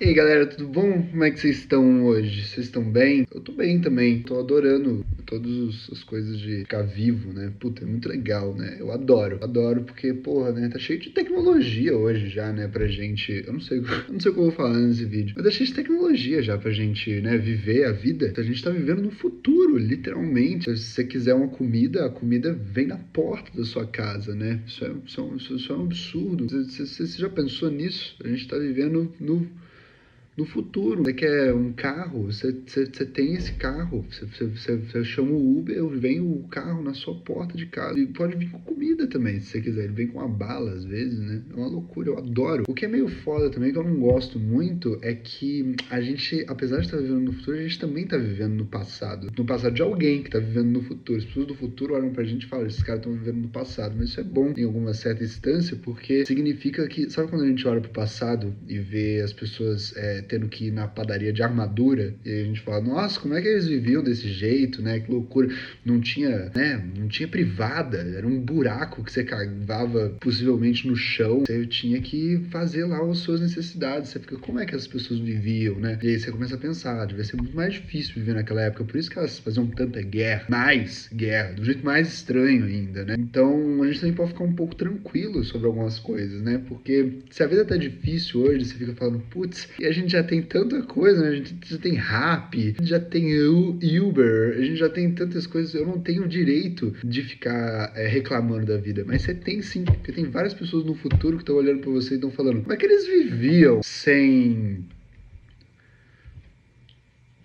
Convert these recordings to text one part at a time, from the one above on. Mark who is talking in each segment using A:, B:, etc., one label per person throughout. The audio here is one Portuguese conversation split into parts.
A: E aí galera, tudo bom? Como é que vocês estão hoje? Vocês estão bem? Eu tô bem também, tô adorando todas as coisas de ficar vivo, né? Puta, é muito legal, né? Eu adoro, adoro porque, porra, né? Tá cheio de tecnologia hoje já, né? Pra gente. Eu não sei, eu não sei o que eu vou falar nesse vídeo, mas tá cheio de tecnologia já pra gente, né? Viver a vida. A gente tá vivendo no futuro, literalmente. Se você quiser uma comida, a comida vem na porta da sua casa, né? Isso é, isso é, um- isso é um absurdo. Você, você- você já pensou nisso? A gente tá vivendo no no futuro. Você quer um carro, você, você, você tem esse carro. Você, você, você, você chama o Uber, vem o carro na sua porta de casa. E pode vir com comida também, se você quiser. Ele vem com uma bala às vezes, né? É uma loucura, eu adoro. O que é meio foda também, que eu não gosto muito, é que a gente, apesar de estar vivendo no futuro, a gente também tá vivendo no passado. No passado de alguém que tá vivendo no futuro. As pessoas do futuro olham pra gente e falam, esses caras estão vivendo no passado. Mas isso é bom em alguma certa instância, porque significa que, sabe quando a gente olha pro passado e vê as pessoas é, tendo que ir na padaria de armadura e a gente fala, nossa, como é que eles viviam desse jeito, né? Que loucura. Não tinha, né? Não tinha privada, era um buraco que você cavava possivelmente no chão. Você tinha que fazer lá as suas necessidades. Você fica, como é que as pessoas viviam, né? E aí você começa a pensar, "Ah, devia ser muito mais difícil viver naquela época. Por isso que elas faziam tanta guerra, mais guerra, do jeito mais estranho ainda, né? Então a gente também pode ficar um pouco tranquilo sobre algumas coisas, né? Porque se a vida tá difícil hoje, você fica falando, putz, e a gente já tem tanta coisa, né? A gente já tem rap, a gente já tem U- Uber, a gente já tem tantas coisas. Eu não tenho o direito de ficar é, reclamando da vida, mas você tem sim, porque tem várias pessoas no futuro que estão olhando pra você e estão falando, como é que eles viviam sem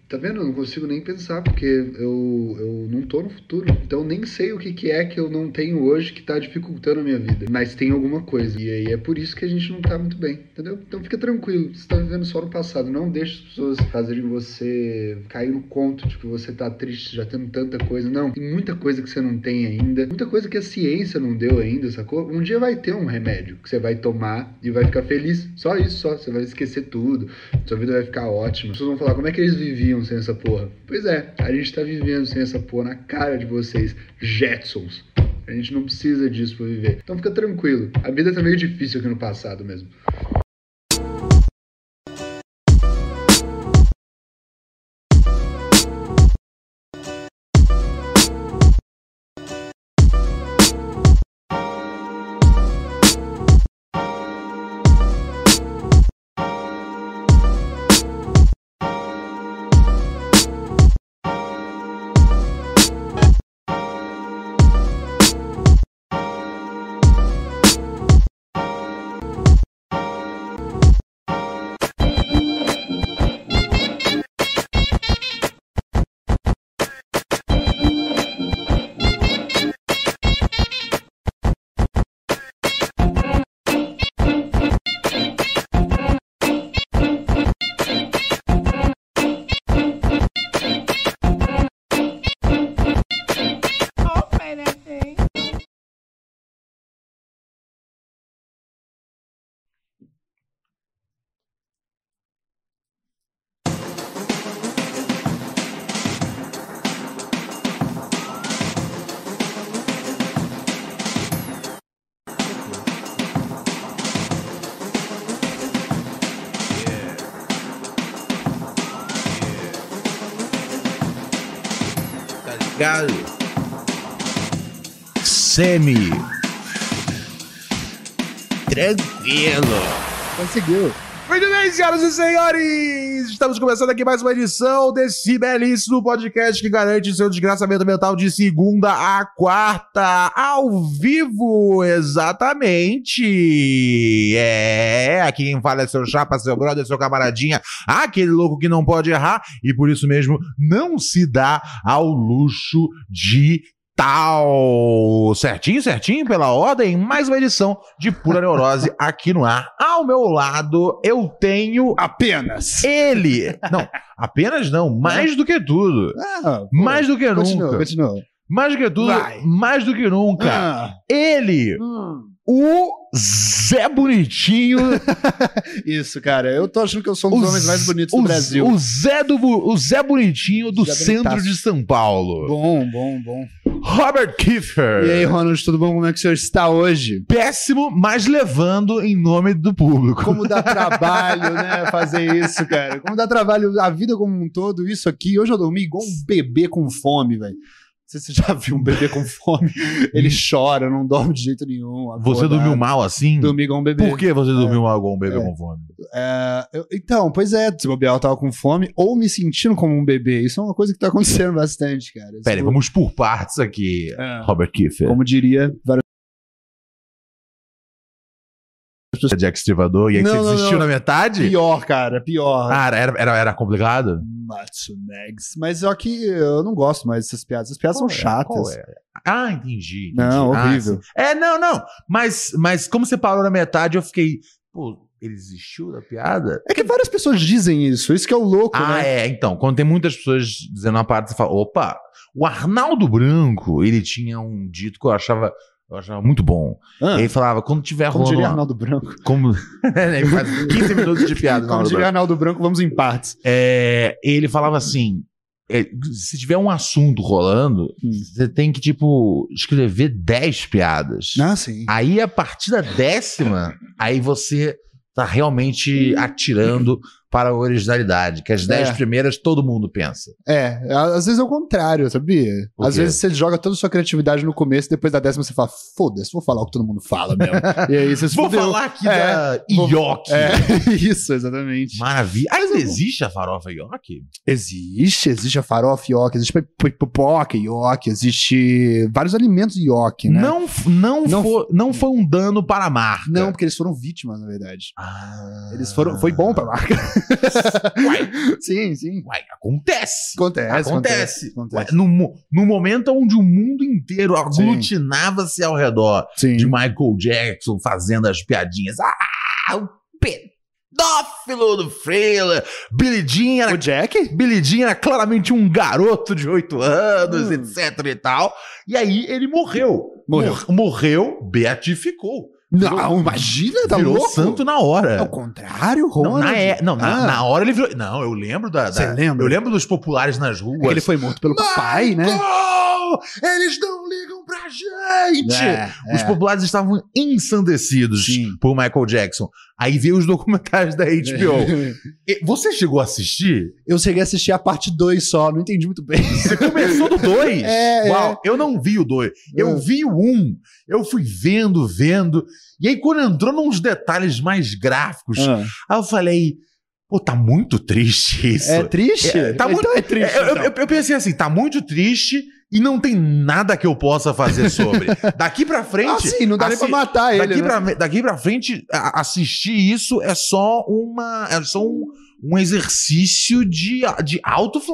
A: Tá vendo? Eu não consigo nem pensar, porque eu, eu não tô no futuro. Então nem sei o que, que é que eu não tenho hoje que tá dificultando a minha vida. Mas tem alguma coisa. E aí é por isso que a gente não tá muito bem, entendeu? Então fica tranquilo. Você tá vivendo só no passado. Não deixe as pessoas fazerem você cair no conto de que você tá triste, já tendo tanta coisa. Não, tem muita coisa que você não tem ainda. Muita coisa que a ciência não deu ainda, sacou? Um dia vai ter um remédio que você vai tomar e vai ficar feliz. Só isso, só. Você vai esquecer tudo sua vida vai ficar ótima. As pessoas vão falar como é que eles viviam sem essa porra. Pois é, a gente tá vivendo sem essa porra na cara de vocês, Jetsons. A gente não precisa disso pra viver. Então fica tranquilo. A vida tá meio difícil aqui no passado mesmo.
B: open that thing.
C: tá ligado?
D: Semi.
C: Tranquilo.
D: Conseguiu.
C: Muito bem, senhoras e senhores! Estamos começando aqui mais uma edição desse belíssimo podcast que garante seu desgraçamento mental de segunda a quarta, ao vivo, exatamente! É, aqui quem fala é seu chapa, seu brother, seu camaradinha, aquele louco que não pode errar e por isso mesmo não se dá ao luxo de tal. Certinho, certinho, pela ordem, mais uma edição de Pura Neurose aqui no ar. Ao meu lado, eu tenho
D: Apenas.
C: ele. Não, apenas não, mais do que tudo.
D: Ah,
C: Mais do que
D: continua,
C: nunca.
D: continua.
C: Mais do que tudo,
D: Vai.
C: mais do que nunca.
D: Ah,
C: Ele,
D: Hum.
C: o Zé Bonitinho.
D: isso, cara. Eu tô achando que eu sou um dos homens mais bonitos
C: o-
D: do Brasil.
C: O Zé, do, Bu- o Zé Bonitinho do
D: Zé
C: centro
D: Bonitaço.
C: de São Paulo.
D: Bom, bom, bom.
C: Robert Kiefer.
D: E aí, Ronald, tudo bom? Como é que o senhor está hoje?
C: Péssimo, mas levando em nome do público.
D: Como dá trabalho, né, fazer isso, cara. Como dá trabalho a vida como um todo, isso aqui. Hoje eu dormi igual um bebê com fome, velho. Não sei se você já viu um bebê com fome. Ele chora, não dorme de jeito nenhum.
C: Hum. Você
D: acordado.
C: dormiu mal assim?
D: Dormi igual um bebê.
C: Por que você dormiu mal com um bebê com fome?
D: É, eu- então, pois é, se bobear eu tava com fome ou me sentindo como um bebê. Isso é uma coisa que tá acontecendo bastante, cara. Isso-
C: Pera, aí, vamos por partes aqui,
D: É.
C: Robert Kiefer.
D: Como diria várias
C: de Extivador É e aí
D: Não,
C: você
D: não,
C: desistiu
D: não.
C: na metade?
D: Pior, cara, pior.
C: Ah, era, era, era complicado?
D: Matsunegs. Mas só que eu não gosto mais dessas piadas. As piadas
C: Qual
D: são
C: é? Qual
D: chatas.
C: é? Ah, entendi. entendi.
D: Não,
C: Ah,
D: horrível.
C: sim. é, não, não. Mas, mas como você parou na metade, eu fiquei. Pô, ele desistiu da piada?
D: É que várias pessoas dizem isso. Isso que é o louco,
C: Ah,
D: né?
C: é. Então, quando tem muitas pessoas dizendo uma parada, você fala, opa, o Arnaldo Branco, ele tinha um dito que eu achava, eu achava muito bom.
D: Ah,
C: Ele falava, quando tiver
D: como
C: rolando
D: diria
C: uma-
D: Arnaldo Branco.
C: Como... ele faz 15 minutos de piada.
D: Como
C: Arnaldo
D: diria
C: Branco.
D: Arnaldo Branco, vamos em partes.
C: É, ele falava assim, é, se tiver um assunto rolando,
D: Hum.
C: você tem que, tipo, escrever 10 piadas.
D: Ah, sim.
C: Aí, a partir da décima, aí você tá realmente atirando para a originalidade, que as 10
D: É.
C: primeiras todo mundo pensa.
D: É, a- às vezes é o contrário, sabia?
C: O
D: Às
C: quê?
D: vezes você joga toda a sua criatividade no começo, depois da décima você fala, foda-se, vou falar o que todo mundo fala mesmo. e aí você se
C: Vou
D: fudeu.
C: falar aqui
D: É,
C: da
D: vou-
C: Ioki.
D: É, isso, exatamente.
C: Maravilha. Ah, existe a farofa Ioki?
D: Existe, existe a farofa ioki, existe pi- pipoca ioki, existe vários alimentos ioki, né?
C: Não, f- não,
D: Não-
C: foi, não foi um dano para a marca.
D: Não, porque eles foram vítimas, na verdade.
C: Ah.
D: Eles foram, foi bom pra marca.
C: Uai,
D: sim, sim.
C: uai, acontece.
D: Acontece,
C: Acontece.
D: acontece.
C: Ué, No, mo- no momento onde o mundo inteiro aglutinava-se ao redor
D: Sim.
C: de Michael Jackson fazendo as piadinhas. Ah, o pedófilo do Freire. Billy Jean era,
D: O Jack?
C: Billy Jean era claramente um garoto de 8 anos,
D: Hum.
C: etc e tal. E aí ele morreu.
D: Morreu.
C: Mor- morreu, beatificou.
D: Não, imagina, tá
C: virou
D: louco?
C: santo na
D: É o
C: hora.
D: contrário,
C: Não,
D: Ronald?
C: na, é- não, na-
D: Ah.
C: na hora ele virou. Não, eu lembro da. da-
D: Você lembra?
C: Eu lembro dos populares nas ruas.
D: É que ele foi morto pelo papai, né?
C: Michael! Eles não ligam pra gente!
D: É,
C: Os
D: é.
C: populares estavam ensandecidos
D: Sim.
C: por Michael Jackson. Aí veio os documentários da
D: É.
C: HBO. E Você chegou a assistir?
D: Eu cheguei a assistir a parte 2 só, não entendi muito bem.
C: Você começou do 2.
D: É,
C: Uau, eu não vi o 2. Eu
D: É.
C: vi o 1. Um. Eu fui vendo, vendo. E aí, quando entrou nos detalhes mais gráficos, aí eu falei: pô, tá muito triste isso.
D: Ah. É triste?
C: É, tá muito-
D: Então é triste.
C: Eu, eu-
D: então.
C: eu- eu pensei assim, tá muito triste e não tem nada que eu possa fazer sobre. daqui pra
D: Ah,
C: frente.
D: sim, não dá nem
C: assim,
D: pra matar ele.
C: daqui,
D: né?
C: pra, daqui pra frente, a- assistir isso é só uma. É só um, um exercício de, de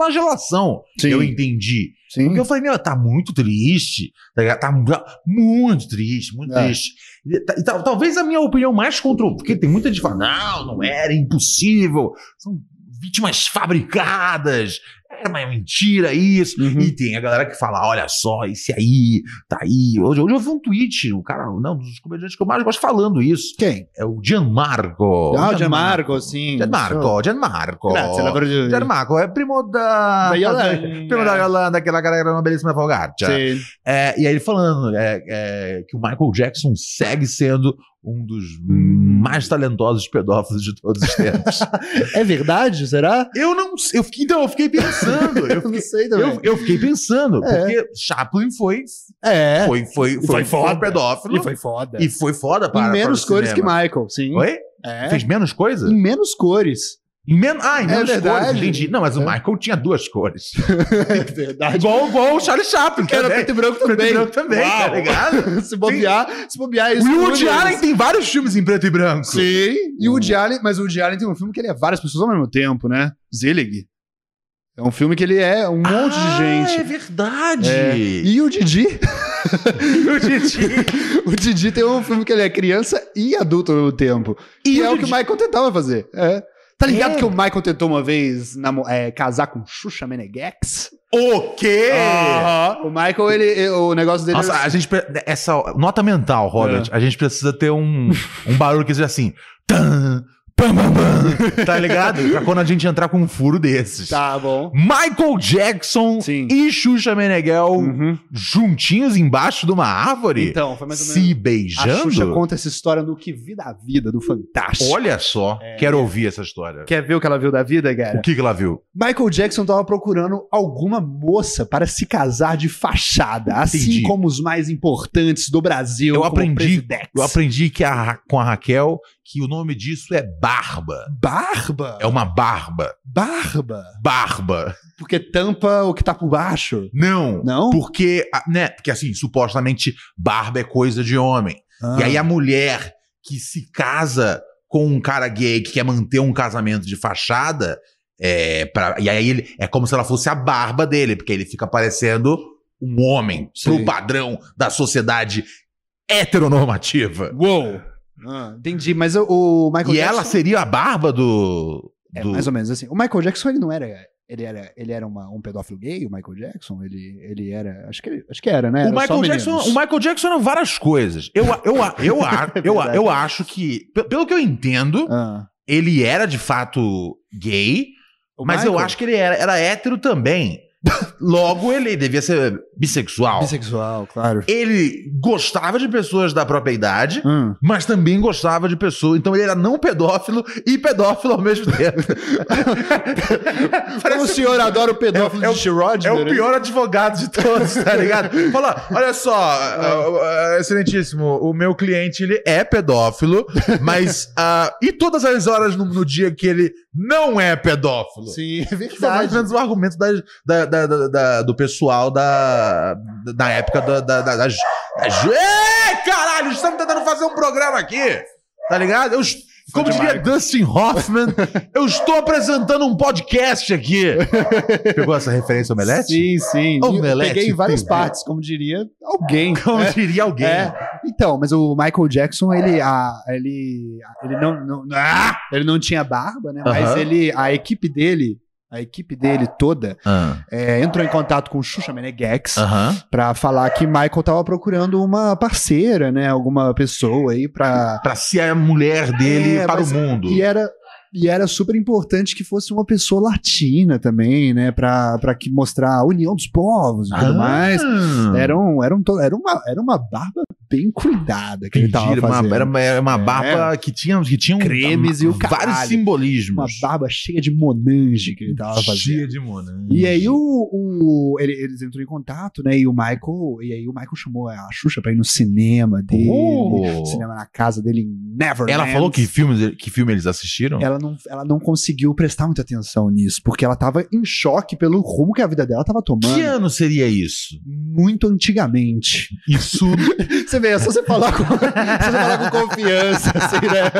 C: autoflagelação.
D: Sim.
C: Eu entendi.
D: Sim.
C: Porque eu falei, meu, tá muito triste. Tá, ligado? Tá mu- muito triste, muito
D: É.
C: triste. E, ta- e tal- talvez a minha opinião mais contra. Porque tem muita gente que fala, não, não era, é impossível. São vítimas fabricadas. É uma mentira isso.
D: Uhum.
C: E tem a galera que fala, olha só, esse aí, tá aí. Hoje, hoje eu vi um tweet, o cara, não, um dos comediantes que eu mais gosto falando isso.
D: Quem?
C: É o Gianmarco.
D: Ah, o Gianmarco, sim.
C: Gianmarco, Gianmarco.
D: Grazie, la produ-
C: Gianmarco é primo da...
D: Da Yolanda.
C: Primo da Yolanda, aquela cara que era uma belíssima folgada.
D: Sim.
C: É, e aí ele falando é, é, que o Michael Jackson segue sendo um dos mais talentosos pedófilos de todos os tempos.
D: É verdade? Será?
C: eu não sei, eu fiquei, então eu fiquei pensando, eu
D: não
C: fiquei,
D: sei também.
C: eu, eu fiquei pensando,
D: É.
C: porque Chaplin foi
D: é.
C: foi foi foi,
D: E foi
C: um
D: foda.
C: pedófilo
D: E foi foda.
C: e foi foda para
D: em menos
C: para o
D: cores que
C: cinema.
D: Michael, sim.
C: Oi?
D: É.
C: Fez menos coisa?
D: Em menos cores.
C: Em men- ah, em
D: É
C: menos
D: verdade.
C: cores, entendi. Não, mas o
D: É.
C: Michael tinha duas cores.
D: É verdade.
C: igual, igual o Charlie Chaplin,
D: Era
C: também.
D: preto e branco
C: Preto
D: também.
C: e branco também,
D: Uau.
C: tá ligado?
D: se bobear, se bobear é isso.
C: E
D: que
C: o
D: une
C: Woody
D: eles.
C: Allen tem vários filmes em preto e branco.
D: Sim. E o Woody Allen, mas o Woody Allen tem um filme que ele é várias pessoas ao mesmo tempo, né? Zelig. É um filme que ele é um monte de
C: É
D: gente.
C: verdade.
D: É.
C: E
D: E o Didi?
C: o Didi.
D: O Didi tem um filme que ele é criança e adulto ao mesmo tempo.
C: E
D: E,
C: o
D: é o que o
C: Didi-
D: Michael tentava fazer. É. Tá ligado
C: É.
D: que o Michael tentou uma vez namo- é, casar com Xuxa Meneghex?
C: O quê?
D: Aham. O Michael, ele, o negócio dele.
C: É. Nossa, a gente. pre-
D: É.
C: Essa nota mental, Robert. A gente precisa ter um, um barulho que seja assim. Tan, Pam, pam, pam. tá ligado? pra quando a gente entrar com um furo desses.
D: Tá bom.
C: Michael Jackson
D: Sim.
C: e Xuxa Meneghel
D: Uhum.
C: juntinhos embaixo de uma árvore
D: Então, foi mais ou menos.
C: se
D: A Xuxa
C: beijando?
D: conta essa história do que vi da vida, do Fantástico.
C: Olha só,
D: É.
C: quero ouvir essa história.
D: Quer ver o que ela viu da vida, cara?
C: O que, que ela viu?
D: Michael Jackson estava procurando alguma moça para se casar de fachada, assim
C: Entendi.
D: como os mais importantes do Brasil.
C: Eu
D: como
C: aprendi-
D: Presidex.
C: Eu aprendi que a Ra- com a Raquel que o nome disso é barba.
D: Barba!
C: É uma barba.
D: Barba!
C: Barba.
D: Porque tampa o que tá por baixo.
C: Não.
D: Não?
C: Porque, a- né? Porque assim, supostamente barba é coisa de homem. E aí a mulher que se casa com um cara gay que quer manter um casamento de fachada, é, pra- e aí ele, é como se ela fosse a barba dele, porque ele fica parecendo um homem
A: Sim.
C: pro padrão da sociedade heteronormativa.
D: Uou! Ah, entendi, mas o, o Michael
C: e
D: Jackson.
C: ela seria a barba do.
D: É,
C: do-
D: mais ou menos assim. O Michael Jackson, ele não era. Ele era, ele era uma- um pedófilo gay, o Michael Jackson? Ele, ele era. Acho que, ele- acho que era, né?
C: o, Michael Jackson, é um o Michael Jackson era várias coisas. Eu, eu, eu, a- eu, eu, eu acho que, pe- pelo que eu
D: Ah.
C: entendo, ele era de fato gay, Mas eu acho que ele era, era hétero também. Logo, ele devia ser é um bissexual.
D: Bissexual, claro.
C: Ele gostava de pessoas da própria idade,
D: Hum.
C: mas também gostava de pessoas. Então ele era não pedófilo e pedófilo ao mesmo tempo.
D: Como o senhor adora o pedófilo
C: É- é o-
D: de né? Shirodner?
C: É o pior advogado de todos, tá ligado? Fala, olha só, ah, ah, excelentíssimo, o meu cliente ele é pedófilo, mas ah, e todas as horas no, no dia que ele não é pedófilo?
D: Sim, é
C: Isso é mais
D: verdade.
C: ou menos o argumento das- da- da- da- da- do pessoal da, da, da época da, da, da, das- das- Ê, caralho, estamos tentando fazer um programa aqui, tá ligado? Eu es- como
D: de
C: diria Dustin Hoffman, eu estou apresentando um podcast aqui. Pegou essa referência, Omelete?
D: Sim, sim.
C: Ô,
D: Eu
C: Melete,
D: peguei em várias
C: entendi.
D: partes, como diria alguém.
C: um Como diria alguém.
D: É. Então, mas o Michael Jackson, ele, a, ele, ele não, não- ah! ele não tinha barba, né? Mas
C: Aham.
D: ele, a equipe dele, a equipe dele toda,
C: Ah,
D: é, entrou em contato com o Xuxa Menegheks
C: aham.
D: pra falar que Michael tava procurando uma parceira, né? Alguma pessoa aí pra
C: Pra ser a mulher dele
D: É,
C: para
D: mas-
C: o mundo.
D: E era, e era super importante que fosse uma pessoa latina também, né? Pra, pra que mostrar a união dos povos e tudo
C: Ah.
D: mais. Era, um, era, um, to- era, uma, era uma barba bem cuidada que ele
C: Entendi,
D: tava
C: era uma,
D: fazendo. É.
C: era uma- era uma barba que tinha, que tinha um-
D: Cremes e o
C: vários
D: caralho. Uma
C: simbolismos.
D: barba cheia de monange que ele tava fazendo.
C: Cheia de morango.
D: E aí o, o- ele- eles entrou em contato, né? E o Michael, e aí o Michael chamou a Xuxa pra ir no cinema dele,
C: Oh.
D: cinema na casa dele em Neverland.
C: Ela falou que, filmes, que filme eles assistiram?
D: ela não, ela não conseguiu prestar muita atenção nisso, porque ela tava em choque pelo rumo que a vida dela tava tomando.
C: Que ano seria isso?
D: Muito antigamente.
C: Isso.
D: Você vê, é só você falar com, é só você falar com confiança, assim, né?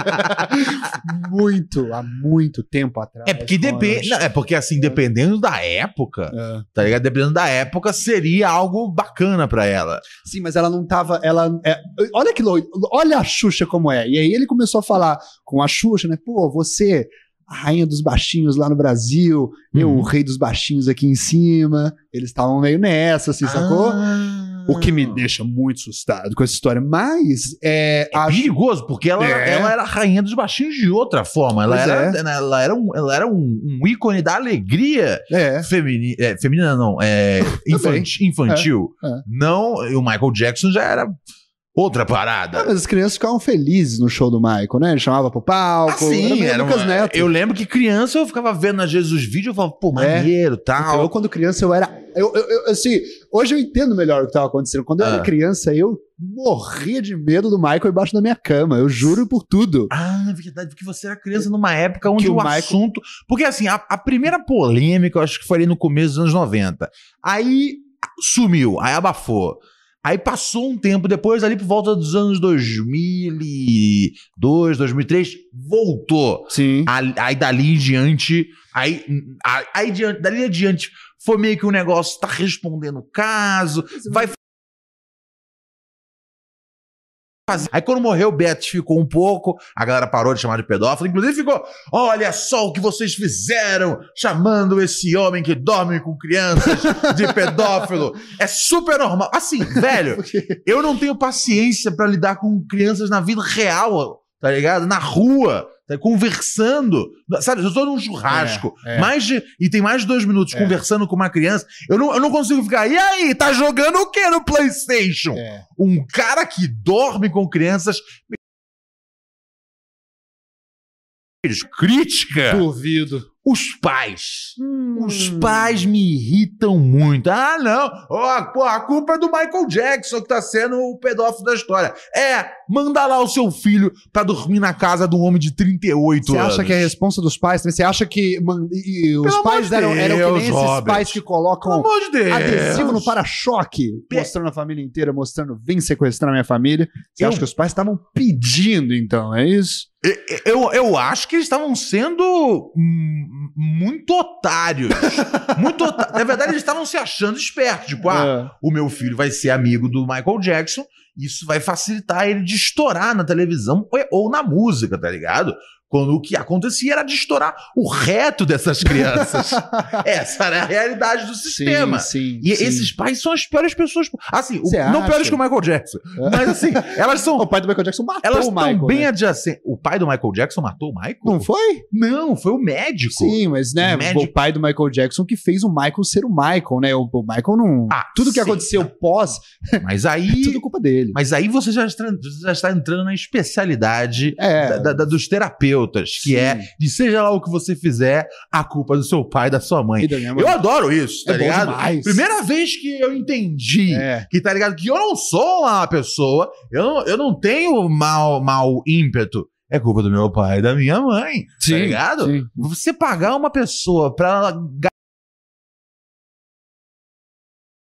D: Muito, há muito tempo atrás.
C: é porque depende. não, É porque assim, dependendo da época,
D: É.
C: tá ligado? Dependendo da época, seria algo bacana pra ela.
D: Sim, mas ela não tava. Ela, é, olha que louco. Olha a Xuxa como é. E aí ele começou a falar com a Xuxa, né? Pô, você, a rainha dos baixinhos lá no Brasil, eu,
C: Uhum.
D: o rei dos baixinhos aqui em cima. Eles estavam meio nessa, assim, sacou?
C: Ah.
D: O que me deixa muito assustado com essa história. Mas é,
C: É
D: a-
C: perigoso, porque ela,
D: É.
C: ela era a rainha dos baixinhos de outra forma. Ela
D: Pois
C: era, ela era, um, ela era um, um ícone da alegria
D: é,
C: Femini é, feminina não, é infanti- infantil.
D: é.
C: Não, e o Michael Jackson já era outra
D: Ah,
C: parada.
D: mas as crianças ficavam felizes no show do Michael, né? Ele chamava pro palco.
C: Assim,
D: meio
C: era
D: Lucas
C: uma-
D: Neto.
C: Eu lembro que criança eu ficava vendo às vezes os vídeos, eu falava, pô,
D: É.
C: maneiro,
D: Então, eu,
C: tal.
D: quando criança, eu era. Eu, eu- eu- assim, hoje eu entendo melhor o que estava acontecendo. Quando eu
C: Ah.
D: era criança, eu morria de medo do Michael embaixo da minha cama. Eu juro por tudo.
C: Ah, na verdade, porque você era criança numa época onde
D: Que
C: o,
D: o Michael-
C: assunto. Porque assim, a, a primeira polêmica, eu acho que foi ali no começo dos anos 90. Aí sumiu, aí abafou. Aí passou um tempo depois, ali por volta dos anos 2002, 2003, voltou.
D: Sim.
C: A- Aí dali em diante, aí, a- aí diante, dali em diante, foi meio que o negócio tá respondendo o caso, vai fazer. Aí quando morreu, o Betis ficou um pouco, a galera parou de chamar de pedófilo, inclusive ficou, olha só o que vocês fizeram, chamando esse homem que dorme com crianças de pedófilo. É super normal. Assim, velho, eu não tenho paciência pra lidar com crianças na vida real, tá ligado? Na rua. tá Tá conversando. Sabe, eu tô num churrasco.
D: É, é.
C: Mais de, e tem mais de dois minutos
D: É.
C: conversando com uma criança. Eu não, eu não consigo ficar. E aí, tá jogando o que no PlayStation?
D: É.
C: Um cara que dorme com crianças. Crítica.
D: Duvido.
C: Os pais.
D: Hum.
C: Os pais me irritam muito. Ah, não. Ó, pô, a culpa é do Michael Jackson que tá sendo o pedófilo da história. É, manda lá o seu filho pra dormir na casa de um homem de 38
D: Você
C: anos.
D: acha que é a responsa dos pais? também? Você acha que man- e- e os
C: Pelo
D: pais
C: amor de
D: eram, eram que nem
C: Deus,
D: esses
C: Robert.
D: pais que
C: Pelo
D: colocam
C: amor de Deus.
D: adesivo no para-choque,
C: Pe-
D: mostrando a família inteira, mostrando vem sequestrar minha família? Você
C: Eu-
D: acha que os pais estavam pedindo, então? É isso?
C: Eu, eu acho que eles estavam sendo hum, muito otários. muito otários. Na verdade, eles estavam se achando espertos. Tipo, ah,
D: É.
C: o meu filho vai ser amigo do Michael Jackson, isso vai facilitar ele de estourar na televisão ou- ou na música, tá ligado? Quando o que acontecia era de estourar o reto dessas crianças. Essa era a realidade do sistema.
D: Sim,
C: E
D: sim.
C: esses pais são as piores pessoas. Assim, o-
D: Cê
C: não
D: acha?
C: piores que o Michael Jackson.
D: É.
C: Mas assim, elas
D: O
C: são.
D: pai do Michael Jackson matou
C: Elas
D: o
C: estão
D: Michael.
C: bem
D: né?
C: adjacentes. O pai do Michael Jackson matou o Michael?
D: Não foi?
C: Não, foi o médico.
D: Sim, mas né,
C: Tipo, Médico.
D: o pai do Michael Jackson que fez o Michael ser o Michael, né? O, o Michael não.
C: Ah,
D: tudo que
C: sim.
D: aconteceu pós
C: Mas
D: é
C: aí.
D: tudo culpa dele.
C: Mas aí você já está, você já está entrando na especialidade
D: É.
C: da- da- da- dos terapeutas, que
D: Sim.
C: é de seja lá o que você fizer, a culpa é do seu pai e da sua mãe.
D: E da minha mãe.
C: Eu adoro isso, tá
D: É bom
C: ligado?
D: É demais.
C: Primeira vez que eu entendi
D: É.
C: que, tá ligado, que eu não sou uma pessoa, eu não, eu não tenho mau, mau ímpeto. É culpa do meu pai e da minha mãe, tá ligado?
D: Sim.
C: Você pagar uma pessoa pra ela... ga-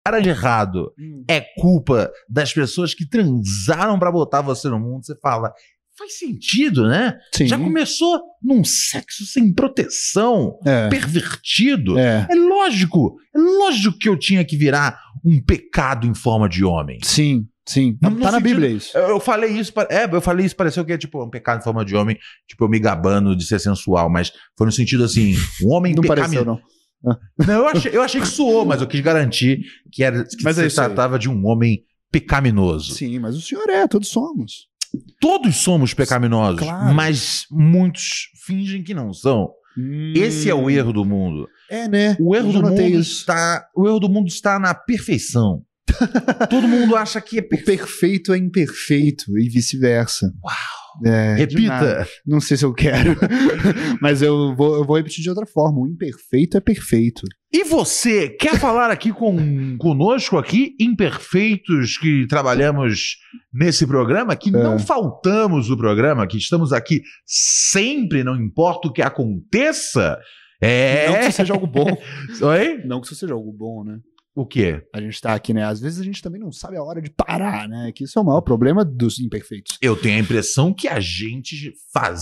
C: Cara de errado
D: Hum.
C: é culpa das pessoas que transaram pra botar você no mundo, você fala, faz sentido, né?
D: Sim.
C: Já começou num sexo sem proteção,
D: É.
C: pervertido. É.
D: É.
C: lógico, é lógico que eu tinha que virar um pecado em forma de homem.
D: Sim, sim.
C: Não-
D: Tá,
C: não
D: na
C: sentido-
D: Bíblia isso.
C: Eu eu falei isso, pa- é, eu falei isso, pareceu que é tipo um pecado em forma de homem, tipo eu me gabando de ser sensual, mas foi no sentido assim, um homem
D: Não
C: pecaminoso.
D: pareceu, não.
C: Não, eu achei, eu achei que soou, mas eu quis garantir que, era, que
D: Mas é
C: se
D: isso aí.
C: tratava de um homem pecaminoso.
D: Sim, mas o senhor é, todos somos.
C: Todos somos pecaminosos,
D: Claro.
C: mas muitos fingem que não são. Esse é o erro do mundo.
D: É, né?
C: O erro
D: Hum.
C: do
D: Eu já
C: mundo
D: notei isso.
C: está, o erro do mundo está na perfeição. Todo mundo acha que é
D: O
C: perfeito.
D: perfeito é imperfeito e vice-versa. Uau!
C: Repita.
D: Não sei se eu quero, mas eu vou, eu vou repetir de outra forma. O imperfeito é perfeito.
C: E você quer falar aqui com conosco aqui imperfeitos que trabalhamos nesse programa,
D: É.
C: que não faltamos o programa, que estamos aqui sempre, não importa o que aconteça.
D: Não que
C: É.
D: isso seja algo bom.
C: Oi?
D: Não que isso seja algo bom, né?
C: O quê?
D: A gente tá aqui, né? Às vezes a gente também não sabe a hora de parar, né? Que isso é o maior problema dos imperfeitos.
C: Eu tenho a impressão que a gente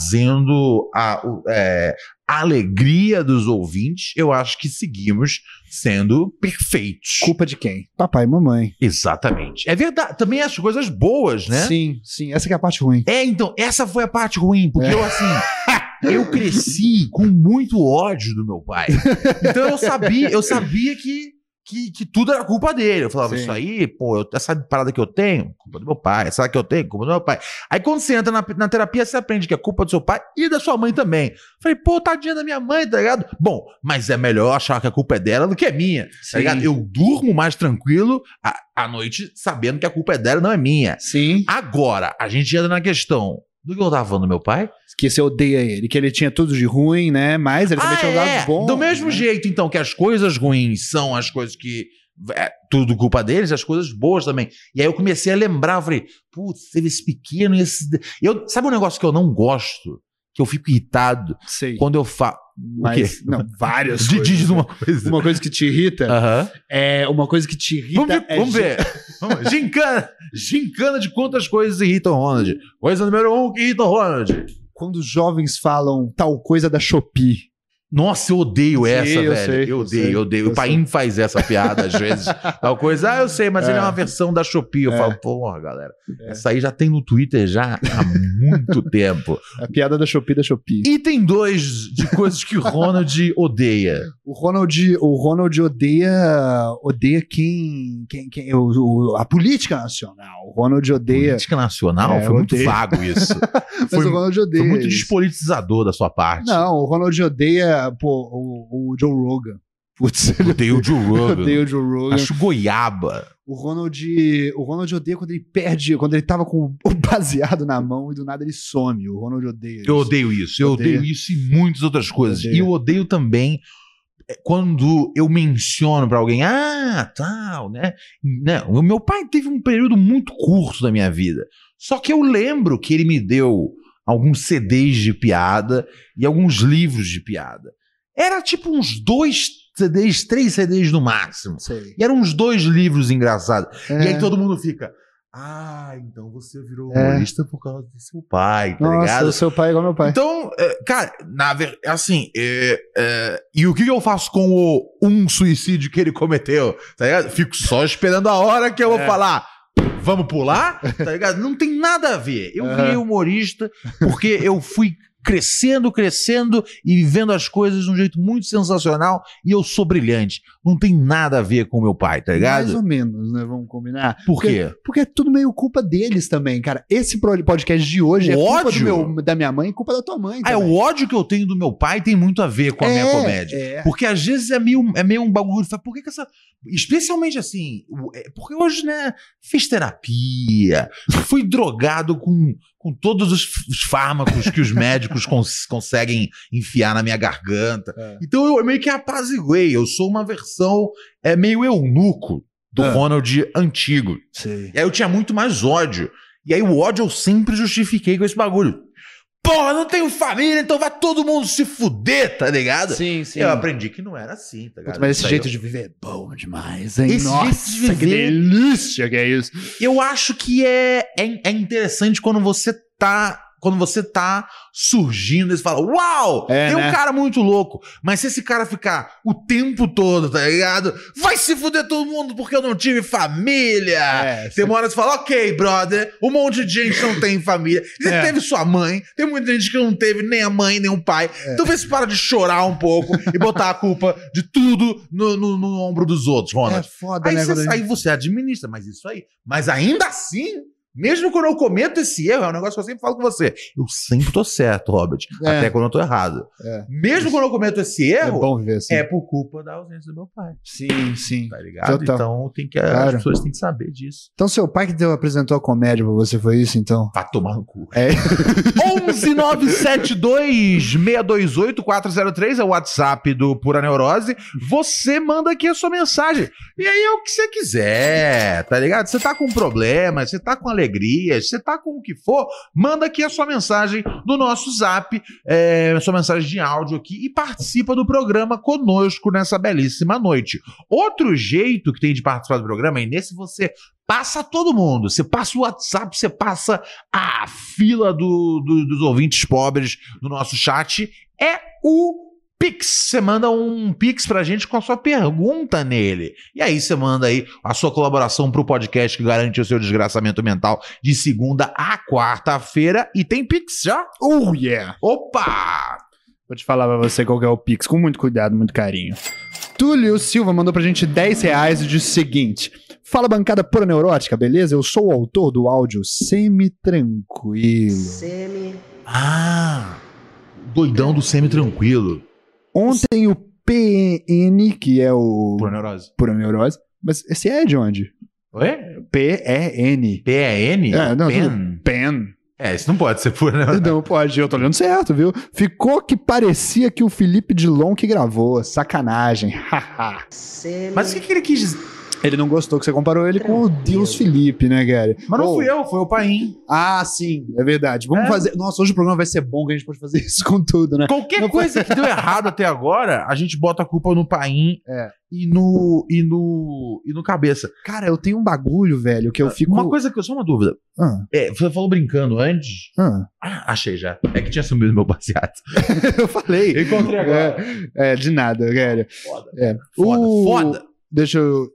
C: fazendo a, o- é, a alegria dos ouvintes, eu acho que seguimos sendo perfeitos.
D: Culpa de quem? Papai e mamãe.
C: Exatamente. É verdade. Também as coisas boas, né?
D: Sim, sim. Essa que é a parte ruim.
C: É, então, essa foi a parte ruim, porque eu assim. Eu cresci com muito ódio do meu pai. Então eu sabia, eu sabia que, que, que tudo era culpa dele. Eu falava,
D: Sim.
C: isso aí, pô, eu- essa parada que eu tenho, culpa do meu pai. Essa que eu tenho, culpa do meu pai. Aí quando você entra na, na terapia, você aprende que é culpa do seu pai e da sua mãe também. Eu Falei, pô, tadinha da minha mãe, tá ligado? Bom, mas é melhor achar que a culpa é dela do que é minha, tá ligado? Eu durmo mais tranquilo à, à noite sabendo que a culpa é dela, não é minha.
D: Sim.
C: Agora, a gente entra na questão do que eu tava falando do meu pai.
D: Que você odeia ele, que ele tinha tudo de ruim, né? Mas ele também
C: Ah,
D: tinha um
C: é.
D: lado bom.
C: Do mesmo
D: né?
C: jeito, então, que as coisas ruins são as coisas que. É, tudo culpa deles, as coisas boas também. E aí eu comecei a lembrar, eu falei, putz, teve esse pequeno, esse. de- Eu, sabe um negócio que eu não gosto? Que eu fico irritado
D: Sei.
C: quando eu falo.
D: Mas, não, várias
C: Diz
D: coisas.
C: diz uma coisa.
D: Uma coisa que te irrita
C: Aham.
D: é uma coisa que te irrita.
C: Ah. Vamos, ver-
D: é
C: vamos
D: gente-
C: ver. Vamos- gincana, gincana de quantas coisas irritam o Ronald. Coisa número um que irrita o Ronald.
D: Quando os jovens falam tal coisa da Shopee.
C: Nossa, eu odeio
D: Sim,
C: essa,
D: eu
C: velho.
D: sei,
C: eu
D: eu
C: odeio,
D: sei,
C: eu odeio.
D: eu
C: o
D: sei.
C: Paim faz essa piada às vezes. tal coisa. Ah, eu sei, mas ele é
D: É.
C: uma versão da Shopee. Eu
D: É.
C: falo, porra, galera.
D: É.
C: Essa aí já tem no Twitter já há muito tempo.
D: A piada da Shopee da Shopee.
C: Item 2 de coisas que o Ronald odeia.
D: O Ronald, o Ronald odeia, odeia quem, quem, quem o- o- a política nacional. O Ronald odeia,
C: Política nacional?
D: É,
C: foi muito
D: odeio.
C: vago isso.
D: mas
C: foi-
D: o Ronald odeia.
C: Foi muito
D: isso.
C: despolitizador da sua parte.
D: Não, o Ronald odeia pô, o, o Joe Rogan. Putz, ele
C: Odeio o Joe Rogan.
D: odeia o Joe Rogan.
C: Acho goiaba.
D: O Ronald, o Ronald odeia quando ele perde, quando ele tava com o baseado na mão e do nada ele some. O Ronald odeia.
C: Eu
D: isso.
C: odeio isso. Eu
D: Odeia.
C: odeio isso e muitas outras coisas.
D: Odeia.
C: E eu odeio também é, quando eu menciono pra alguém, ah, tal, né? né? O meu pai teve um período muito curto da minha vida. Só que eu lembro que ele me deu alguns CDs de piada e alguns livros de piada. Era tipo uns dois CDs, três CDs no máximo.
D: Sei.
C: E eram uns dois livros engraçados. E aí tá
D: É.
C: todo mundo fica. Ah, então você virou
D: É.
C: humorista por causa do seu pai, tá
D: Nossa,
C: ligado?
D: o seu pai é igual meu pai.
C: Então, é, cara, na ver- assim, é, é, e o que eu faço com o um suicídio que ele cometeu? Tá ligado? Fico só esperando a hora que eu vou
D: É.
C: falar. Vamos pular? Tá ligado? Não tem nada a ver. Eu
D: Aham.
C: virei humorista porque eu fui crescendo, crescendo e vendo as coisas de um jeito muito sensacional e eu sou brilhante. Não tem nada a ver com meu pai, tá
D: Mais
C: ligado?
D: ou menos, né? Vamos combinar.
C: Por quê?
D: Porque é tudo meio culpa deles também, cara. Esse pro- podcast de hoje é
C: O
D: culpa
C: ódio?
D: do meu, da minha mãe e culpa da tua mãe.
C: Ah,
D: também.
C: o ódio que eu tenho do meu pai tem muito a ver com a minha
D: É,
C: comédia.
D: é.
C: Porque às vezes é meio, é meio um bagulho. Fala, por que, que essa. Especialmente assim. o- é, Porque hoje, né? Fiz terapia. Fui drogado com, com todos os, f- os fármacos que os médicos cons- conseguem enfiar na minha garganta.
D: É.
C: Então eu meio que apaziguei. Eu sou uma versão é, meio eunuco do
D: Ah.
C: Ronald antigo.
D: Sei.
C: E aí eu tinha muito mais ódio. E aí o ódio eu sempre justifiquei com esse bagulho. Porra, não tenho família, então vai todo mundo se fuder, tá ligado?
D: Sim, sim.
C: Eu aprendi que não era assim, tá
D: Puta,
C: ligado?
D: mas esse
C: Isso aí
D: jeito
C: eu-
D: de viver é bom demais, hein?
C: Esse
D: Nossa,
C: jeito de
D: que
C: viver-
D: delícia que é isso.
C: Eu acho que é, é, é interessante quando você tá. Quando você tá surgindo, e você fala, uau,
D: É,
C: tem um
D: né?
C: cara muito louco. Mas se esse cara ficar o tempo todo, tá ligado? Vai se fuder todo mundo porque eu não tive família.
D: É,
C: Ah, Tem uma hora que você fala, ok, brother, um monte de gente não tem família. Você
D: É.
C: teve sua mãe, tem muita gente que não teve nem a mãe, nem o pai.
D: É.
C: Então vê se para de chorar um pouco e botar a culpa de tudo no, no- no ombro dos outros,
D: é
C: Ronald.
D: foda,
C: aí,
D: né?
C: você,
D: quando a gente-
C: aí você administra, mas isso aí. Mas ainda assim, mesmo quando eu cometo esse erro, é um negócio que eu sempre falo com você. Eu sempre tô certo, Robert.
D: É.
C: Até quando eu tô errado.
D: É.
C: Mesmo quando eu cometo esse
D: É
C: erro,
D: bom viver assim.
C: é, por culpa da ausência do meu pai.
D: Sim, sim.
C: Tá ligado?
D: Total.
C: Então tem que, as
D: Claro.
C: pessoas têm que saber disso.
D: Então, seu pai que deu, apresentou a comédia pra você, foi isso, então?
C: Vai tomar no Tá cu.
D: É.
C: 11972-628-403 é o WhatsApp do Pura Neurose. Você manda aqui a sua mensagem. E aí é o que você quiser, tá ligado? Você tá com problemas, você tá com alegrias, você tá com o que for, manda aqui a sua mensagem no nosso zap, é, sua mensagem de áudio aqui e participa do programa conosco nessa belíssima noite. Outro jeito que tem de participar do programa é nesse você passa todo mundo. Você passa o WhatsApp, você passa a fila do- do- dos ouvintes pobres do nosso chat é o Pix. Você manda um Pix pra gente com a sua pergunta nele. E aí você manda aí a sua colaboração pro podcast que garante o seu desgraçamento mental de segunda a quarta-feira. E tem Pix já?
D: Oh, yeah!
C: Opa!
D: Vou te falar pra você qual que é o Pix, com muito cuidado, muito carinho. Túlio Silva mandou pra gente 10 reais e disse o seguinte: Fala bancada pura neurótica, beleza? Eu sou o autor do áudio semi-tranquilo.
B: Semi.
C: Ah! Doidão do semi-tranquilo.
D: Ontem o PN, que é o
C: Pô, neurose.
D: pura neurose, mas esse é de onde?
C: Oi?
D: P-E-N.
C: P-E-N?
D: É, não,
C: Pen?
D: PEN.
C: É, isso não pode ser pura neurose.
D: Não pode, eu tô olhando certo, viu? Ficou que parecia que o Felipe Dilon que gravou. Sacanagem. Haha.
B: Semi.
C: Mas o que, que ele quis dizer?
D: Ele não gostou que você comparou ele com o Deus Felipe, né, cara?
C: Mas não
D: Pô,
C: fui eu, foi o Paim.
D: Ah, sim, é verdade. Vamos
C: É.
D: fazer. Nossa, hoje o programa vai ser bom que a gente pode fazer isso com tudo, né?
C: Qualquer
D: Não foi-
C: coisa que deu errado até agora, a gente bota a culpa no Paim
D: É.
C: e no e no e no cabeça.
D: Cara, eu tenho um bagulho, velho, que eu fico.
C: Ah, Uma coisa que eu só uma dúvida.
D: Ah,
C: É, você falou brincando antes?
D: ah.
C: Ah, achei já. É que tinha sumido meu baseado.
D: eu falei.
C: Encontrei
D: É, é, de nada, cara.
C: Foda.
D: É.
C: Foda,
D: O-
C: foda.
D: Deixa eu.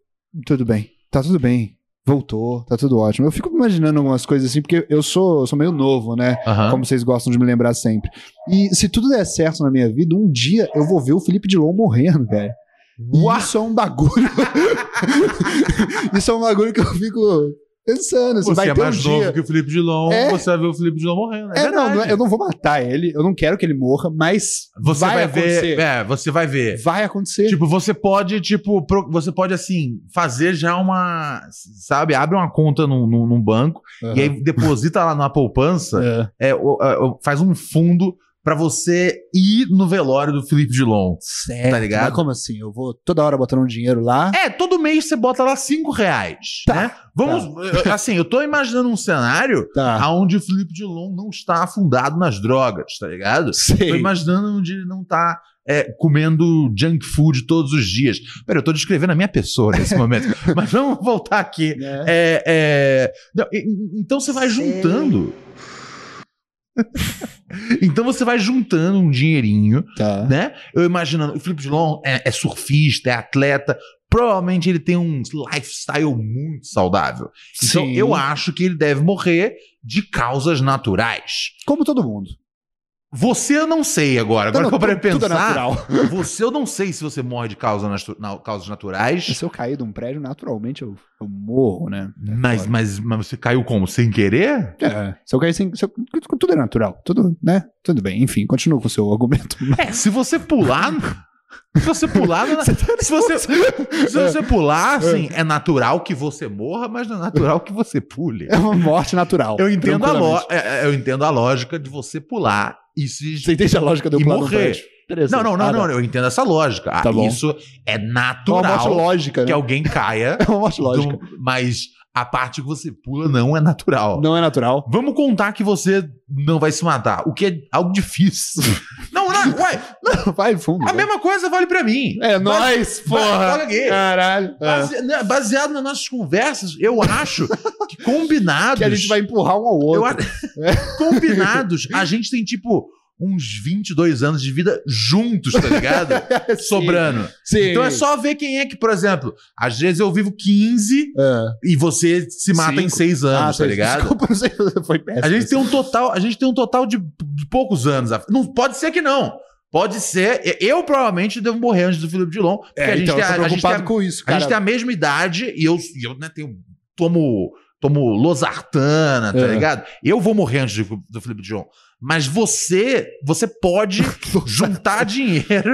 D: Tudo bem. Tá tudo bem. Voltou, tá tudo ótimo. Eu fico imaginando algumas coisas assim, porque eu sou, sou meio novo, né?
C: Aham.
D: Como vocês gostam de me lembrar sempre. E se tudo der certo na minha vida, um dia eu vou ver o Felipe Dilon morrendo, cara. E
C: Uau.
D: isso é um bagulho. isso é um bagulho que eu fico pensando. Assim,
C: Você
D: vai
C: é
D: ter um
C: mais novo
D: dia.
C: que o Felipe Dilon,
D: É.
C: você vai ver o Felipe Dilon morrendo. É,
D: É, não, não é-
C: verdade.
D: eu não vou matar ele, eu não quero que ele morra, mas
C: Você vai,
D: vai
C: ver.
D: acontecer.
C: É, você vai ver.
D: vai acontecer.
C: Tipo, você pode, tipo, pro- você pode, assim, fazer já uma. Sabe, abre uma conta num, num- num banco
D: Tipo,
C: e aí deposita lá na poupança,
D: É.
C: é, o- a- o- faz um fundo pra você ir no velório do Felipe Dilon.
D: Certo.
C: Tá ligado?
D: Mas como assim? Eu vou toda hora botando um dinheiro lá.
C: É, todo mês você bota lá cinco reais.
D: Tá,
C: né? Vamos. eu- Assim, eu tô imaginando um cenário
D: Tá.
C: aonde o Felipe Dilon não está afundado nas drogas, tá ligado? Tô
D: Sei.
C: imaginando onde ele não tá é, comendo junk food todos os dias. Pera, eu tô descrevendo a minha pessoa nesse momento. Mas vamos voltar aqui.
D: É.
C: É, é, não, e- e- então você vai
A: Sei.
C: juntando. então você vai juntando um dinheirinho,
D: Tá.
C: né? Eu imaginando, o Felipe Dilon é, é surfista, é atleta. Provavelmente ele tem um lifestyle muito saudável. Então
D: Sim.
C: eu acho que ele deve morrer de causas naturais.
D: Como todo mundo.
C: Você eu não sei agora. Agora
D: Tá,
C: que eu parei
D: tudo-
C: pra
D: tudo é
C: pensar,
D: natural.
C: você eu não sei se você morre de causa natu- na- causas naturais.
D: Se eu cair de um prédio, naturalmente eu, eu morro, né?
C: Mas, mas, mas você caiu como? Sem querer?
D: É, se eu cair sem. se eu- tudo é natural. Tudo, né? Tudo bem. Enfim, continua com o seu argumento.
C: É, se você pular. Se você pular. não é-
D: tá
C: se, você, se você pular, assim, é natural que você morra, mas não é natural que você pule.
D: É uma morte natural.
C: Eu entendo a, lo-
D: lógica.
C: é, é, eu entendo a lógica de você pular e se
D: Você entende a lógica do
C: E
D: plano
C: morrer. Não, não, não, não, eu entendo essa lógica. Ah,
D: Tá bom.
C: Isso é
D: É uma morte
C: natural
D: lógica,
C: que
D: né?
C: alguém caia.
D: É uma morte lógica.
C: Então, mas a parte que você pula não é natural.
D: Não é natural.
C: Vamos contar que você não vai se matar, o que é algo difícil. não, não, ué,
D: Vai fundo.
C: a
D: né?
C: mesma coisa vale pra mim.
D: É nóis,
C: Ba- olha
D: porra.
C: aqui.
D: Caralho. É.
C: Base- né, baseado nas nossas conversas, eu acho que combinados.
D: Que a gente vai É. empurrar um ao
C: eu
D: outro.
C: a- combinados, a gente tem tipo uns 22 anos de vida juntos, tá ligado?
D: Sim,
C: Sobrando.
D: sim.
C: Então é só ver quem é que, por exemplo, às vezes eu vivo 15
D: É.
C: e você se mata em
D: Cinco.
C: 6 anos, tá
D: sei,
C: ligado?
D: Ah, Desculpa, não sei, foi péssimo.
C: A gente tem um total, a gente tem um total de, de poucos anos. a- Não pode ser que não. Pode ser. e- Eu provavelmente devo morrer antes do Felipe Dilon, porque
D: é,
C: a gente
D: então,
C: tem
D: eu tô
C: a, a gente tem
D: preocupado
C: a,
D: com isso,
C: a
D: cara.
C: gente tem a mesma idade e eu e eu né, tenho tomo tomo losartana, tá
D: É.
C: ligado? Eu vou morrer antes do, do Felipe Dilon. Mas você, você pode juntar dinheiro.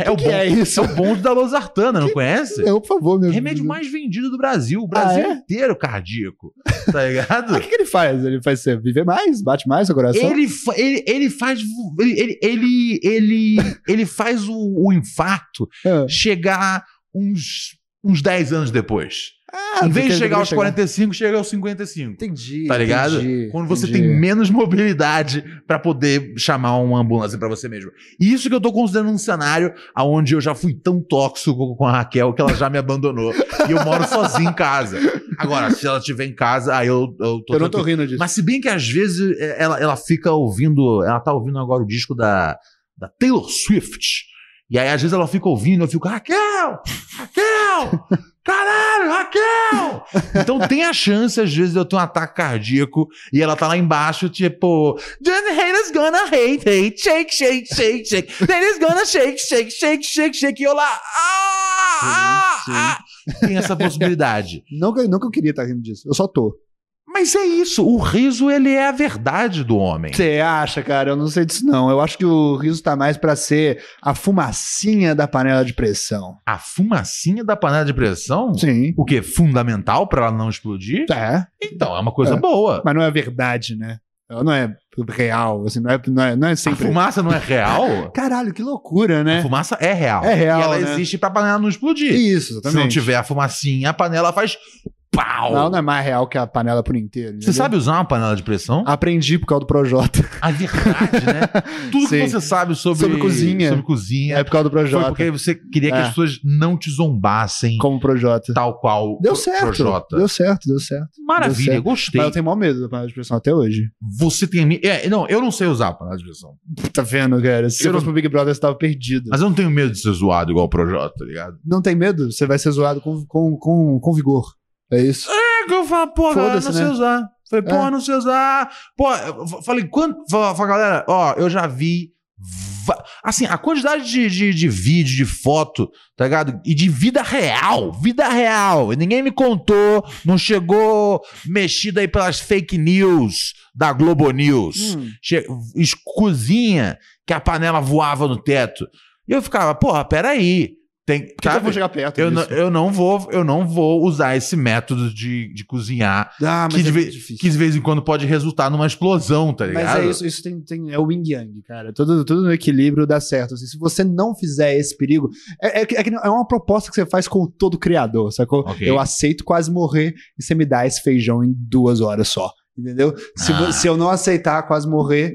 D: É,
C: É o
D: que é
C: bom,
D: isso?
C: é o bom da losartana, não conhece?
D: Não, por favor, meu
C: Remédio mais vendido do Brasil, o Brasil
D: Ah, é?
C: inteiro cardíaco, tá ligado?
D: Mas Ah, O que, que ele faz? Ele faz você viver mais? Bate mais seu coração?
C: Ele, fa- ele, ele faz. vo- Ele, ele, ele, ele, ele faz o, o infarto
D: É.
C: chegar uns, uns 10 anos depois.
D: Ah,
C: em vez de
D: porque
C: chegar
D: ele
C: aos 45, chega aos 55.
D: Entendi.
C: Tá ligado?
D: entendi,
C: Quando você
D: entendi.
C: tem menos mobilidade pra poder chamar uma ambulância pra você mesmo. E isso que eu tô considerando um cenário onde eu já fui tão tóxico com a Raquel que ela já me abandonou. e eu moro sozinho em casa. Agora, se ela estiver em casa, aí eu, eu tô
D: Eu não tô
C: tranquilo.
D: rindo disso.
C: Mas se bem que às vezes é, ela, ela fica ouvindo, ela tá ouvindo agora o disco da, da Taylor Swift. E aí às vezes ela fica ouvindo, eu fico, Raquel! Raquel! Caralho, Raquel! Então tem a chance, às vezes, de eu ter um ataque cardíaco e ela tá lá embaixo, tipo, Then haters gonna hate, hate, shake, shake, shake, shake. Then it's gonna shake, shake, shake, shake, shake. E eu lá, ah, ah,
D: Sim, sim.
C: ah. Tem essa possibilidade.
D: Não, que- não que eu queria estar rindo disso. Eu só tô.
C: Mas é isso, o riso, ele é a verdade do homem.
D: Você acha, cara? Eu não sei disso, não. Eu acho que o riso tá mais pra ser a fumacinha da panela de pressão.
C: A fumacinha da panela de pressão?
D: Sim.
C: O que? Fundamental pra ela não explodir?
D: É.
C: Então, é uma coisa
D: É.
C: boa.
D: Mas não é verdade, né? Ela não é real, assim, não é, não é, não é
C: A
D: sempre.
C: fumaça não é real?
D: Caralho, que loucura,
C: A
D: né?
C: fumaça é real.
D: É real,
C: E ela
D: né?
C: existe pra panela não explodir.
D: Isso,
C: Se não
D: exatamente.
C: tiver a fumacinha, a panela faz pau.
D: Não, não é mais real que a panela por inteiro.
C: Você
D: entendeu?
C: sabe usar uma panela de
D: Ah.
C: pressão?
D: Aprendi por causa do Projota.
C: A verdade, né? Tudo
D: Sim.
C: que você sabe sobre,
D: Sobre cozinha.
C: sobre cozinha,
D: É por causa do
C: foi
D: Projota.
C: porque você queria que
D: É.
C: as pessoas não te zombassem
D: Como Projota.
C: tal qual
D: Deu
C: Tá, Pro-
D: certo.
C: Projota.
D: Deu certo, deu certo.
C: Maravilha,
D: deu certo.
C: gostei.
D: Mas eu tenho maior medo da panela de pressão até hoje.
C: Você tem. a mi- é, não, eu não sei usar a panela de pressão.
D: Tá vendo, cara? Se
C: Eu
D: eu fosse
C: não-
D: pro Big Brother, você tava perdido.
C: Mas eu não tenho medo de ser zoado igual o Projota, tá ligado?
D: Não tem medo? Você vai ser zoado com, com, com, com vigor. É isso?
C: É que eu falo, porra, não
D: Foda-se,
C: sei
D: né?
C: usar. Falei, porra, não sei usar. Pô, eu f- falei, quanto. fa- fa- Galera, ó, eu já vi. va- Assim, a quantidade de, de, de vídeo, de foto, tá ligado? E de vida real, vida real. E ninguém me contou, não chegou mexida aí pelas fake news da Globo
D: Hum.
C: News. Che- es- Cozinha que a panela voava no teto. E eu ficava, porra, peraí. Tem,
D: Por que que eu
C: sabe?
D: vou chegar perto
C: Eu não,
D: disso?
C: eu, não vou, eu não vou usar esse método de, de cozinhar,
D: Ah, mas
C: que, de
D: é
C: ve-
D: difícil.
C: que de vez em quando pode resultar numa explosão, tá ligado?
D: Mas é isso, isso tem, tem- é o yin yang, cara. Tudo, tudo no equilíbrio dá certo. assim. se você não fizer esse perigo, é, é, que- é que não- é uma proposta que você faz com todo criador, sacou?
C: Ok.
D: Eu aceito quase morrer e você me dá esse feijão em duas horas só, entendeu? Se, vo-
C: Ah.
D: se eu não aceitar quase morrer,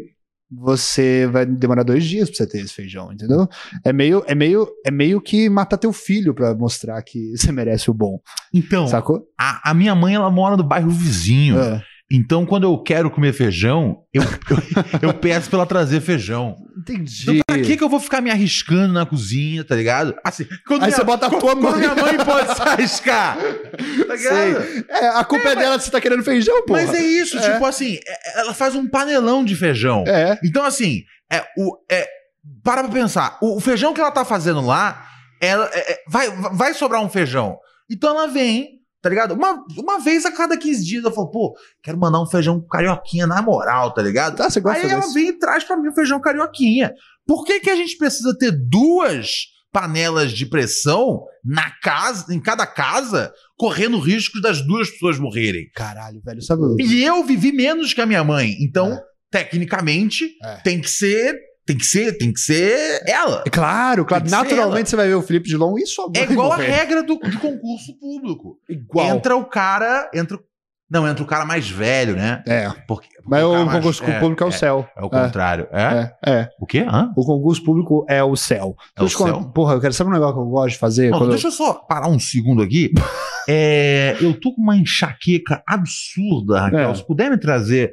D: você vai demorar dois dias pra você ter esse feijão, entendeu? É meio, é meio, é meio que matar teu filho pra mostrar que você merece o bom,
C: Então,
D: sacou?
C: a, a minha mãe, ela mora no bairro vizinho.
D: É.
C: Então, quando eu quero comer feijão, eu, eu, eu peço pra ela trazer feijão.
D: Entendi.
C: Então, pra que, que eu vou ficar me arriscando na cozinha, tá ligado? Assim, quando,
D: Aí
C: minha,
D: você bota a tua
C: quando
D: mãe.
C: minha mãe pode se arriscar, tá
D: Sei.
C: ligado?
D: É, a culpa é, dela se você tá querendo feijão, pô.
C: Mas é isso,
D: É.
C: tipo assim, é- ela faz um panelão de feijão.
D: É.
C: Então, assim, é, o, é, para pra pensar. O, o feijão que ela tá fazendo lá, ela, é, é, vai, vai sobrar um feijão. Então ela vem, tá ligado? Uma, uma vez a cada 15 dias eu falo, pô, quero mandar um feijão carioquinha na moral, tá ligado?
D: Tá, você gosta
C: Aí ela
D: desse?
C: vem e traz pra mim o feijão carioquinha. Por que, que a gente precisa ter duas panelas de pressão na casa, em cada casa, correndo risco das duas pessoas morrerem?
D: Caralho, velho, sabe?
C: E eu vivi menos que a minha mãe. Então,
D: É.
C: tecnicamente,
D: É.
C: tem que ser. Tem que ser, tem que ser ela.
D: É Claro, claro.
C: Tem que ser
D: Naturalmente você vai ver o Felipe Dilon e sua mãe
C: É igual a
D: morrer.
C: regra do, do concurso público.
D: Igual.
C: Entra o cara. Entra, o- não, entra o cara mais velho, né?
D: É,
C: Porque, porque
D: mas
C: cara
D: o
C: mais-
D: concurso
C: é,
D: público é, o céu.
C: É o contrário. É?
D: É, é.
C: O quê? Hã?
D: O concurso público é o céu.
C: É o
D: Deixa eu te
C: céu?
D: contar- Porra, eu quero saber um negócio que eu gosto de fazer.
C: Não,
D: quando eu-
C: Deixa eu só parar um segundo aqui. É, eu tô com uma enxaqueca absurda, Raquel.
D: É.
C: Se puder me trazer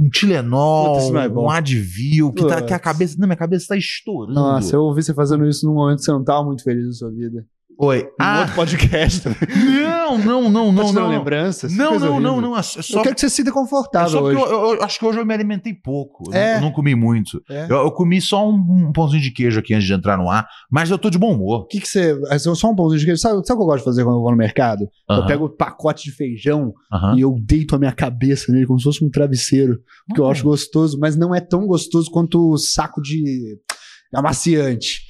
C: um Tilenol,
D: Puta, isso não é bom.
C: um Advil, que, tá, que a
D: Putz.
C: cabeça. Não, minha cabeça tá estourando.
D: Nossa, eu ouvi você fazendo isso num momento que você não tava muito feliz na sua vida.
C: Oi.
D: Num
C: Ah,
D: outro podcast também.
C: não, não, não,
D: Tá
C: não,
D: te dando
C: não.
D: lembranças? Que
C: Não,
D: coisa
C: não, não,
D: horrível.
C: não. É só, é só é
D: Eu quero que você se sinta confortável
C: porque
D: hoje.
C: eu, eu- eu acho que hoje eu me alimentei pouco. né? Eu
D: É.
C: não- eu não comi muito.
D: É.
C: Eu, eu comi só um, um pãozinho de queijo aqui antes de entrar no ar, mas eu tô de bom humor.
D: O que, que você. é Só só um pãozinho de queijo. Sabe, sabe o que eu gosto de fazer quando eu vou no mercado? Eu
C: Aham,
D: pego o pacote de feijão
C: aham.
D: e eu deito a minha cabeça nele como se fosse um travesseiro, porque
C: Ah.
D: eu acho gostoso, mas não é tão gostoso quanto o saco de amaciante.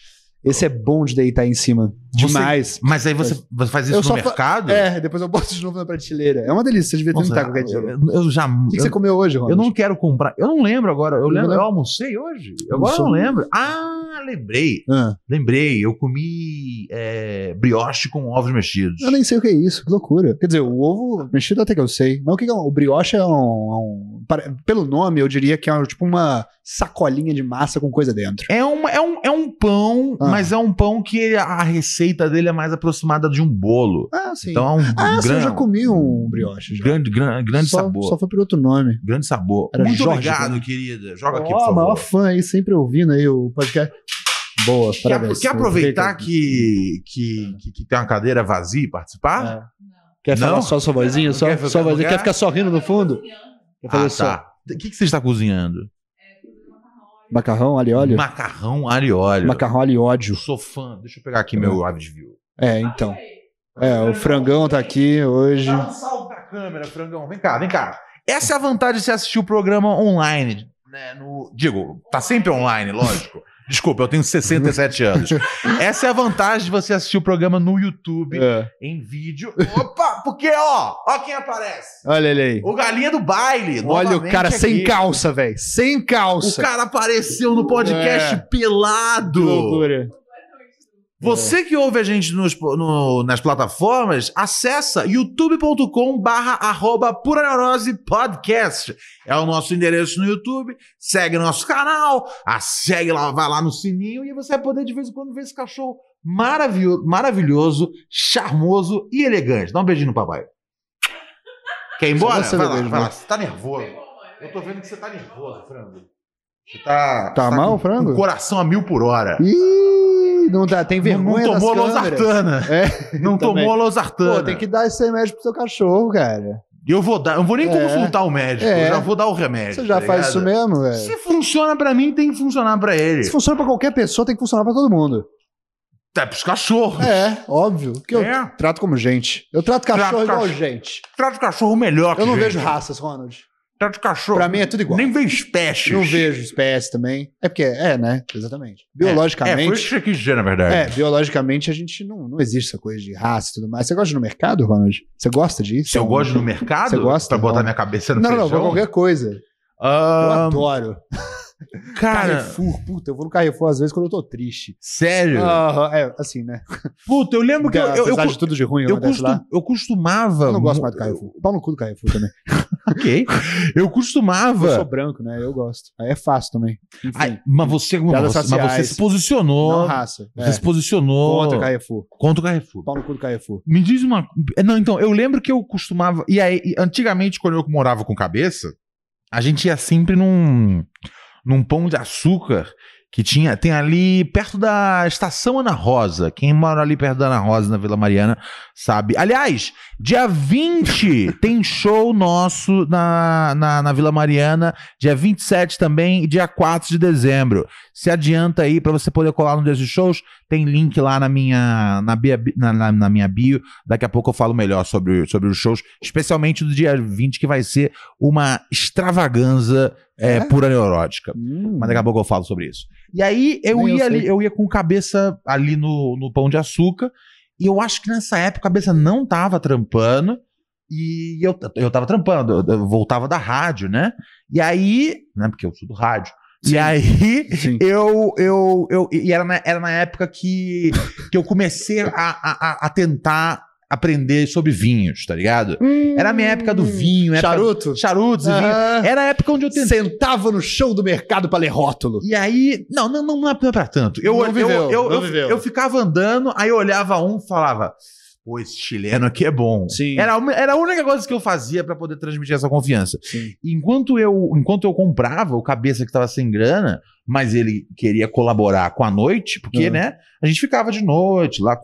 D: Esse é bom de deitar em cima.
C: Você-
D: Demais.
C: Mas aí você, você faz isso
D: Eu
C: no
D: só fa-
C: mercado?
D: É, depois eu boto de novo na prateleira. É uma delícia, você devia
C: Nossa,
D: tentar qualquer dia. O
C: eu, eu já.
D: que, que
C: eu-
D: você comeu hoje,
C: Eu
D: Ronald?
C: não quero comprar. Eu não lembro agora. Eu, lembro,
D: lembro.
C: eu almocei hoje? Agora eu não
D: Almoçou.
C: lembro. Ah, lembrei.
D: Ah,
C: Lembrei. Eu comi é, brioche com ovos mexidos.
D: eu nem sei o que é isso, que loucura. Quer dizer, o ovo mexido até que eu sei. Mas o que que é um, O brioche é um. é um- pare- pelo nome, eu diria que é um- tipo uma sacolinha de massa com coisa dentro.
C: É um, é um, é um pão,
D: Ah.
C: mas é um pão que ele- a receita dele é mais aproximada de um bolo.
D: Ah, sim.
C: Então é um
D: ah, sim, eu
C: grande,
D: já comi um brioche. Já.
C: grande, gran- grande
D: só,
C: sabor.
D: Só foi por outro nome.
C: Grande sabor.
D: Era
C: Muito
D: Jorge,
C: obrigado,
D: né?
C: querida. Joga aqui,
D: Ó,
C: por favor.
D: maior fã aí, sempre ouvindo aí o podcast. Boa,
C: Quer,
D: parabéns.
C: quer aproveitar
D: Quer-
C: que, que, que, que tem uma cadeira vazia e participar?
D: É. Quer
C: Não?
D: falar só sua vozinha? Só,
C: Quer
D: quer,
C: ficar
D: só
C: no
D: vozinha?
C: lugar?
D: quer ficar sorrindo no fundo? Quer fazer
C: é ah,
D: só
C: tá. O que, que você está cozinhando?
D: macarrão, alho e óleo?
C: Macarrão alho e óleo.
D: Macarrão, alho e
C: Eu
D: ódio.
C: sou fã. Deixa eu pegar aqui meu Advil.
D: É, então. É, o frangão tá aqui hoje.
C: Dá um salve pra câmera, frangão. Vem cá, vem cá. Essa é a vantagem de você assistir o programa online. Né, no, digo, tá sempre online, lógico. Desculpa, eu tenho 67 anos. Essa é a vantagem de você assistir o programa no YouTube,
D: É.
C: em vídeo. Opa, porque, ó, ó quem aparece.
D: Olha ele aí.
C: O Galinha do Baile.
D: Olha o
C: novamente
D: cara sem
C: aqui.
D: calça, velho. Sem
C: O
D: calça.
C: cara apareceu no podcast
D: É. Que
C: pelado.
D: loucura.
C: Você que ouve a gente nos- no- nas plataformas, acessa youtube.com barra arroba Pura Neurose Podcast. É o nosso endereço no YouTube, segue nosso canal, a segue lá, vai lá no sininho e você vai poder de vez em quando ver esse cachorro maravilhoso, maravilhoso charmoso e elegante. Dá um beijinho no papai. Quer ir embora?
D: Só você
C: Vai
D: dá
C: lá,
D: beijo,
C: vai
D: né?
C: lá. Você tá nervoso. Eu tô vendo que você tá nervoso, frango. Você tá...
D: Tá
C: você
D: mal,
C: com-
D: frango?
C: com o coração a mil por hora.
D: Ih, não dá, tem vergonha
C: Não tomou
D: das câmeras.
C: losartana.
D: É,
C: Não
D: também.
C: tomou losartana.
D: Pô, tem que dar esse remédio pro seu cachorro, cara.
C: Eu vou dar, eu não vou nem
D: É.
C: consultar o médico,
D: É.
C: eu já vou dar o remédio.
D: Você já
C: tá
D: faz isso
C: ligado?
D: mesmo, velho?
C: Se funciona pra mim, tem que funcionar pra ele.
D: Se funciona pra qualquer pessoa, tem que funcionar pra todo mundo.
C: Até pros cachorros.
D: É, óbvio. Que eu
C: É.
D: trato como gente. Eu trato
C: Trato
D: cachorro igual
C: cachorro.
D: gente.
C: Trata o cachorro melhor que
D: Eu não
C: gente.
D: vejo raças, Ronald.
C: Trata o cachorro.
D: Pra mim é tudo igual.
C: Nem vejo espécies.
D: Não vejo espécie também. É porque, é, né?
C: É, foi
D: Exatamente.
C: isso
D: Biologicamente.
C: que eu quis dizer, na verdade.
D: É, biologicamente a gente não, não existe essa coisa de raça e tudo mais. Você gosta no mercado, Ronald? Você gosta disso?
C: Se eu gosto no mercado,
D: Você gosta?
C: pra botar
D: Não.
C: minha cabeça no
D: Não, não, não, pra
C: feijão?
D: qualquer coisa. Eu
C: Ah,
D: adoro.
C: cara,
D: Carrefour, puta, eu vou no Carrefour às vezes quando eu tô triste.
C: sério?
D: Aham, é, assim, né?
C: Puta, eu lembro que eu, eu, eu,
D: Apesar de tudo de ruim que
C: eu
D: acontece
C: costu-
D: lá.
C: eu costumava...
D: Eu não gosto mais do Carrefour. Pau no cu do Carrefour também.
C: Ok. Eu
D: Eu sou
C: costumava...
D: branco, né? Eu gosto. Aí é fácil também. Enfim,
C: Ai, mas, você,
D: Piadas
C: mas, você, mas você
D: raciais.
C: se posicionou...
D: não raça.
C: Você
D: É.
C: se posicionou
D: Contra
C: contra,
D: o Carrefour.
C: o Carrefour.
D: Pau no cu do Carrefour.
C: Me diz uma. Não, então, eu lembro que eu costumava. E aí, e antigamente, quando eu morava com cabeça, a gente ia sempre num, num pão de açúcar que tinha. Tem ali perto da estação Ana Rosa. Quem mora ali perto da Ana Rosa, na Vila Mariana, sabe. Aliás, dia 20 tem show nosso na, na, na Vila Mariana. Dia 27 também e dia 4 de dezembro. Se adianta aí pra você poder colar num desses shows. Tem link lá na minha, na, bia- na, na- na minha bio. Daqui a pouco eu falo melhor sobre, sobre os shows, especialmente do dia 20, que vai ser uma extravaganza é,
D: É?
C: pura neurótica.
D: Hum,
C: Mas daqui a pouco eu falo sobre isso. E aí eu
D: Nem eu
C: ia
D: sei.
C: ali, eu ia com cabeça ali no, no pão de açúcar. E eu acho que nessa época a cabeça não tava trampando. E eu, eu tava trampando, eu, eu voltava da rádio, né? E aí, né? Porque eu sou do rádio. E aí,
D: Sim.
C: eu, eu, eu. E era na, era na época que, que eu comecei a, a, a- a tentar aprender sobre vinhos, tá ligado? Era a minha época do vinho, época
D: Charuto?
C: charutos e vinhos.
D: Aham.
C: Era a época É onde eu tentei.
D: Sentava no chão do mercado pra ler rótulo.
C: E aí, não, não, não, não é não é pra tanto. Eu,
D: Não
C: eu,
D: viveu,
C: eu, eu,
D: não
C: eu,
D: viveu.
C: eu ficava andando, aí eu olhava um e falava: pô, esse chileno aqui é bom.
D: Sim.
C: Era, a uni- era a única coisa que eu fazia pra poder transmitir essa confiança.
D: Sim.
C: Enquanto eu, enquanto eu comprava, o cabeça que tava sem grana, mas ele queria colaborar com a noite, porque,
D: Uhum.
C: né, a gente ficava de noite lá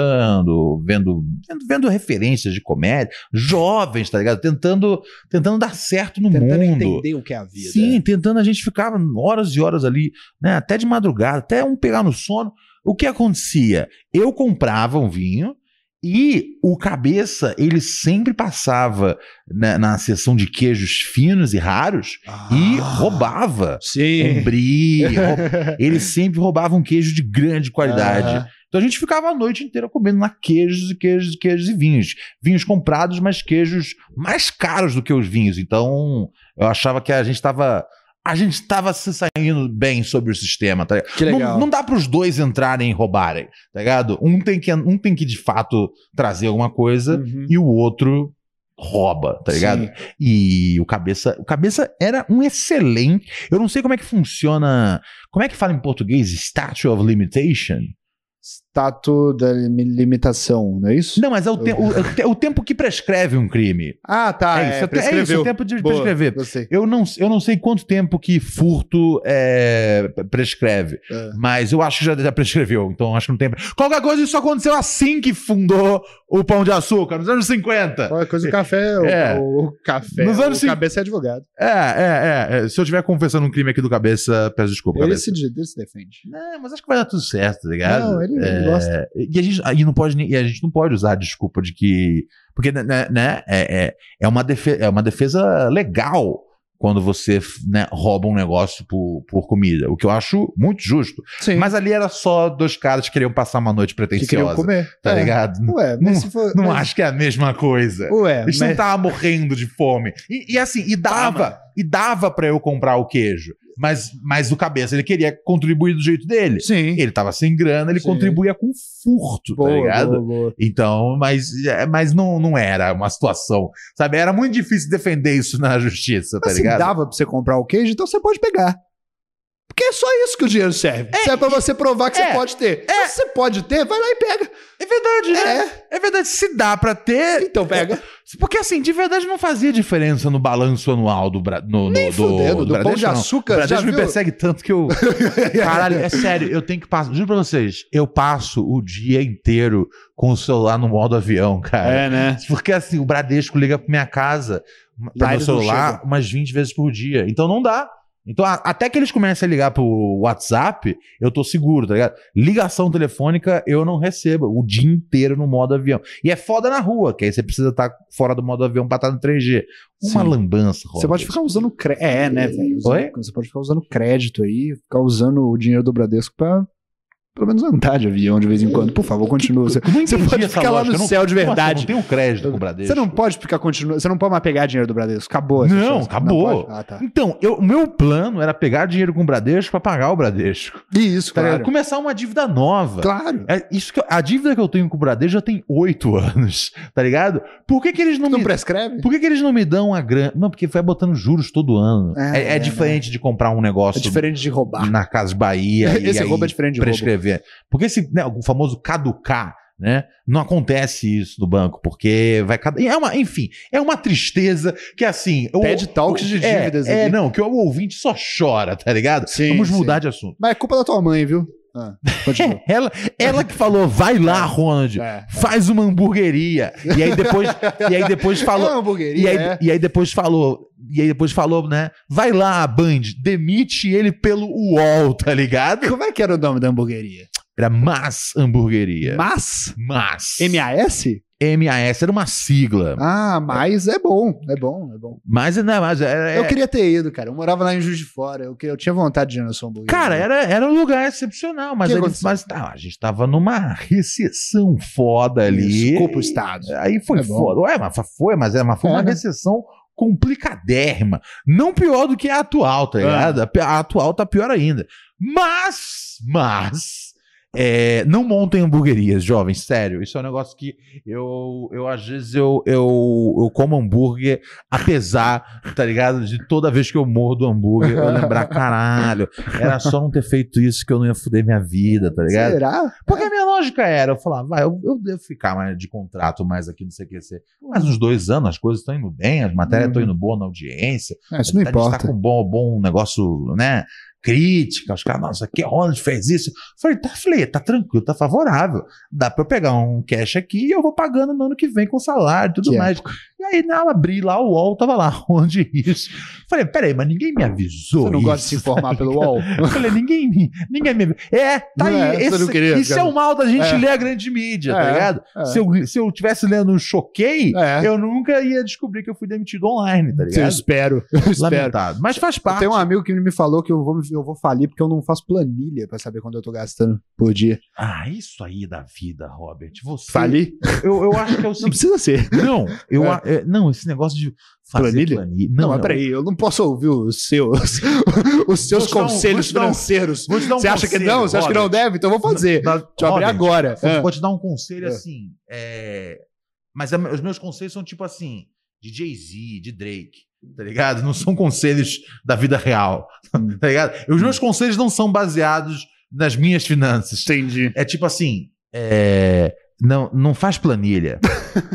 C: conversando, vendo, vendo, vendo referências de comédia, jovens, tá ligado? Tentando, tentando dar certo no
D: Tentando
C: mundo.
D: entender o que é a vida.
C: Sim, tentando a gente ficava horas e horas ali, né? Até de madrugada, até um pegar no sono. O que acontecia? Eu comprava um vinho e o cabeça ele sempre passava na, na seção de queijos finos e raros e
D: Ah,
C: roubava um
D: Sim.
C: brie. rou- ele sempre roubava um queijo de grande qualidade.
D: Ah,
C: Então a gente ficava a noite inteira comendo lá queijos e queijos e queijos e vinhos. Vinhos comprados, mas queijos mais caros do que os vinhos. Então eu achava que a gente estava a gente estava se saindo bem sobre o sistema, tá ligado?
D: que legal.
C: Não, não dá para os dois entrarem e roubarem, tá ligado? Um tem que um tem que de fato trazer alguma coisa
D: Uhum.
C: e o outro rouba, tá ligado?
D: Sim.
C: E o cabeça, o cabeça era um excelente. Eu não sei como é que funciona, como é que fala em português statue of limitation.
D: Status da lim- limitação, não é isso?
C: Não, mas é o, te- o- é o te- o tempo que prescreve um crime.
D: Ah, tá.
C: é, isso, é, te- é isso, é o tempo de
D: Boa,
C: prescrever.
D: Gostei.
C: Eu não, eu não sei quanto tempo que furto é, prescreve,
D: É.
C: mas eu acho que já, já prescreveu, então acho que não tem. Qualquer coisa, isso aconteceu assim que fundou o Pão de Açúcar, nos anos 50.
D: Qualquer coisa, o café, o,
C: É.
D: o, o café.
C: Nos anos
D: o
C: cin-
D: cabeça é advogado.
C: É, é, é, é. Se eu estiver confessando um crime aqui do cabeça, peço desculpa,
D: Ele
C: cabeça.
D: se, de- ele se defende.
C: Não, É, mas acho que vai dar tudo certo, tá ligado? É,
D: Não, ele- ele gosta.
C: E a, gente, e, não pode, nem- e a gente não pode usar a desculpa de que. Porque, né, né, né, é, é, é uma defe- é uma defesa legal quando você f- né, rouba um negócio por, por comida, o que eu acho muito justo.
D: Sim.
C: Mas ali era só dois caras que queriam passar uma noite
D: que queriam
C: pretensiosa,
D: comer.
C: tá
D: É.
C: ligado?
D: Ué, mas se for.
C: Não
D: mas-
C: acho que é a mesma coisa.
D: Ué,
C: Eles não
D: mas...
C: tava morrendo de fome. E, e assim, e dava, e dava para eu comprar o queijo. Mas, mas o cabeça, ele queria contribuir do jeito dele.
D: Sim.
C: Ele tava sem grana, ele
D: Sim.
C: contribuía com furto, tá ligado?
D: boa, boa.
C: Então, mas, é, mas não, não era uma situação, sabe? Era muito difícil defender isso na justiça, tá
D: Mas se
C: ligado?
D: dava pra você comprar o queijo, então você pode pegar. Porque é só isso que o dinheiro serve. É, pra você provar que
C: é,
D: você pode ter. Então, Se você pode ter, vai lá e pega.
C: É verdade,
D: É,
C: É verdade, se dá pra ter. é,
D: então pega.
C: Porque assim, de verdade não fazia diferença no balanço anual do, Bra... no, no,
D: Nem
C: do,
D: fudendo, do pão
C: Bradesco,
D: de
C: não. O
D: açúcar, já
C: Bradesco me
D: viu?
C: persegue tanto que eu. Caralho, é sério, eu tenho que passar. Juro pra vocês, eu passo o dia inteiro com o celular no modo avião, cara.
D: né?
C: Porque assim, o Bradesco liga pra minha casa,
D: Lá
C: pra meu
D: eles não
C: celular,
D: chegam.
C: umas 20 vezes por dia. Então não dá. Então, a- até que eles comecem a ligar pro WhatsApp, eu tô seguro, tá ligado? Ligação telefônica eu não recebo o dia inteiro no modo avião. E é foda na rua, que aí você precisa estar fora do modo avião pra estar no 3G. Uma
D: Sim.
C: lambança,
D: Você pode ficar usando crédito. É, né, velho? Usando-
C: Oi?
D: Você pode ficar usando crédito aí, ficar usando o dinheiro do Bradesco pra pelo menos andar de avião de vez em quando. Por favor, continua. Você,
C: Não
D: você
C: entendi
D: pode
C: essa
D: ficar lá
C: lógica,
D: no
C: eu não-
D: céu de
C: Como assim?
D: verdade.
C: Não tem um crédito com o Bradesco.
D: Você não pode ficar continuando. Você não pode mais pegar dinheiro do Bradesco. Acabou. essa
C: Não,
D: chance.
C: acabou.
D: pode? ah, tá.
C: Então, eu- o meu plano era pegar dinheiro com o Bradesco pra pagar o Bradesco. tá
D: E isso,
C: ligado?
D: claro.
C: Começar uma dívida nova.
D: Claro.
C: É, isso que eu- a dívida que eu tenho com o Bradesco já tem oito anos, tá ligado? Por que, que eles não,
D: Não
C: me.
D: prescreve?
C: Por que, que eles não me dão a grana? Não, porque vai botando juros todo ano.
D: Ah,
C: é, é
D: é,
C: diferente de comprar um negócio
D: É diferente de roubar.
C: na Casa Bahia e
D: Esse
C: aí
D: roubo é diferente de roubo.
C: prescrever. Porque esse, né, o famoso caducar, né? Não acontece isso do banco, porque vai cada. É uma, enfim, é uma tristeza que assim. eu-
D: Pede talks de
C: é,
D: dívidas
C: é,
D: aqui.
C: não, que o ouvinte só chora, tá ligado?
D: Sim,
C: Vamos
D: sim.
C: mudar de assunto.
D: Mas é culpa da tua mãe, viu? Ah, continua.
C: Ela, ela que falou, vai lá, Ronald,
D: É.
C: faz uma hamburgueria. E aí depois, e aí depois
D: É
C: falou.
D: uma hamburgueria,
C: E aí,
D: é.
C: e aí depois falou, e aí depois falou, né? Vai lá, Band, demite ele pelo UOL, tá ligado?
D: Como é que era o nome da hamburgueria?
C: Era Mas Hamburgueria.
D: Mas?
C: Mas.
D: MAS?
C: MAS era uma sigla.
D: Ah, mas é bom, é bom, é bom.
C: Mas ainda mais. Era, é,
D: Eu queria ter ido, cara. Eu morava lá em Juiz de Fora. Eu, queria- eu tinha vontade de ir na sua hamburgueria.
C: Cara, era, era um lugar excepcional, mas,
D: né? Que
C: ele-
D: aconteceu?
C: mas tá, a gente tava numa recessão foda ali.
D: Desculpa o Estado.
C: Aí foi
D: É bom.
C: foda. Ué, mas foi, mas, é, mas foi uma
D: É, né?
C: recessão complicadérrima. Não pior do que a atual, tá
D: É.
C: ligado? A pi- A atual tá pior ainda. Mas, mas. é, não montem hamburguerias, jovens, sério. Isso é um negócio que eu, eu às vezes, eu, eu, eu como hambúrguer, apesar, tá ligado? De toda vez que eu morro do hambúrguer, eu lembrar, caralho, era só não ter feito isso que eu não ia fuder minha vida, tá ligado?
D: Será?
C: Porque a minha lógica era, eu falava, vai, eu, eu devo ficar mais de contrato mais aqui no CQC. Mais uns dois anos, as coisas estão indo bem, as matérias estão indo boas na audiência.
D: Ah, isso não
C: a gente
D: importa.
C: tá com um bom, bom negócio, né? Crítica, os caras, nossa, que Ronald fez isso. Falei, tá, falei, tá tranquilo, tá favorável. Dá pra eu pegar um cash aqui e eu vou pagando no ano que vem com salário e tudo
D: Que
C: mais. E aí, na hora, abri lá o UOL, tava lá, Ronald Rios. Falei, peraí, mas ninguém me avisou.
D: Você não
C: isso,
D: gosta de se informar pelo
C: ligado?
D: UOL?
C: Eu falei, ninguém me. Ninguém me é, tá
D: Não é,
C: aí.
D: você
C: esse-
D: não queria,
C: isso
D: cara.
C: é o mal da gente
D: É.
C: ler a grande mídia, tá
D: É,
C: ligado?
D: é.
C: Se, eu, se eu tivesse lendo um choquei,
D: É.
C: eu nunca ia descobrir que eu fui demitido online, tá
D: Eu
C: ligado?
D: espero, eu espero.
C: Lamentado. Mas faz parte.
D: Tem um amigo que me falou que eu vou, eu vou falir porque eu não faço planilha pra saber quanto eu tô gastando por dia.
C: Ah, isso aí da vida, Robert. Você.
D: Falir?
C: Eu, eu acho que é o
D: Não
C: seguinte.
D: precisa ser.
C: Não, eu,
D: É.
C: a- é, não, esse negócio de fazer planilha.
D: Planilha? Não,
C: Não,
D: mas peraí, eu não posso ouvir os seus, os
C: Vou
D: seus
C: te dar um- vou
D: conselhos
C: te dar um-
D: financeiros.
C: Vou te dar um
D: Você acha que
C: conselho,
D: não? Você acha que não
C: Robert.
D: deve? Então eu vou fazer.
C: Mas-
D: Deixa eu abrir
C: Robert,
D: agora.
C: Vou,
D: Ah.
C: vou te dar um conselho
D: É.
C: assim. é, Mas é- os meus conselhos são tipo assim: de Jay-Z, de Drake, tá ligado? Não são conselhos da vida real,
D: Hum.
C: tá ligado? Os meus conselhos não são baseados nas minhas finanças.
D: Entendi.
C: É tipo assim: é, não, não faz planilha,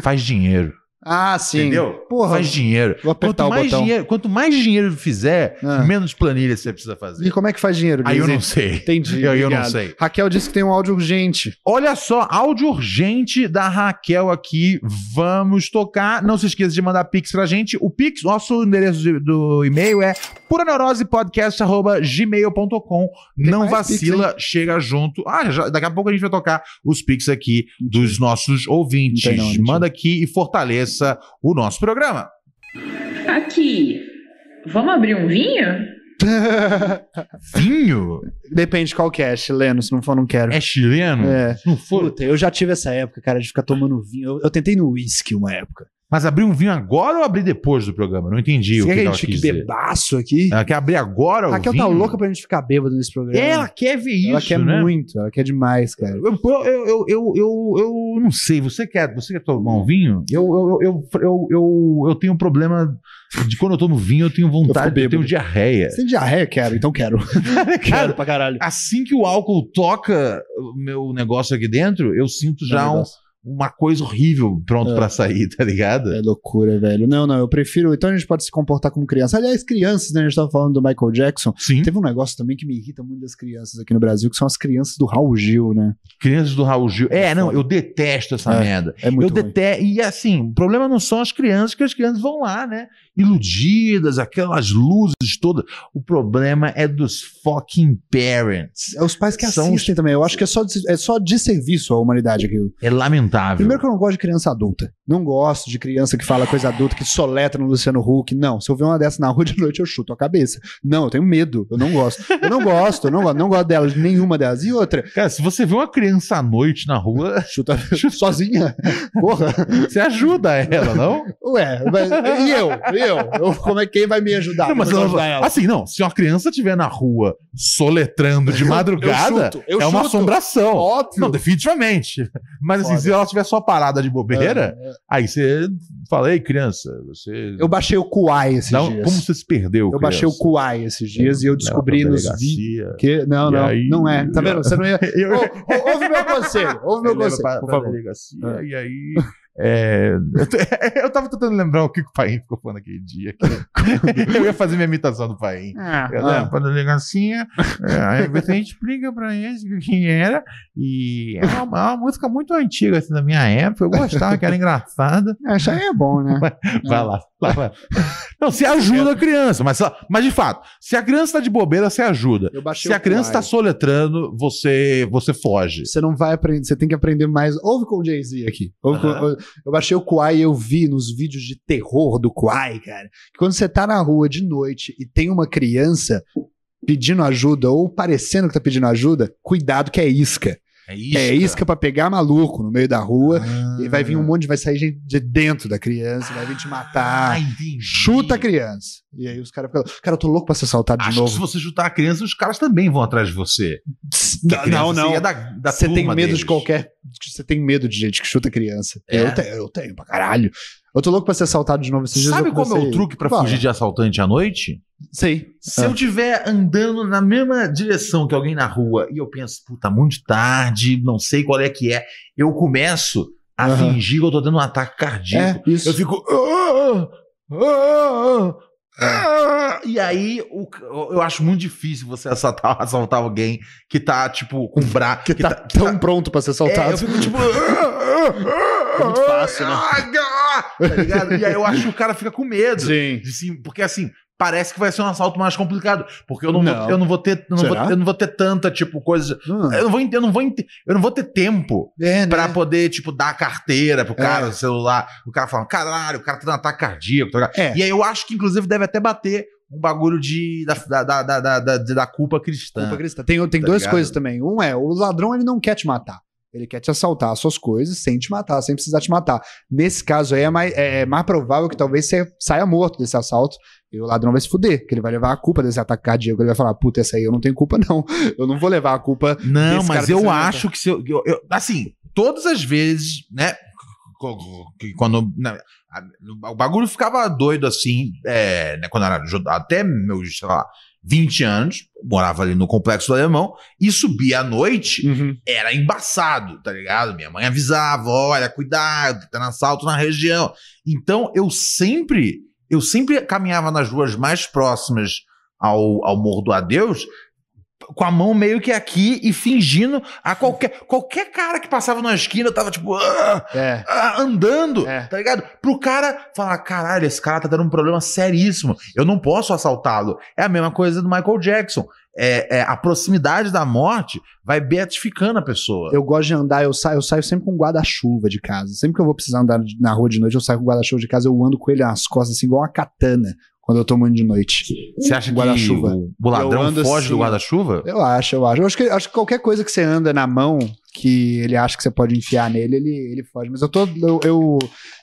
C: faz dinheiro.
D: Ah, sim.
C: Entendeu?
D: Porra.
C: Faz dinheiro.
D: Vou apertar
C: Quanto
D: o
C: mais
D: botão.
C: dinheiro, quanto mais dinheiro fizer,
D: Ah.
C: menos planilha você precisa
D: E
C: fazer.
D: como é que faz dinheiro?
C: Aí eu
D: Guizzi?
C: não sei.
D: Entendi.
C: Eu, eu não
D: obrigado.
C: sei.
D: Raquel disse que tem um áudio urgente.
C: Olha só, áudio urgente da Raquel aqui. Vamos tocar. Não se esqueça de mandar pix pra gente. O pix, nosso endereço de- do e-mail é puraneurosepodcast.gmail.com. Não
D: mais
C: vacila, chega junto. Ah, já- daqui a pouco a gente vai tocar os pix aqui dos nossos ouvintes.
D: Não tem não, mentira.
C: Manda aqui e fortaleça o nosso programa.
B: Aqui, Vamos abrir um vinho?
C: Vinho?
D: Depende de qual que é, chileno, se não for, não quero.
C: É chileno?
D: É.
C: Se Não for.
D: Puta, eu já tive essa época, cara, de ficar tomando vinho. Eu, eu tentei no uísque uma época.
C: Mas abrir um vinho agora ou abrir depois do programa? Não entendi o que,
D: Você quer que a
C: ela
D: gente
C: quis
D: fique
C: dizer. Tá
D: bebaço aqui?
C: Ela quer abrir agora
D: A
C: o
D: Raquel
C: vinho?
D: tá louca pra gente ficar bêbado nesse programa.
C: Ela quer ver isso,
D: É. Ela quer
C: né?
D: muito, ela quer demais, cara.
C: Eu, eu, eu, eu, eu, eu não sei, você quer, você quer tomar um vinho? Eu, eu, eu, eu, eu, eu tenho um problema de quando eu tomo vinho, eu tenho
D: Eu fico
C: vontade, eu,
D: bêbado.
C: tenho diarreia.
D: Sem diarreia, quero, então quero.
C: Cara,
D: pra caralho.
C: assim que o álcool toca o meu negócio aqui dentro, eu sinto já um- uma coisa horrível pronto
D: É.
C: pra sair, tá ligado?
D: É loucura, velho. Não, não, eu prefiro. Então a gente pode se comportar como criança. Aliás, crianças, né? A gente tava falando do Michael Jackson.
C: Sim.
D: Teve um negócio também que me irrita muito das crianças aqui no Brasil, que são as crianças do Raul Gil, né?
C: Crianças do Raul Gil. É, não, eu detesto essa
D: É.
C: merda.
D: É muito
C: eu
D: ruim.
C: detesto. E assim, o problema não são as crianças, que as crianças vão lá, né? Iludidas, aquelas luzes todas. O problema é dos fucking parents.
D: É os pais que
C: São
D: assistem também. Eu acho que é só, de, é só de serviço à humanidade aquilo.
C: É lamentável.
D: Primeiro que eu não gosto de criança adulta. Não gosto de criança que fala coisa adulta, que soletra no Luciano Huck. Não, se eu ver uma dessa na rua de noite, eu chuto a cabeça. Não, eu tenho medo. Eu não gosto. Eu não gosto, eu não gosto, não gosto delas, nenhuma delas. E outra,
C: Cara, se você vê uma criança à noite na rua,
D: chuta, chuta sozinha. Porra.
C: você ajuda ela, não?
D: Ué, mas, e eu? E eu? Eu- Como é que quem vai me ajudar?
C: Não, Tá, mas
D: Como é que eu
C: ela-
D: vou ajudar ela?
C: Assim, não. Se uma criança estiver na rua soletrando de madrugada,
D: chuto, eu
C: é uma
D: chuto.
C: assombração.
D: Óbvio.
C: Não, definitivamente. Mas assim,
D: Foda.
C: se ela estiver só parada de bobeira, aí você fala, ei, criança, você.
D: É, Eu baixei o Kuai esses
C: Dá um-
D: dias.
C: como você se perdeu?
D: Eu baixei o Kuai esses dias e eu descobri nos
C: assim.
D: vídeos. Que... Não,
C: E
D: não,
C: aí-
D: não é. Tá vendo? Você não ia.
C: Eu,
D: Ô, ô, ouve meu conselho, ouve meu conselho, por favor. Ah.
C: delegacia, e aí. é, eu, t- eu tava tentando lembrar o que o Paim ficou falando aquele dia. eu ia fazer minha imitação do Paim.
D: Ah,
C: Eu
D: ah.
C: levo pra delegacia, é, aí você explica pra eles o que era. E é uma, é uma música muito antiga assim, da minha época. Eu gostava, que era engraçada.
D: Isso aí é bom, né?
C: Vai lá, vai lá. Não, você ajuda a criança, mas, só- mas de fato, se a criança tá de bobeira, você ajuda.
D: Eu baixei
C: Se
D: o
C: a criança tá
D: Kuai.
C: soletrando, você, você foge.
D: Você não vai aprender, você tem que aprender mais. Ouve com o Jay-Z aqui. Ouve com-
C: Aham.
D: eu baixei o Kuai e eu vi nos vídeos de terror do Kuai, cara, que quando você tá na rua de noite e tem uma criança pedindo ajuda ou parecendo que tá pedindo ajuda, cuidado que é isca.
C: É isso.
D: É isca pra pegar maluco no meio da rua e vai vir um
C: Ah.
D: monte, vai sair gente de dentro da criança, vai vir te matar.
C: Ah, entendi.
D: Chuta a criança. E aí os caras ficam, cara, eu tô louco pra ser assaltado de
C: Acho que se
D: novo.
C: você chutar a criança, os caras também vão atrás de você. Porque a criança, Você, é da, da
D: Você tem
C: turma
D: medo
C: deles.
D: de qualquer. Você tem medo de gente que chuta criança.
C: É?
D: Eu, tenho, eu tenho, pra caralho. Eu tô louco pra ser assaltado de novo esses dias.
C: Sabe
D: eu
C: como é o
D: comecei-
C: truque pra
D: Fala.
C: fugir de assaltante à noite?
D: Sei.
C: Se
D: Ah.
C: eu estiver andando na mesma direção que alguém na rua e eu penso, puta, muito tarde, não sei qual é que é, eu começo a
D: Aham.
C: fingir que eu tô dando um ataque cardíaco.
D: É, isso.
C: Eu fico. "Ah, ah, ah, ah", E aí, o- eu acho muito difícil você assaltar, assaltar alguém que tá, tipo, com braço.
D: que, tá, tão pronto pra
C: É,
D: ser
C: eu
D: assaltado.
C: fico tipo. "Ah, ah, ah,
D: É muito fácil, né?
C: ah, ah", tá ligado? E aí eu acho que o cara fica com medo.
D: Sim.
C: De sim- porque assim, parece que vai ser um assalto mais complicado. Porque eu não,
D: Não.
C: Vou, eu não vou ter. eu não
D: Será?
C: vou- eu não vou ter tanta, tipo, coisa.
D: Ah,
C: Eu não vou, ent- eu não vou, ent- eu não vou ter tempo
D: É, né?
C: pra poder, tipo, dar a carteira pro cara,
D: É.
C: o celular. O cara fala, caralho, o cara tá dando ataque cardíaco. tá ligado?"
D: É.
C: E aí eu acho que, inclusive, deve até bater um bagulho de, da, da, da, da, da- da- da culpa cristã.
D: Desculpa, Crista. Tem, tem
C: Tá
D: duas
C: ligado?
D: coisas também. Um é, o ladrão ele não quer te matar. Ele quer te assaltar as suas coisas sem te matar, sem precisar te matar. Nesse caso aí é mais, é mais provável que talvez você saia morto desse assalto e o ladrão vai se fuder, que ele vai levar a culpa desse ataque cardíaco. Ele vai falar, puta, essa aí eu não tenho culpa não. Eu não vou levar a culpa.
C: Não,
D: Esse cara
C: mas
D: tá sendo
C: eu acho que se eu, eu- eu- Assim, todas as vezes, né? c- c- que Quando. né, a- o bagulho ficava doido assim, é, né, quando era jo- até meus, sei lá, 20 anos, morava ali no complexo do alemão, e subia à noite era embaçado, tá ligado? Minha mãe avisava, olha, cuidado, tá assalto na região. Então eu sempre, eu sempre caminhava nas ruas mais próximas ao, ao Morro do Adeus, com a mão meio que aqui e fingindo a qualquer qualquer cara que passava na esquina, eu tava tipo, "Ah,
D: É.
C: ah", andando,
D: É.
C: tá ligado? Pro cara falar, caralho, esse cara tá dando um problema seríssimo, eu não posso assaltá-lo. É a mesma coisa do Michael Jackson. É, é, a proximidade da morte vai beatificando a pessoa.
D: Eu gosto de andar, eu saio, eu saio sempre com um guarda-chuva de casa. Sempre que eu vou precisar andar de- na rua de noite, eu saio com um guarda-chuva de casa, eu ando com ele nas costas, assim, igual uma katana. quando eu tô muito de noite.
C: Você acha que
D: Guarda-chuva.
C: o, o
D: Eu
C: ladrão
D: ando
C: foge do
D: assim, ó.
C: guarda-chuva?
D: Eu acho, eu acho. Eu acho que, acho que qualquer coisa que você anda na mão, que ele acha que você pode enfiar nele, ele, ele foge. Mas eu tô. Eu, eu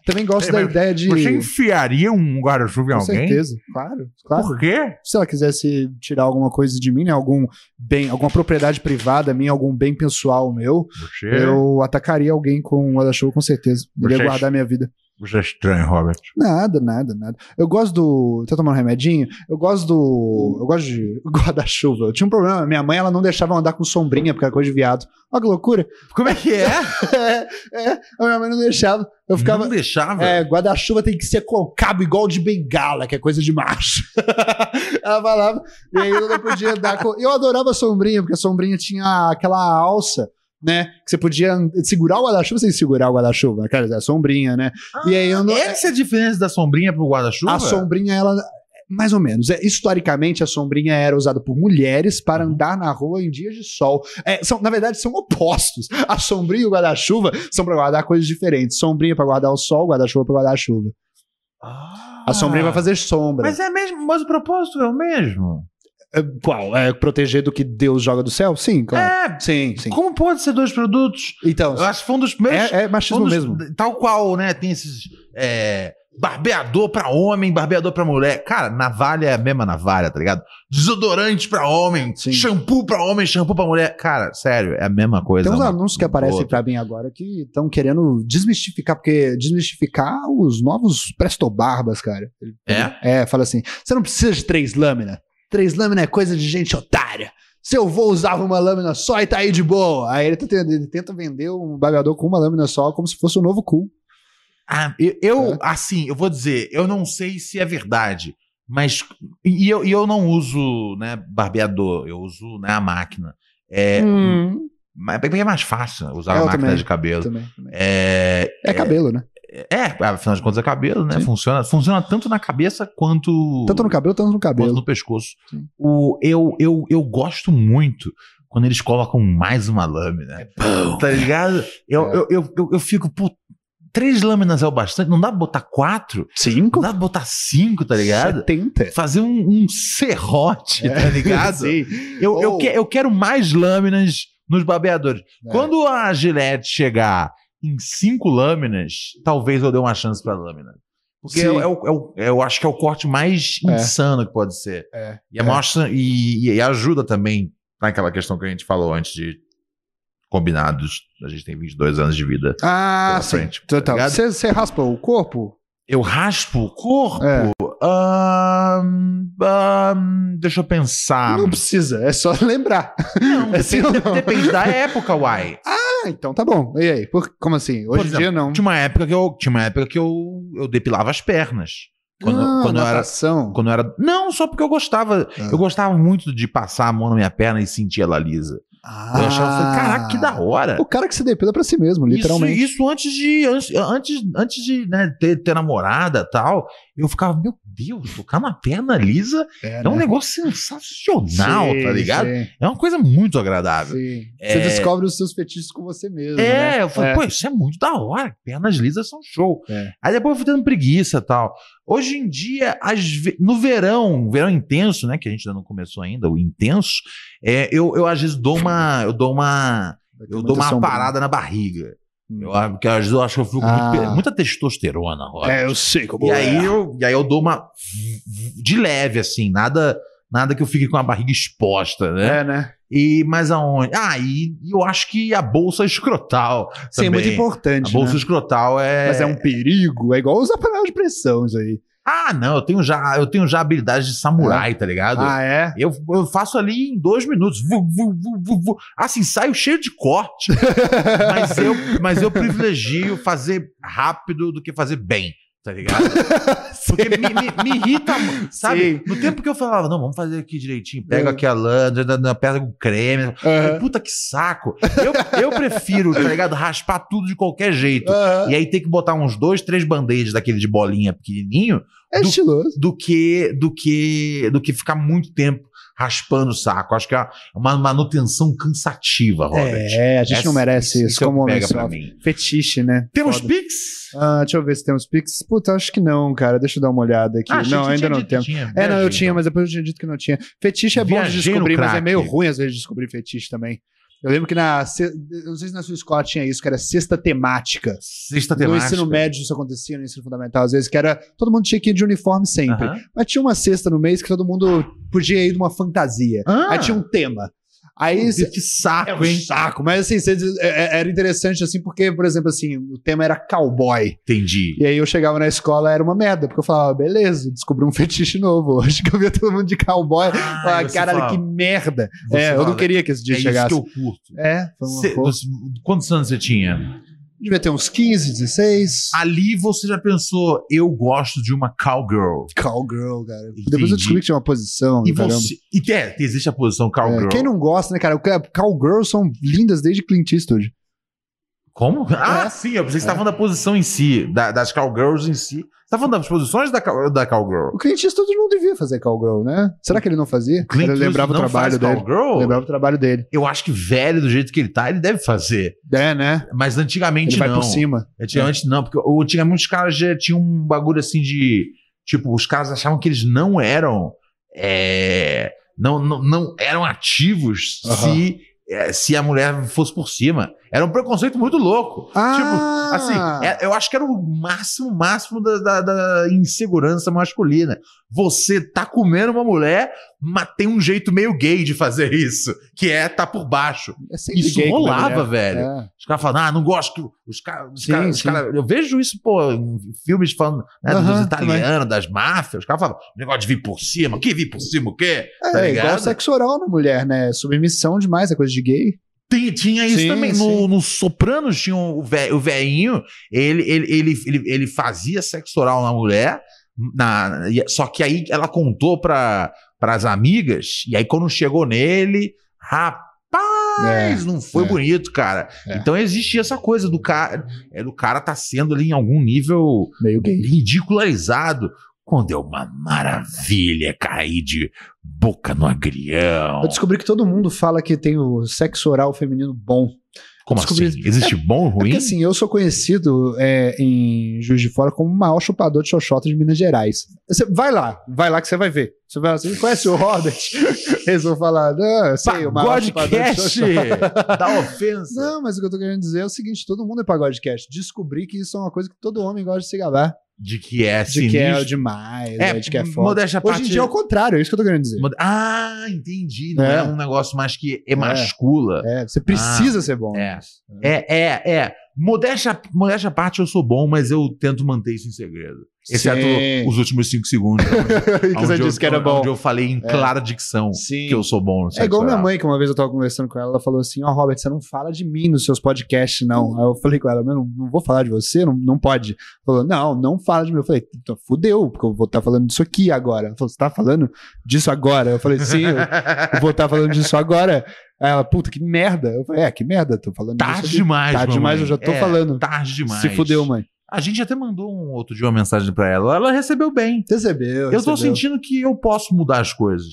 D: também gosto
C: É,
D: da
C: mas
D: ideia de.
C: Você enfiaria um guarda-chuva em
D: Com
C: alguém?
D: certeza, tá? claro, claro.
C: Por quê?
D: Se ela quisesse tirar alguma coisa de mim, né? Algum bem, alguma propriedade privada minha, algum bem pessoal meu,
C: Você,
D: eu atacaria alguém com um guarda-chuva, com certeza. Iria
C: Você-
D: guardar minha vida.
C: você é estranho, Robert.
D: Nada, nada, nada. Eu gosto do. Tá tomando um remedinho? Eu gosto
C: Hum.
D: do. Eu gosto de guarda-chuva. Eu tinha um problema. Minha mãe, ela não deixava eu andar com sombrinha, porque era coisa de viado. Olha que loucura.
C: Como é que é?
D: É, é. A minha mãe não deixava. Eu ficava.
C: Não deixava.
D: É, guarda-chuva tem que ser com cabo igual de bengala, que é coisa de macho. ela falava, e aí eu não podia andar com. Eu adorava a sombrinha, porque a sombrinha tinha aquela alça, né? Que você podia an- segurar o guarda-chuva sem segurar o guarda-chuva. Cara, a sombrinha, né? e aí eu não.
C: Essa é a diferença da sombrinha pro guarda-chuva?
D: A sombrinha, ela. Mais ou menos. É, historicamente, a sombrinha era usada por mulheres para
C: Uhum.
D: andar na rua em dias de sol. É, são, na verdade, são opostos. A sombrinha e o guarda-chuva são para guardar coisas diferentes. Sombrinha para guardar o sol, guarda-chuva para guardar a chuva.
C: Ah.
D: A sombrinha vai fazer sombra.
C: Mas é mesmo, mas o propósito é o mesmo.
D: É, Qual? É proteger do que Deus joga do céu? Sim, claro.
C: É.
D: Sim, sim.
C: Como pode ser dois produtos?
D: Então,
C: Eu acho que foi um dos primeiros.
D: é, é
C: foi um
D: machismo
C: dos-
D: mesmo.
C: Tal qual, né? Tem esses. é, barbeador pra homem, barbeador pra mulher. Cara, navalha é a mesma navalha, tá ligado? Desodorante pra homem,
D: Sim.
C: shampoo pra homem, shampoo pra mulher. Cara, sério, é a mesma coisa.
D: Tem uns
C: uma-
D: anúncios que aparecem pra mim agora que estão querendo desmistificar, porque desmistificar os novos Presto Barbas, cara.
C: É?
D: É, fala assim: você não precisa de três lâminas. Três lâminas é coisa de gente otária. Se eu vou usar uma lâmina só e tá aí de boa. Aí ele tenta, ele tenta vender um bagulhador com uma lâmina só, como se fosse um novo cu.
C: Ah, eu, eu,
D: É.
C: assim, eu vou dizer, eu não sei se é verdade, mas. E eu, e eu não uso, né, barbeador, eu uso né, a máquina. É,
D: Hum.
C: mas é bem mais fácil usar a
D: É, eu
C: máquina
D: também.
C: de cabelo.
D: Também, também.
C: É,
D: É cabelo, né?
C: é, afinal de contas é cabelo, né?
D: Sim.
C: Funciona, funciona tanto na cabeça quanto,
D: Tanto no cabelo, tanto no
C: quanto
D: cabelo.
C: no pescoço.
D: Sim.
C: O, eu, eu, eu gosto muito quando eles colocam mais uma lâmina. Tá ligado? Eu,
D: É.
C: eu, eu, eu, eu fico, pô, três lâminas é o bastante, não dá pra botar quatro?
D: Cinco?
C: Não dá pra botar cinco, tá ligado?
D: 70.
C: Fazer um, um serrote, tá ligado?
D: É. Sim.
C: Eu, eu,
D: Ou-
C: que- eu quero mais lâminas nos barbeadores.
D: É.
C: Quando a Gillette chegar em cinco lâminas, talvez eu dê uma chance pra lâmina. Porque é
D: Sim.
C: eu, eu, eu, eu acho que é o corte mais
D: É.
C: insano que pode ser.
D: É.
C: E, a maior chan- e, e- e ajuda também naquela questão que a gente falou antes de combinados. A gente tem 22 anos de vida.
D: Ah,
C: Pela
D: sim.
C: frente, tá
D: Total.
C: ligado?
D: Você você raspa o corpo?
C: Eu raspo o corpo?
D: É.
C: Ahn, ahn, deixa eu pensar.
D: Não precisa, é só lembrar.
C: Não,
D: É sim
C: depende,
D: ou não?
C: depende da época, uai.
D: Ah, então tá bom. E aí? Por- como assim? Hoje em
C: exemplo,
D: dia não.
C: Tinha uma época que eu, tinha uma época que eu, eu depilava as pernas. Quando,
D: não,
C: quando eu era,
D: Ah, natação.
C: quando eu era. Não, só porque eu gostava.
D: Ah.
C: Eu gostava muito de passar a mão na minha perna e sentir ela lisa.
D: Ah.
C: Eu achava, falei, caraca, que da hora.
D: O cara que se depila pra si mesmo,
C: Isso,
D: literalmente.
C: isso antes de antes, antes- antes de né, ter, ter namorada e tal, eu ficava, meu Deus, tocar na perna lisa é um
D: né?
C: negócio sensacional,
D: Sim,
C: tá ligado?
D: sim,
C: É uma coisa muito agradável.
D: sim.
C: É.
D: Você descobre os seus fetiches com você mesmo.
C: É,
D: né?
C: eu falei,
D: É.
C: pô, isso é muito da hora. Pernas lisas são show.
D: É.
C: Aí depois eu fui tendo preguiça e tal. Hoje em dia, às ve- no verão, verão intenso, né? Que a gente ainda não começou ainda, o intenso, é, eu, eu às vezes dou uma. Eu dou uma.
D: Vai ter
C: Eu dou
D: muita
C: uma
D: sombra. né?
C: parada na barriga.
D: Hum.
C: Eu, acho- porque às vezes eu acho que eu fico
D: Ah.
C: muito pe- muita testosterona, Rob.
D: É, eu sei como
C: e,
D: é.
C: aí eu, e aí eu dou uma. De leve, assim, nada. Nada que eu fique com a barriga exposta, né?
D: É, né?
C: E mais aonde? Ah, e, e eu acho que a bolsa escrotal.
D: Sim, é muito
C: também.
D: importante.
C: A bolsa
D: né?
C: escrotal é.
D: Mas é um perigo. É igual usar panela de pressão, isso aí.
C: Ah, não, eu tenho já, eu tenho já habilidade de samurai, tá ligado?
D: Ah, é?
C: Eu, eu faço ali em dois minutos. Vu, vu, vu, vu, vu. Assim, saio cheio de corte. mas, eu, mas eu privilegio fazer rápido do que fazer bem, tá ligado? Porque me, me- me irrita, sabe?
D: Sim.
C: No tempo que eu falava, não, vamos fazer aqui direitinho. Pega
D: É.
C: aqui a lã, dá- dá- dá- pega o creme.
D: Aham.
C: Tipo, Puta que saco. Eu, eu prefiro, tá ligado? Raspar tudo de qualquer jeito.
D: Aham.
C: E aí tem que botar uns dois, três band-aids daquele de bolinha pequenininho
D: É
C: do-
D: estiloso.
C: do que do que do que ficar muito tempo raspando o saco. Acho que é uma manutenção cansativa, Robert.
D: É, a gente não merece isso,
C: é o que
D: como homem
C: pega pra
D: sofre.
C: mim.
D: Fetiche, né?
C: Temos
D: Foda.
C: Pix?
D: Ah, deixa eu ver se temos Pix. Puta, acho que não, cara. Deixa eu dar uma olhada aqui.
C: Ah, achei
D: não,
C: que
D: ainda
C: tinha
D: não
C: dito,
D: temos.
C: tinha.
D: É, não, eu
C: Viajei, então.
D: tinha, mas depois eu tinha dito que não tinha. Fetiche é bom de
C: Viajei no
D: descobrir, mas é
C: crack.
D: meio ruim às vezes descobrir fetiche também. Eu lembro que na. se- eu Não sei se na sua escola tinha isso, que era sexta temática.
C: Sexta
D: No
C: temática.
D: ensino médio isso acontecia, no ensino fundamental, às vezes, que era. Todo mundo tinha que ir de uniforme sempre.
C: Aham.
D: Mas tinha uma sexta no mês que todo mundo podia ir de uma fantasia.
C: Ah,
D: Aí tinha um tema. Aí. cê-
C: que saco,
D: É um
C: hein?
D: saco, mas assim, cê- é- é- era interessante assim, porque, por exemplo, assim, o tema era cowboy.
C: Entendi.
D: E aí eu chegava na escola, era uma merda, porque eu falava, beleza, descobri um fetiche novo. Hoje que eu via todo mundo de cowboy.
C: Ah,
D: Ah,
C: e você
D: caralho,
C: fala-
D: que merda.
C: você
D: É, eu
C: fala,
D: não queria que esse dia
C: é isso
D: chegasse.
C: que eu curto.
D: É, foi uma
C: Cê-
D: coisa.
C: você- quantos anos você Ah. tinha?
D: Devia ter uns 15, 16.
C: Ali você já pensou, eu gosto de uma cowgirl.
D: Cowgirl, cara.
C: Entendi.
D: Depois eu descobri que tinha uma posição.
C: E
D: do caramba.
C: você. E é, existe a posição cowgirl.
D: É, quem não gosta, né, cara? Cowgirls são lindas desde Clint Eastwood.
C: Como? Ah,
D: É.
C: sim, eu pensei que você tá falando da posição em si, da- das cowgirls em si. Você tá falando das posições da, cow- da cowgirl?
D: O Clint Eastwood não devia fazer cowgirl, né? Será que ele não fazia?
C: Clint
D: ele
C: Eastwood
D: lembrava o
C: não faz
D: trabalho dele.
C: Cowgirl?
D: Lembrava o trabalho dele.
C: Eu acho que velho, do jeito que ele tá, ele deve fazer.
D: É, né?
C: Mas antigamente
D: Ele vai
C: não.
D: por cima.
C: Antigamente não, porque o- antigamente os caras já tinham um bagulho assim de. Tipo, os caras achavam que eles não eram. é, não, não, não eram ativos
D: Aham.
C: se, é, se a mulher fosse por cima. Era um preconceito muito louco.
D: Ah!
C: Tipo, Assim, é- eu acho que era o máximo, máximo da, da- da insegurança masculina. Você tá comendo uma mulher, mas tem um jeito meio gay de fazer isso, que é tá por baixo.
D: É sempre
C: Isso
D: gay com
C: rolava,
D: mulher.
C: velho.
D: É.
C: Os caras falam, ah, não gosto. que Os caras, os
D: Sim,
C: caras, os
D: sim.
C: caras- eu vejo isso, pô, em filmes falando né, dos
D: Aham,
C: italianos, das máfias. Os caras falam, negócio de vir por cima, que vir por cima, o quê?
D: É,
C: Tá
D: igual
C: ligado?
D: sexo oral na mulher, né? Submissão demais, é coisa de gay.
C: Tem- tinha isso
D: Sim,
C: também. No,
D: sim.
C: no Sopranos tinha o ve- o velhinho, ele, ele, ele, ele, ele fazia sexo oral na mulher, na- e- só que aí ela contou para as amigas, e aí quando chegou nele, rapaz, não foi
D: é.
C: bonito, cara.
D: É.
C: Então existia essa coisa do cara, é, do cara tá sendo ali em algum nível
D: Meio gay.
C: ridicularizado. Quando é uma maravilha cair de boca no agrião.
D: Eu descobri que todo mundo fala que tem o sexo oral feminino bom.
C: Como
D: descobri-
C: assim? Existe bom ou
D: É
C: ruim?
D: porque assim, eu sou conhecido é, em Juiz de Fora como o maior chupador de xoxota de Minas Gerais. Você vai lá, vai lá que você vai ver. Você vai lá, você conhece o Robert? Eles vão falar, não, eu sei, o maior chupador de
C: Pagodcast
D: xoxota.
C: da ofensa.
D: Não, mas o que eu tô querendo dizer é o seguinte, todo mundo é pagodecast. Descobri que isso é uma coisa que todo homem gosta de se gabar.
C: De que é
D: De que é
C: sinistro.
D: demais,
C: É,
D: é, de que é foda.
C: modéstia à
D: Hoje
C: parte.
D: em dia é o contrário, é isso que eu tô querendo dizer.
C: mod- Ah, entendi. Não é.
D: É.
C: um negócio mais que emascula.
D: É, você precisa ser bom.
C: É. É, é, é. Modéstia, modéstia à parte, eu sou bom, mas eu tento manter isso em segredo. Exceto
D: Sim.
C: os últimos cinco segundos.
D: que você
C: onde eu-
D: disse que era
C: onde
D: bom. É.
C: eu falei em clara dicção
D: Sim.
C: que eu sou bom. no
D: É
C: sexo
D: igual minha
C: oral.
D: mãe, que uma vez eu tava conversando com ela, ela falou assim: Ó, Robert, você não fala de mim nos seus podcasts, não. Aí eu falei com ela, "Mas eu não, não vou falar de você, não, não pode. Ela falou, não, não fala de mim. Eu falei, "Então, fudeu, porque eu vou estar falando disso aqui agora. Ela falou, você tá falando disso agora? Eu falei, sim, eu eu vou estar falando disso agora. Aí ela, puta, que merda. Eu falei, é, que merda, tô falando
C: Tarde
D: disso. aqui."
C: Tá demais,
D: Tarde
C: mamãe.
D: demais, eu já tô
C: É,
D: falando.
C: Tarde demais.
D: Se fudeu, mãe.
C: A gente até mandou um outro dia uma mensagem pra ela. Ela recebeu bem.
D: Recebeu.
C: Eu tô
D: recebeu.
C: sentindo que eu posso mudar as coisas.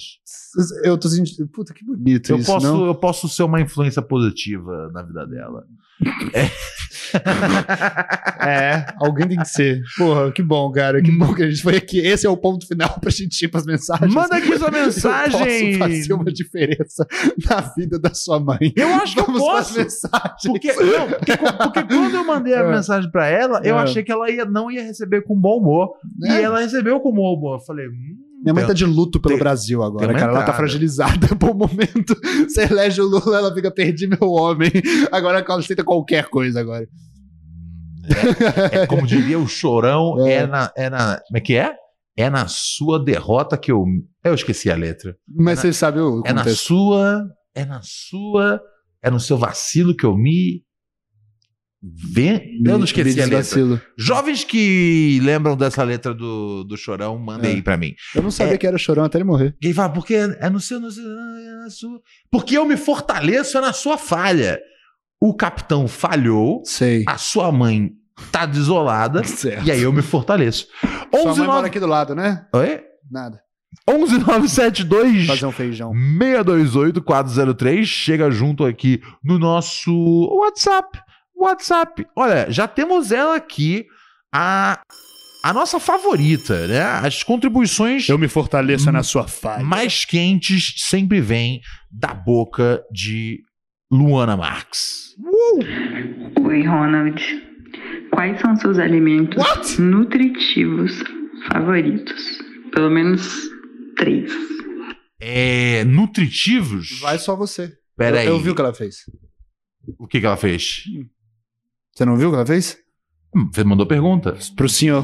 D: Eu tô sentindo. Puta, que bonito
C: Eu
D: isso.
C: posso,
D: não?
C: eu posso ser uma influência positiva na vida dela.
D: É, alguém tem que ser. Porra, que bom, cara. Que bom que a gente foi aqui. Esse é o ponto final pra gente ir pras mensagens.
C: Manda aqui sua
D: Eu posso
C: mensagem.
D: fazer uma diferença na vida da sua mãe.
C: Eu acho que eu
D: Vamos pras
C: posso.
D: mensagens.
C: Porque, não, porque, porque quando eu mandei a
D: É.
C: mensagem pra ela, eu
D: É.
C: achei que ela ia, não ia receber com bom humor.
D: É.
C: E ela recebeu com bom humor. Eu falei, hum,
D: Minha mãe tá de luto pelo
C: Tem-
D: Brasil agora,
C: tem uma
D: cara. Ela tá
C: entrada.
D: fragilizada por um momento. Você elege o Lula, ela fica, perdi meu homem. Agora ela aceita qualquer coisa agora.
C: é como diria o chorão, é.
D: É.
C: na, é na. Como é que é? É na sua derrota que eu. Eu esqueci a letra.
D: Mas
C: É
D: você sabe o
C: É na
D: contexto.
C: sua, é na sua, é no seu vacilo que eu me. Vem, eu não
D: Me- me
C: esqueci a letra.
D: desvacilo.
C: Jovens que lembram dessa letra do, do Chorão, mandem
D: É.
C: aí pra mim.
D: Eu não sabia que era chorão até ele morrer.
C: E ele fala, porque é no seu, no seu- é na sua. Porque eu me fortaleço é na sua falha. O capitão falhou,
D: Sei.
C: a sua mãe tá desolada,
D: certo.
C: e aí eu me fortaleço.
D: Sua
C: 11
D: mãe mora
C: 9...
D: aqui do lado, né?
C: Oi?
D: Nada.
C: 11972
D: Fazer um feijão.
C: 628 403 chega junto aqui no nosso WhatsApp. WhatsApp. Olha, já temos ela aqui, a, a nossa favorita, né? As contribuições
D: Eu me fortaleço na sua falha.
C: mais quentes sempre vêm da boca de Luana Marx.
B: Oi, Ronald. Quais são seus alimentos
C: What?
B: nutritivos favoritos? Pelo menos três.
C: É, nutritivos?
D: Vai só você.
C: Peraí,
D: Eu, eu vi o que ela fez.
C: o que, que ela fez?
D: Você não viu o que ela fez?
C: Hum, Você mandou pergunta.
D: Pro senhor.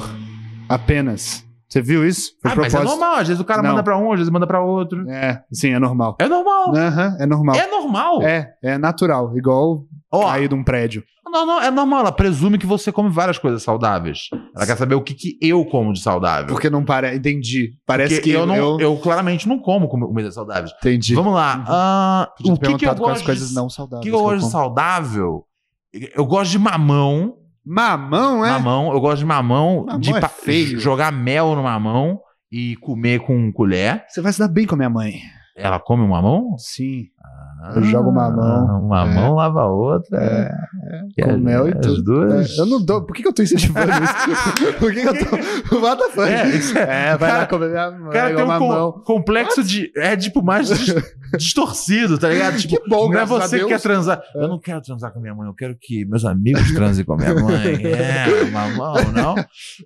D: Apenas. Você viu isso?
C: Ah, mas é normal, às vezes o cara
D: Não.
C: manda pra um, às vezes manda pra outro.
D: É, sim, é normal.
C: É normal.
D: Aham, é normal.
C: É normal.
D: É, é natural. Igual
C: Ó,
D: cair de um prédio.
C: não, não, é normal. Ela presume que você come várias coisas saudáveis. Ela quer saber o que, que eu como de saudável.
D: Porque não para. Entendi. Parece
C: Porque
D: que
C: eu, não, eu... claramente não como comi- comidas saudáveis.
D: Entendi.
C: Vamos lá. ah,
D: Podia
C: o
D: ter
C: que, que eu
D: perguntado quais
C: gosto
D: coisas
C: de,
D: não
C: o
D: saudáveis.
C: que, que eu gosto de
D: como.
C: saudável? Eu gosto de mamão.
D: Mamão, é?
C: Mamão. Eu gosto de mamão.
D: Mamão
C: de
D: é
C: pa-
D: feio.
C: jogar mel no mamão e comer com colher.
D: Você vai se dar bem com a minha mãe.
C: Ela come um mamão?
D: Sim. Eu jogo mamão.
C: Ah, Uma
D: É.
C: mão lava a outra. é. E
D: com
C: as-
D: mel e
C: as
D: tudo.
C: duas.
D: É, Eu não dou. Por que, que eu tô incentivando isso? Por que, que eu tô. What the fuck?
C: É, isso
D: É, vai
C: Cara-
D: lá comer minha mãe.
C: O cara tem
D: igual
C: um com-
D: mamão.
C: complexo de. É tipo mais dis- distorcido, tá ligado? Tipo,
D: Que bom,
C: não é
D: graças a
C: você que
D: Deus. É.
C: quer transar. Eu não quero transar com minha mãe, eu quero que meus amigos transem com minha mãe. É, mamão, não.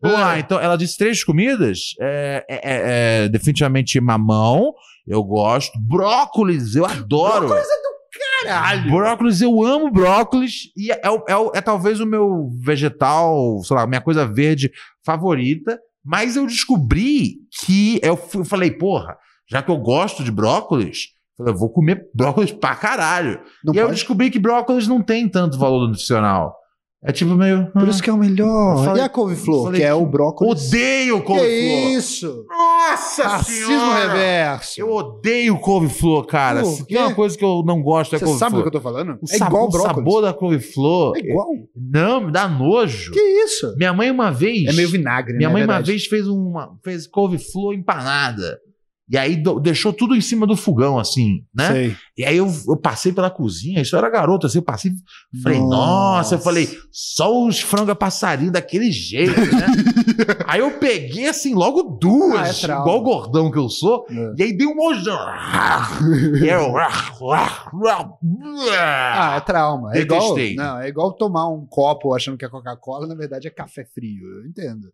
C: Vamos
D: É.
C: lá, então, ela disse três comidas. É, é, é, é, definitivamente mamão. Eu gosto. Brócolis, eu adoro. Brócolis é do caralho. Brócolis, eu amo brócolis. E é, o- é o- é talvez o meu vegetal, sei lá, minha coisa verde favorita. Mas eu descobri que. Eu fui- eu falei, porra, já que eu gosto de brócolis, eu falei, eu vou comer brócolis pra caralho.
D: Não
C: e eu
D: pode?
C: descobri que brócolis não tem tanto valor nutricional. É tipo meio.
D: Por
C: ah,
D: isso que é o melhor.
C: Eu falei-
D: e a couve-flor,
C: falei
D: que é
C: que-
D: o brócolis.
C: odeio
D: Que é
C: couve-flor.
D: isso?
C: Nossa
D: Racismo
C: senhora!
D: reverso.
C: Eu odeio couve-flor, cara.
D: Por
C: Se tem uma
D: quê?
C: coisa que eu não gosto é
D: Você sabe do que
C: couve-flor.
D: eu tô falando?
C: O,
D: é
C: sab-
D: igual
C: o
D: brócolis.
C: sabor da couve-flor.
D: É igual.
C: Não, me dá nojo.
D: Que isso?
C: Minha mãe uma vez.
D: É meio vinagre,
C: Minha
D: né?
C: mãe
D: É
C: uma
D: verdade.
C: vez fez uma fez couve-flor empanada. E aí do- deixou tudo em cima do fogão, assim, né?
D: Sei.
C: E aí eu, eu passei pela cozinha, isso eu era garoto, assim, eu passei. Falei, nossa, eu falei, só os franga passarinho daquele jeito, né? aí eu peguei, assim, logo
D: Ah, é
C: duas,
D: trauma.
C: igual o gordão que eu sou,
D: É.
C: e aí dei um mojão. e eu.
D: Ah, é trauma. É igual,
C: Detestei.
D: não, é igual tomar um copo achando que é Coca-Cola, na verdade é café frio. Eu entendo.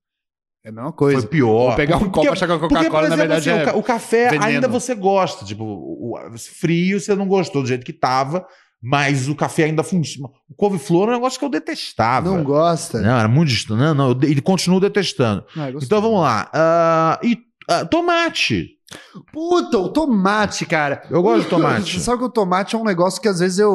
D: É a mesma coisa.
C: Foi pior.
D: Vou pegar um copo
C: Porque-
D: e achar que é
C: Porque, por
D: Coca-Cola, na
C: exemplo,
D: verdade
C: assim, o
D: é.
C: ca- o café
D: veneno.
C: ainda você gosta. Tipo, o, o- frio você não gostou do jeito que tava, mas o café ainda funciona. O couve-flor é um negócio que eu detestava.
D: Não gosta.
C: Não, é era muito distante. Não, não, eu de- ele continua detestando.
D: Ah, eu gostei.
C: Então vamos lá. Ah, e ah, tomate.
D: Puta, o tomate, cara.
C: Eu gosto de tomate.
D: Sabe que o tomate é um negócio que às vezes eu.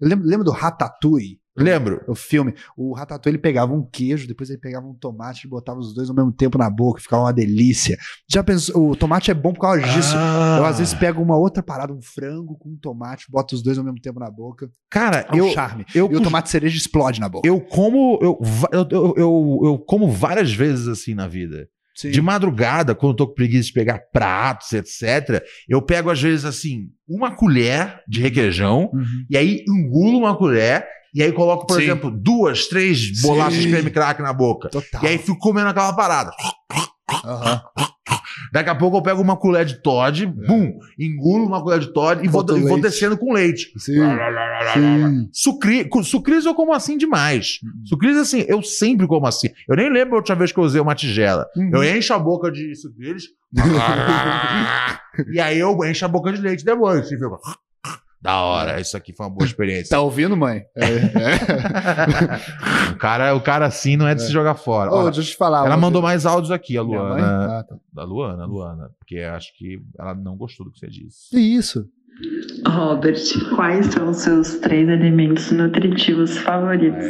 D: eu lembro, lembro do Ratatouille?
C: Lembro.
D: O filme. O Ratatouille ele pegava um queijo, depois ele pegava um tomate e botava os dois ao mesmo tempo na boca, ficava uma delícia. Já pensou? O tomate é bom por causa disso.
C: Ah.
D: Eu às vezes pego uma outra parada, um frango com um tomate, boto os dois ao mesmo tempo na boca.
C: Cara,
D: É um
C: eu,
D: charme.
C: eu,
D: E o
C: cus-
D: tomate cereja explode na boca.
C: eu como. Eu, va- eu, eu, eu, eu como várias vezes assim na vida.
D: Sim.
C: De madrugada, quando eu tô com preguiça de pegar pratos, etc., eu pego, às vezes, assim, uma colher de requeijão,
D: Uhum.
C: e aí engulo uma colher, e aí coloco, por
D: Sim.
C: exemplo, duas, três
D: Sim.
C: bolachas creme crack na boca.
D: Total.
C: E aí fico comendo aquela parada.
D: Aham.
C: Daqui a pouco eu pego uma colher de Todd, bum, engulo uma colher de Todd e vou,
D: É. Bota
C: e vou
D: leite.
C: descendo com leite.
D: Sim. Sim.
C: Sucri, cu- sucris eu como assim demais.
D: Uhum.
C: Sucris, assim, eu sempre como assim. Eu nem lembro a última vez que eu usei uma tigela.
D: Uhum.
C: Eu encho a boca de sucrilhos. e aí eu encho a boca de leite depois. Assim, fica- da hora, isso aqui foi uma boa experiência.
D: Tá ouvindo, mãe? É.
C: o, cara, o cara assim não é de se jogar fora.
D: Então- Ô,
C: Olha,
D: deixa eu te falar.
C: ela
D: uma
C: mandou né? mais áudios aqui, a
D: vez- Minha mãe?
C: Luana.
D: Ah, tá.
C: Da Luana, Luana. Porque acho que ela não gostou do que você disse.
D: Que isso?
B: Robert, quais são os seus três alimentos nutritivos favoritos?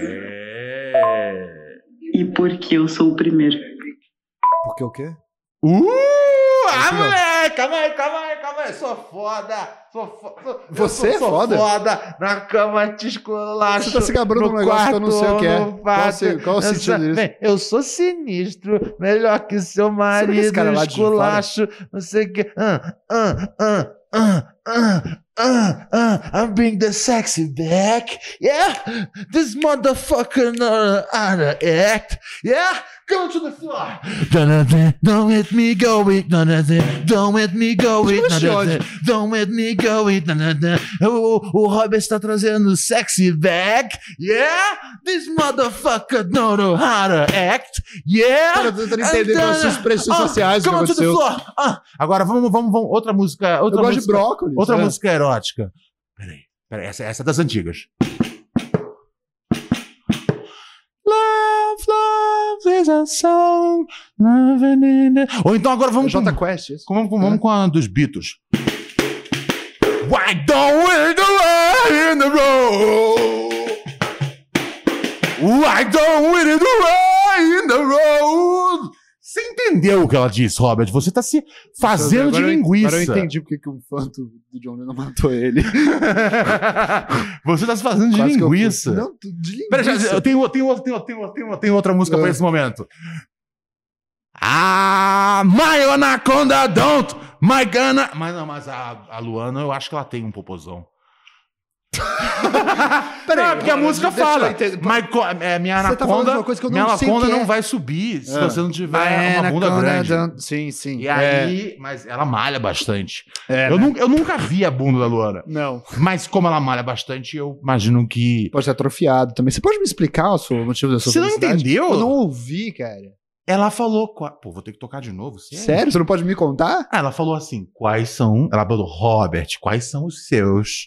B: E por que eu sou o primeiro?
D: Porque o quê?
C: Uh! Ah,
D: Continua.
C: moleque! Calma aí, calma aí, calma Ai, sou foda! Sou fo- sou- eu
D: Você
C: sou,
D: é
C: sou
D: foda?
C: foda! Na cama te esculacho.
D: Você tá se gabrando
C: no
D: num negócio que eu não sei o que é.
C: quarto, no
D: Qual, o se- qual o
C: Eu
D: sentido
C: sou-
D: disso?
C: bem, eu sou sinistro, melhor que seu
D: que esse
C: marido,
D: cara lá de
C: esculacho, não sei o que. Ah, ah, ah, ah, ah, ah, ah, I'm bring the sexy back. Yeah, this motherfucker know how to act. Yeah, go to the floor. Don't, don't let me go it. Don't, don't let me go it.
D: Mas, Jorge.
C: Don't let me go it. O, o Robert está trazendo sexy back. Yeah, this motherfucker know how to act. Yeah. uh,
D: Cara, eu tô tentando entender pelas suas expressões sociais o que
C: Come to the
D: aconteceu.
C: floor. Ah, agora vamos, vamos, vamos. Outra música.
D: Eu
C: Outra
D: gosto de
C: música,
D: brócolis.
C: outra
D: né?
C: música erótica. Peraí, peraí, essa, essa é das antigas. Love, love is a song. Love in the... Ou então agora vamos.
D: Jota Quest. isso.
C: Com- Vamos, com- vamos com a dos Beatles. Why don't we go out in the road? Why don't we go out in the road? Você entendeu o que ela disse, Robert? Você tá se fazendo de
D: Agora eu-
C: linguiça.
D: Agora eu entendi porque que um fã do do John Lennon matou ele.
C: Você tá se fazendo de
D: Quase que eu-
C: linguiça.
D: Não, tu- de linguiça.
C: Pera, já, eu tenho, tenho, tenho, tenho, tenho, tenho outra música pra esse momento. Ah, my anaconda don't, my gana... Mas não, mas a, a Luana, eu acho que ela tem um popozão. não, é porque a música
D: deixa eu
C: fala.
D: entender.
C: My, co- é, minha
D: Você tá falando de
C: anaconda,
D: uma coisa que eu
C: minha
D: não sei o
C: anaconda
D: que é.
C: não vai subir se
D: Ah.
C: você não tiver uma bunda
D: Anaconda
C: grande.
D: Dan- Sim, sim.
C: E aí, mas ela malha bastante.
D: É, é,
C: eu,
D: né?
C: nunca, eu nunca vi a bunda da Luana.
D: Não.
C: Mas como ela malha bastante, eu imagino que.
D: Pode ser atrofiado também. Você pode me explicar o seu- o motivo da sua
C: Você não
D: felicidade?
C: entendeu?
D: Eu não ouvi, cara.
C: Ela falou. qua- Pô, vou ter que tocar de novo? é
D: Sério? Você não pode me contar?
C: Ah, ela falou assim: quais são. Ela falou, Robert, quais são os seus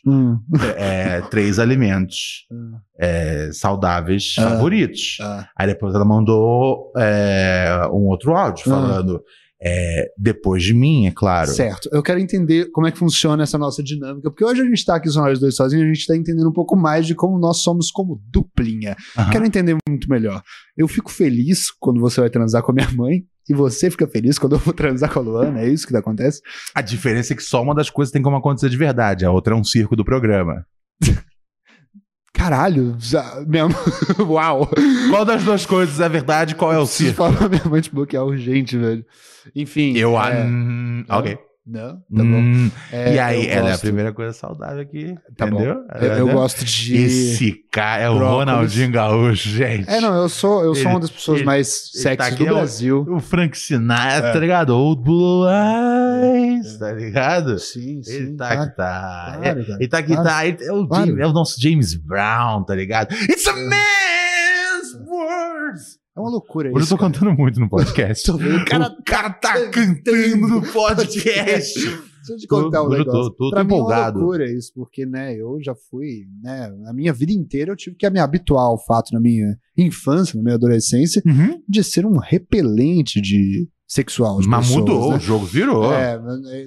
C: é, três alimentos
D: Hum.
C: é, saudáveis
D: Ah.
C: favoritos?
D: Ah.
C: Aí depois ela mandou é, um outro áudio
D: Ah.
C: falando. é, depois de mim, é claro.
D: Certo. Eu quero entender como é que funciona essa nossa dinâmica, porque hoje a gente tá aqui só nós dois sozinhos, a gente tá entendendo um pouco mais de como nós somos como duplinha.
C: Aham.
D: Quero entender muito melhor. Eu fico feliz quando você vai transar com a minha mãe. E você fica feliz quando eu vou transar com a Luana, é isso que acontece?
C: A diferença é que só uma das coisas tem como acontecer de verdade, a outra é um circo do programa.
D: Caralho, já, minha mãe. Uau!
C: Qual das duas coisas é verdade qual é o
D: Preciso
C: circo?
D: falar pra minha mãe te bloquear urgente, velho. Enfim.
C: Eu.
D: é,
C: ah, hum, ok.
D: Não? Tá bom.
C: Hum,
D: É,
C: e aí,
D: eu
C: ela é a
D: gosto.
C: primeira coisa saudável aqui.
D: Tá bom.
C: entendeu? é
D: Eu, eu gosto de.
C: Esse cara é o
D: Brócolis.
C: Ronaldinho Gaúcho, gente.
D: É, não, eu sou, eu sou
C: Ele-
D: uma das pessoas
C: ele-
D: mais
C: ele
D: sexy
C: tá aqui,
D: do
C: é o-
D: Brasil.
C: O Frank Sinatra,
D: É.
C: tá ligado? Old Blue Eyes, tá ligado?
D: Sim, sim.
C: Ele tá
D: claro,
C: que tá.
D: claro, cara.
C: Ele tá que
D: Claro.
C: tá. Ele é, o
D: Claro.
C: James- é o nosso James Brown, tá ligado? It's a man's world!
D: É uma loucura
C: Hoje eu
D: isso.
C: tô cantando muito no podcast.
D: Tô vendo, cara,
C: o cara tá cantando no podcast.
D: deixa eu te contar um
C: Hoje eu tô-
D: negócio.
C: tô- tô
D: pra mim
C: empolgado.
D: é uma loucura isso, porque, né, eu já fui, né, na minha vida inteira eu tive que me habituar ao fato, na minha infância, na minha adolescência,
C: Uhum.
D: de ser um repelente de sexual. às
C: Mas
D: pessoas,
C: mudou,
D: né?
C: o jogo virou.
D: É,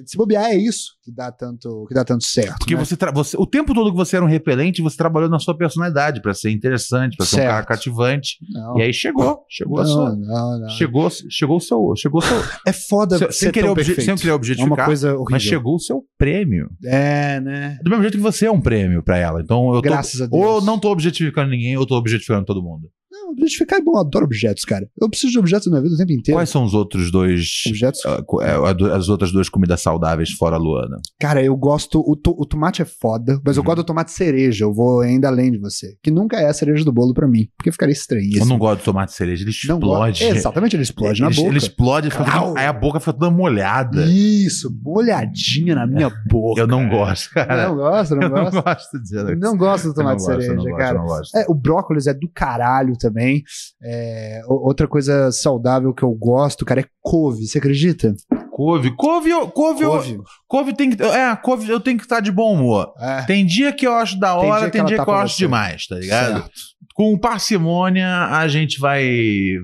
D: se bobear é isso que dá tanto, que dá tanto certo.
C: Porque
D: né?
C: você, tra- você- o tempo todo que você era um repelente, você trabalhou na sua personalidade pra ser interessante, pra ser um
D: Certo.
C: cara cativante.
D: Não,
C: E aí chegou, chegou a sua.
D: não, não, não.
C: Chegou, chegou o seu, chegou o seu,
D: É foda
C: sem, sem
D: ser
C: querer
D: tão
C: obje-
D: perfeito.
C: sem querer
D: É uma
C: objetificar,
D: coisa horrível.
C: mas chegou o seu prêmio.
D: É, né?
C: Do mesmo jeito que você é um prêmio pra ela. Então eu tô,
D: Graças a Deus.
C: ou eu não tô objetificando ninguém, ou eu tô objetificando todo mundo.
D: Não, objetificar é bom, eu adoro objetos, cara. Eu preciso de objetos na minha vida o tempo inteiro.
C: Quais são os outros dois
D: Objetos.
C: ah, co- é, a do- as outras duas comidas saudáveis fora a Luana?
D: Cara, eu gosto. O, to- o tomate é foda, mas eu
C: Uhum.
D: gosto do tomate cereja. Eu vou ainda além de você. Que nunca é a cereja do bolo pra mim. Porque ficaria estranho isso.
C: Eu não gosto de tomate cereja, ele
D: Não gosto.
C: explode.
D: Exatamente, ele explode na
C: ele,
D: boca.
C: ele explode, fica toda-
D: Clau.
C: aí a boca fica toda molhada.
D: Isso, molhadinha na minha boca.
C: Eu não gosto, cara.
D: é. Não gosto, não
C: eu não
D: gosto.
C: gosto de
D: Eu Não gosto do tomate
C: Eu não gosto, eu
D: cereja,
C: não gosto,
D: cara.
C: eu não gosto.
D: É, o brócolis é do caralho também. É, o- outra coisa saudável que eu gosto, cara, é couve. Você acredita?
C: Couve. Couve, eu- couve, eu- couve. tem que. É, couve eu tenho que estar de bom humor.
D: É.
C: Tem dia que eu acho da
D: Tem
C: hora,
D: dia que
C: tem
D: ela
C: dia que,
D: tá
C: eu
D: com
C: acho
D: você.
C: demais, tá ligado? Com parcimônia, a gente vai,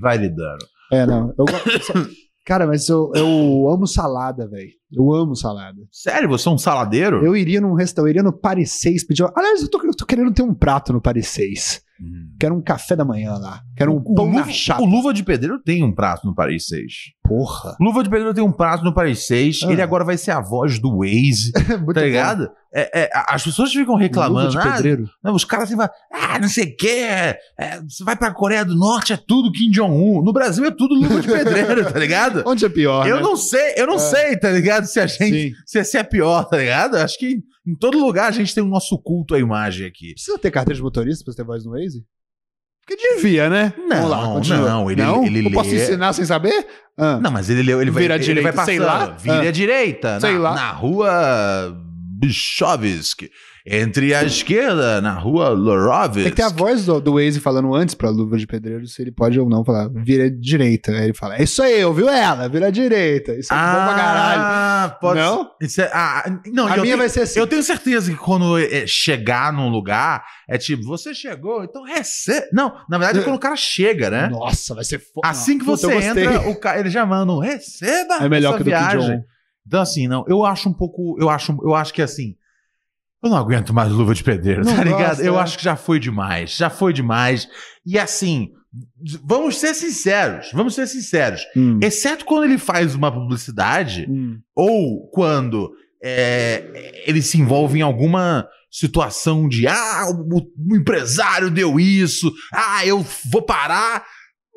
C: vai lidando.
D: É, não. Eu go- sa- cara, mas eu, eu amo salada, velho. Eu amo salada.
C: Sério, você é um saladeiro?
D: Eu iria num restaurante, eu iria no Paris 6 pedir. uma- Aliás, eu tô, eu tô querendo ter um prato no Paris 6.
C: Hum.
D: Quero um café da manhã lá. Quero um pão
C: o,
D: na
C: luva,
D: chapa.
C: o Luva de Pedreiro tem um prato no Paris 6.
D: Porra.
C: Luva de Pedreiro tem um prazo no Paris 6.
D: Ah.
C: Ele agora vai ser a voz do Waze.
D: Muito
C: tá
D: bom.
C: ligado? É, é, a- as pessoas ficam
D: Luva
C: reclamando.
D: de
C: "Ah,
D: pedreiro.
C: não, os caras assim vai, ah, não sei o quê. é, você vai pra Coreia do Norte, é tudo Kim Jong-un. No Brasil é tudo Luva de Pedreiro, tá ligado?
D: Onde é pior,
C: Eu
D: né?
C: não sei, eu não
D: É.
C: sei, tá ligado? Se a gente.
D: Sim.
C: Se, se é pior, tá ligado? Acho que em todo lugar a gente tem o nosso culto à imagem aqui.
D: Precisa ter carteira de motorista pra você ter voz no Waze? Porque devia, né?
C: Não,
D: Vamos lá, continua.
C: não, ele- ele
D: Eu posso
C: lê.
D: ensinar sem saber? Ah,
C: Não, mas ele, leu- ele vai.
D: Vira à
C: ele
D: direita,
C: vai
D: sei
C: passando.
D: lá.
C: Vira
D: Ah.
C: à direita.
D: Sei
C: na,
D: lá.
C: Na rua Bichovsk. Entre a esquerda, na rua Lorovsk.
D: Tem É que ter a voz do, do Waze falando antes pra luva de pedreiro se ele pode ou não falar. Vira à direita. Aí ele fala, é isso aí, ouviu ela? Vira à direita. Isso é bom pra caralho.
C: Ah, pode
D: Não?
C: ser. Isso é- ah, não,
D: A
C: eu
D: minha
C: tenho,
D: vai ser assim.
C: eu tenho certeza que quando é, chegar num lugar, é tipo, você chegou, então recebe. Não, na verdade é quando o cara chega, né?
D: Nossa, vai ser foda.
C: Assim que você entra, o cara, ele já manda um receba
D: É melhor
C: essa
D: que do que
C: viagem.
D: John.
C: Então, assim, não, eu acho um pouco. Eu acho, eu acho que assim. Eu não aguento mais luva de pedreiro,
D: Não
C: tá ligado?
D: gosta,
C: eu
D: né?
C: acho que já foi demais. Já foi demais. E assim, vamos ser sinceros. Vamos ser sinceros.
D: Hum.
C: Exceto quando ele faz uma publicidade
D: Hum.
C: ou quando é, ele se envolve em alguma situação de ah, o, o empresário deu isso, ah, eu vou parar.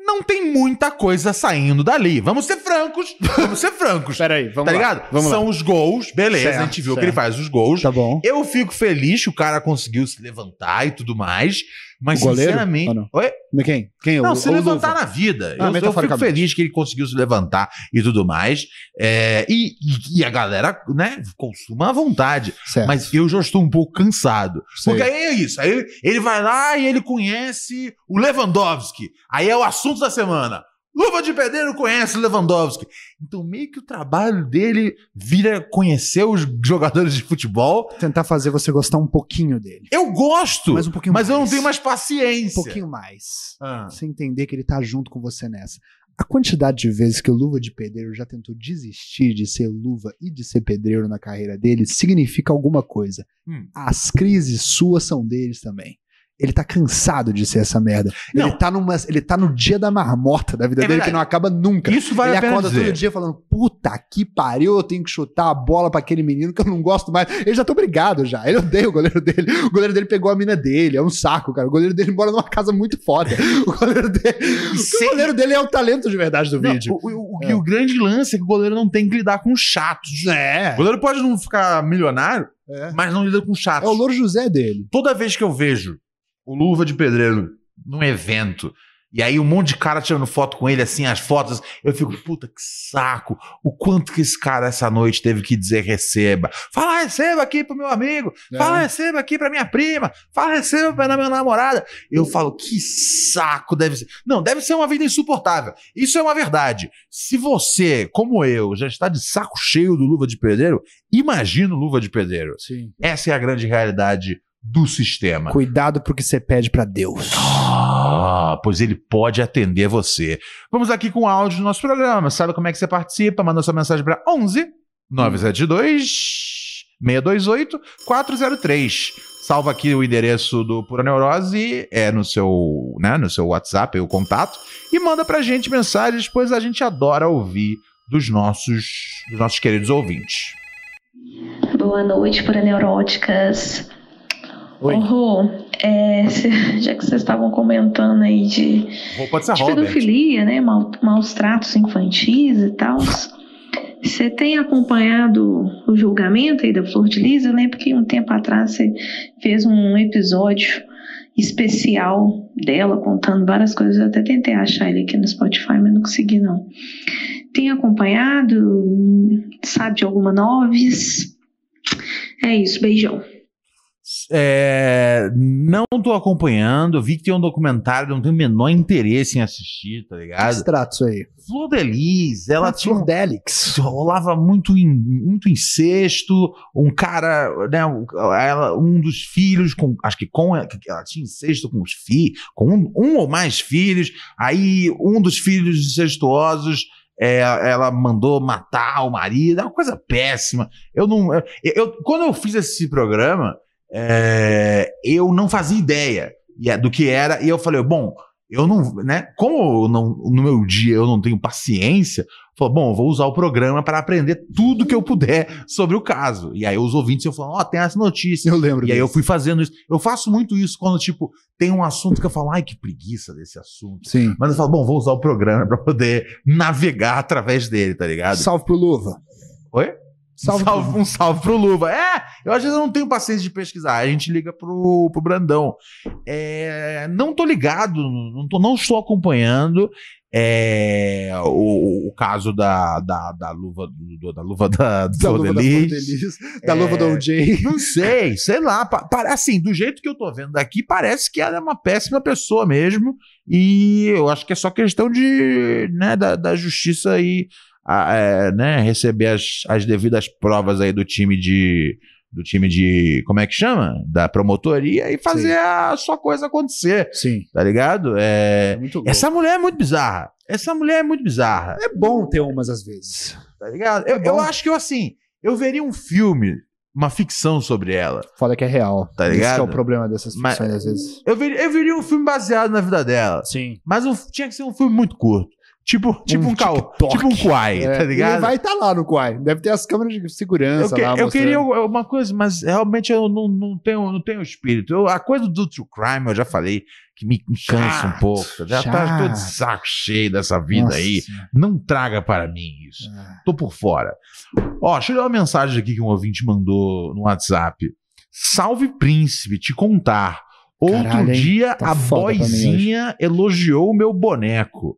C: Não tem muita coisa saindo dali. Vamos ser francos. Vamos ser francos.
D: Peraí, É, vamos
C: tá
D: lá.
C: ligado?
D: Vamos
C: São os gols, beleza,
D: Certo,
C: a gente viu
D: certo.
C: que ele faz os gols.
D: Tá bom.
C: Eu fico feliz que o cara conseguiu se levantar e tudo mais, mas
D: O goleiro?
C: sinceramente.
D: Ah, não.
C: Oi?
D: Quem? Quem é o
C: Não, se
D: o
C: levantar
D: Luva?
C: na vida.
D: Ah,
C: eu, eu fico
D: metaforicamente.
C: feliz que ele conseguiu se levantar e tudo mais. É, e, e- e a galera, né, consuma à vontade.
D: Certo.
C: Mas eu já estou um pouco cansado.
D: Sei.
C: Porque aí é isso. Aí ele vai lá e ele conhece o Lewandowski. Aí é o assunto da semana. Luva de Pedreiro conhece o Lewandowski. Então, meio que o trabalho dele vira conhecer os jogadores de futebol.
D: tentar fazer você gostar um pouquinho dele.
C: Eu gosto,
D: Mas
C: mas,
D: um pouquinho mais.
C: eu não tenho mais
D: Um
C: paciência.
D: pouquinho mais.
C: Ah.
D: Você entender que ele tá junto com você nessa. A quantidade de vezes que o Luva de Pedreiro já tentou desistir de ser luva e de ser pedreiro na carreira dele significa alguma coisa.
C: Hum.
D: As crises suas são deles também. Ele tá cansado de ser essa merda. Ele
C: Não.
D: tá, numa, ele tá no dia da marmota da vida
C: É
D: dele
C: verdade.
D: que não acaba nunca.
C: Isso vale
D: ele
C: a pena
D: acorda
C: dizer.
D: todo dia falando: puta que pariu, eu tenho que chutar a bola pra aquele menino que eu não gosto mais. Ele já tá obrigado já. Ele odeia o goleiro dele. O goleiro dele pegou a mina dele. É um saco, cara. O goleiro dele mora numa casa muito foda. O goleiro dele.
C: E
D: O
C: sem-
D: goleiro dele é o talento de verdade do
C: Não,
D: vídeo.
C: o- O, o-
D: É.
C: o grande lance é que o goleiro não tem que lidar com chatos.
D: É.
C: O goleiro pode não ficar milionário,
D: É.
C: mas não lida com
D: É
C: chatos.
D: o Louro José dele.
C: Toda vez que eu vejo o Luva de Pedreiro num evento, e aí um monte de cara tirando foto com ele, assim, as fotos, eu fico, puta que saco, o quanto que esse cara essa noite teve que dizer receba. Fala receba aqui pro meu amigo, fala receba aqui pra minha prima, fala receba pra minha namorada. Eu falo, que saco deve ser. Não, deve ser uma vida insuportável. Isso é uma verdade. Se você, como eu, já está de saco cheio do Luva de Pedreiro, imagina o Luva de Pedreiro.
D: Sim.
C: Essa é a grande realidade do sistema.
D: Cuidado pro que você pede pra Deus.
C: Ah, pois ele pode atender você. Vamos aqui com o áudio do nosso programa. Sabe como é que você participa? Manda sua mensagem para 11 972 628 403. Salva aqui o endereço do Pura Neurose, é no seu, né, no seu WhatsApp, é o contato, e manda pra gente mensagens, pois a gente adora ouvir dos nossos, dos nossos queridos ouvintes.
E: Boa noite, pura neuróticas.
D: Oi.
E: Ô, Rô, é, cê- já que vocês estavam comentando aí de,
C: Roupa de
E: de pedofilia, né? mal- maus tratos infantis e tal. Você tem acompanhado o julgamento aí da Flor de Lis? Eu lembro que um tempo atrás você fez um episódio especial dela, contando várias coisas. Eu até tentei achar ele aqui no Spotify, mas não consegui, não. Tem acompanhado? Sabe de alguma noves? É isso, beijão.
C: É, não tô acompanhando, eu vi que tem um documentário, não tenho o menor interesse em assistir, tá ligado?
D: Extrato isso aí. Ah,
C: Flor Delis, ela tinha um
D: Delix.
C: rolava muito in- muito incesto, um cara, né, um- ela, um dos filhos com, acho que com ela tinha incesto com os filhos, com um, um ou mais filhos, aí um dos filhos incestuosos é, ela mandou matar o marido, é uma coisa péssima. Eu não, eu, eu- quando eu fiz esse programa, é, eu não fazia ideia e é- do que era e eu falei, bom, Eu não, né? Como eu não, no meu dia eu não tenho paciência, falou, bom, eu vou usar o programa para aprender tudo que eu puder sobre o caso. E aí os ouvintes eu falo, ó, tem essa notícia.
D: Eu lembro.
C: E aí eu
D: disso.
C: fui fazendo isso. Eu faço muito isso quando, tipo, tem um assunto que eu falo, ai, que preguiça desse assunto.
D: Sim.
C: Mas eu falo, bom, vou usar o programa pra poder navegar através dele, tá ligado?
D: Salve pro Luva.
C: Oi?
D: Salve.
C: um, salve, um salve pro Luva. É, eu às vezes eu não tenho paciência de pesquisar. A gente liga pro, pro Brandão. É, não tô ligado, não, tô- não estou acompanhando é, o, o caso da, da, da luva do- da luva da, do
D: Da luva da
C: Odelis.
D: Fordelis. Da
C: É.
D: luva do OJ.
C: Não sei, sei lá. pa- pare- Assim, do jeito que eu tô vendo daqui, parece que ela é uma péssima pessoa mesmo. E eu acho que é só questão de, né, da, da justiça aí, a- é, né, receber as, as devidas provas aí do time de. Do time de. Como é que chama? Da promotoria e fazer a sua coisa acontecer,
D: Sim.
C: tá ligado? É,
D: muito louco.
C: essa mulher é muito bizarra. Essa mulher é muito bizarra
D: É bom ter umas às vezes.
C: tá ligado? Eu, eu acho que eu, assim, eu veria um filme, uma ficção sobre ela,
D: Foda que é real.
C: Tá
D: Esse
C: ligado?
D: que é o problema dessas
C: Mas-
D: ficções às vezes.
C: eu veria, eu veria um filme baseado na vida dela,
D: Sim.
C: mas um- tinha que ser um filme muito curto, tipo tipo um, cal-
D: TikTok.
C: tipo um Kwai, tá
D: Ele
C: ligado?
D: vai estar lá no Quai. Deve ter as câmeras de
C: Eu,
D: segurança
C: que-
D: lá.
C: eu
D: mostrando.
C: queria uma coisa, mas realmente eu não, não tenho não tenho espírito. Eu- a coisa do true crime eu já falei que me, me cansa
D: Chato,
C: um pouco. Já tá
D: chato.
C: todo saco cheio dessa vida
D: Nossa
C: aí.
D: Senhora.
C: Não traga para mim isso.
D: É.
C: Tô por fora. Ó, deixa eu ler uma mensagem aqui que um ouvinte mandou no WhatsApp. Salve príncipe, te contar. Outro
D: Caralho, hein?
C: dia
D: Tá
C: a
D: foda pra mim
C: boizinha elogiou o meu boneco.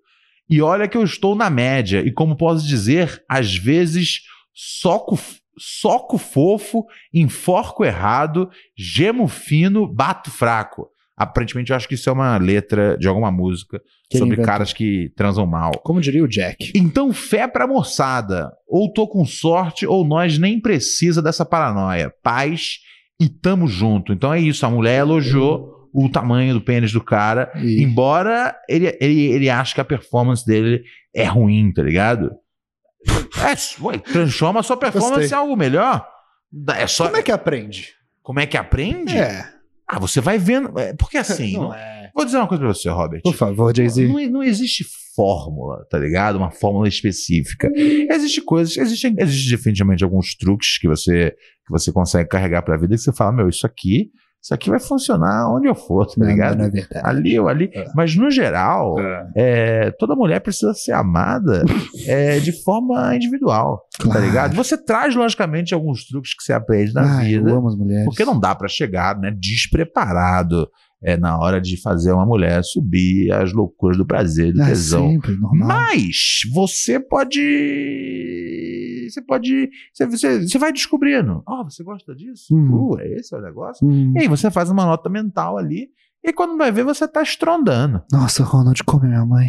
C: E olha que eu estou na média. E como posso dizer, às vezes soco, soco fofo, enforco errado, gemo fino, bato fraco. Aparentemente, eu acho que isso é uma letra de alguma música
D: Que ele
C: sobre
D: inventou.
C: caras que transam mal.
D: Como diria o Jack.
C: Então, fé pra moçada. Ou tô com sorte, ou nós nem precisa dessa paranoia. Paz e tamo junto. Então é isso. A mulher elogiou o tamanho do pênis do cara.
D: E-
C: Embora ele, ele, ele ache que a performance dele é ruim, tá ligado? É, ué, transforma a sua performance
D: Gostei.
C: em algo melhor. Da- É só, é
D: Como é que aprende? É.
C: aprende? Ah, você vai vendo. é, Porque assim.
D: não
C: não-
D: é.
C: Vou dizer uma coisa pra você, Robert.
D: Por favor, Jay-Z.
C: Não, não existe fórmula, tá ligado? Uma fórmula específica. Existe coisas, existem, existe definitivamente alguns truques que você que você consegue carregar pra vida que você fala, meu, isso aqui, isso aqui vai funcionar onde eu for, tá ligado?
D: Não, não é verdade.
C: Ali ou ali.
D: É.
C: Mas no geral, é, toda mulher precisa ser amada é, de forma individual, tá
D: Claro.
C: ligado? Você traz, logicamente, alguns truques que você aprende na
D: Ai,
C: vida.
D: Eu amo as mulheres.
C: Porque não dá pra chegar né, despreparado é, na hora de fazer uma mulher subir as loucuras do prazer, e do
D: Ah,
C: tesão.
D: sempre, normal.
C: Mas você pode. Você pode. Você, você- você vai descobrindo. Ó, você gosta disso?
D: Uhum.
C: Uh, é esse é o negócio?
D: Hum.
C: E aí você faz uma nota mental ali. E quando vai ver, você tá estrondando.
D: Nossa, Ronald, come minha mãe.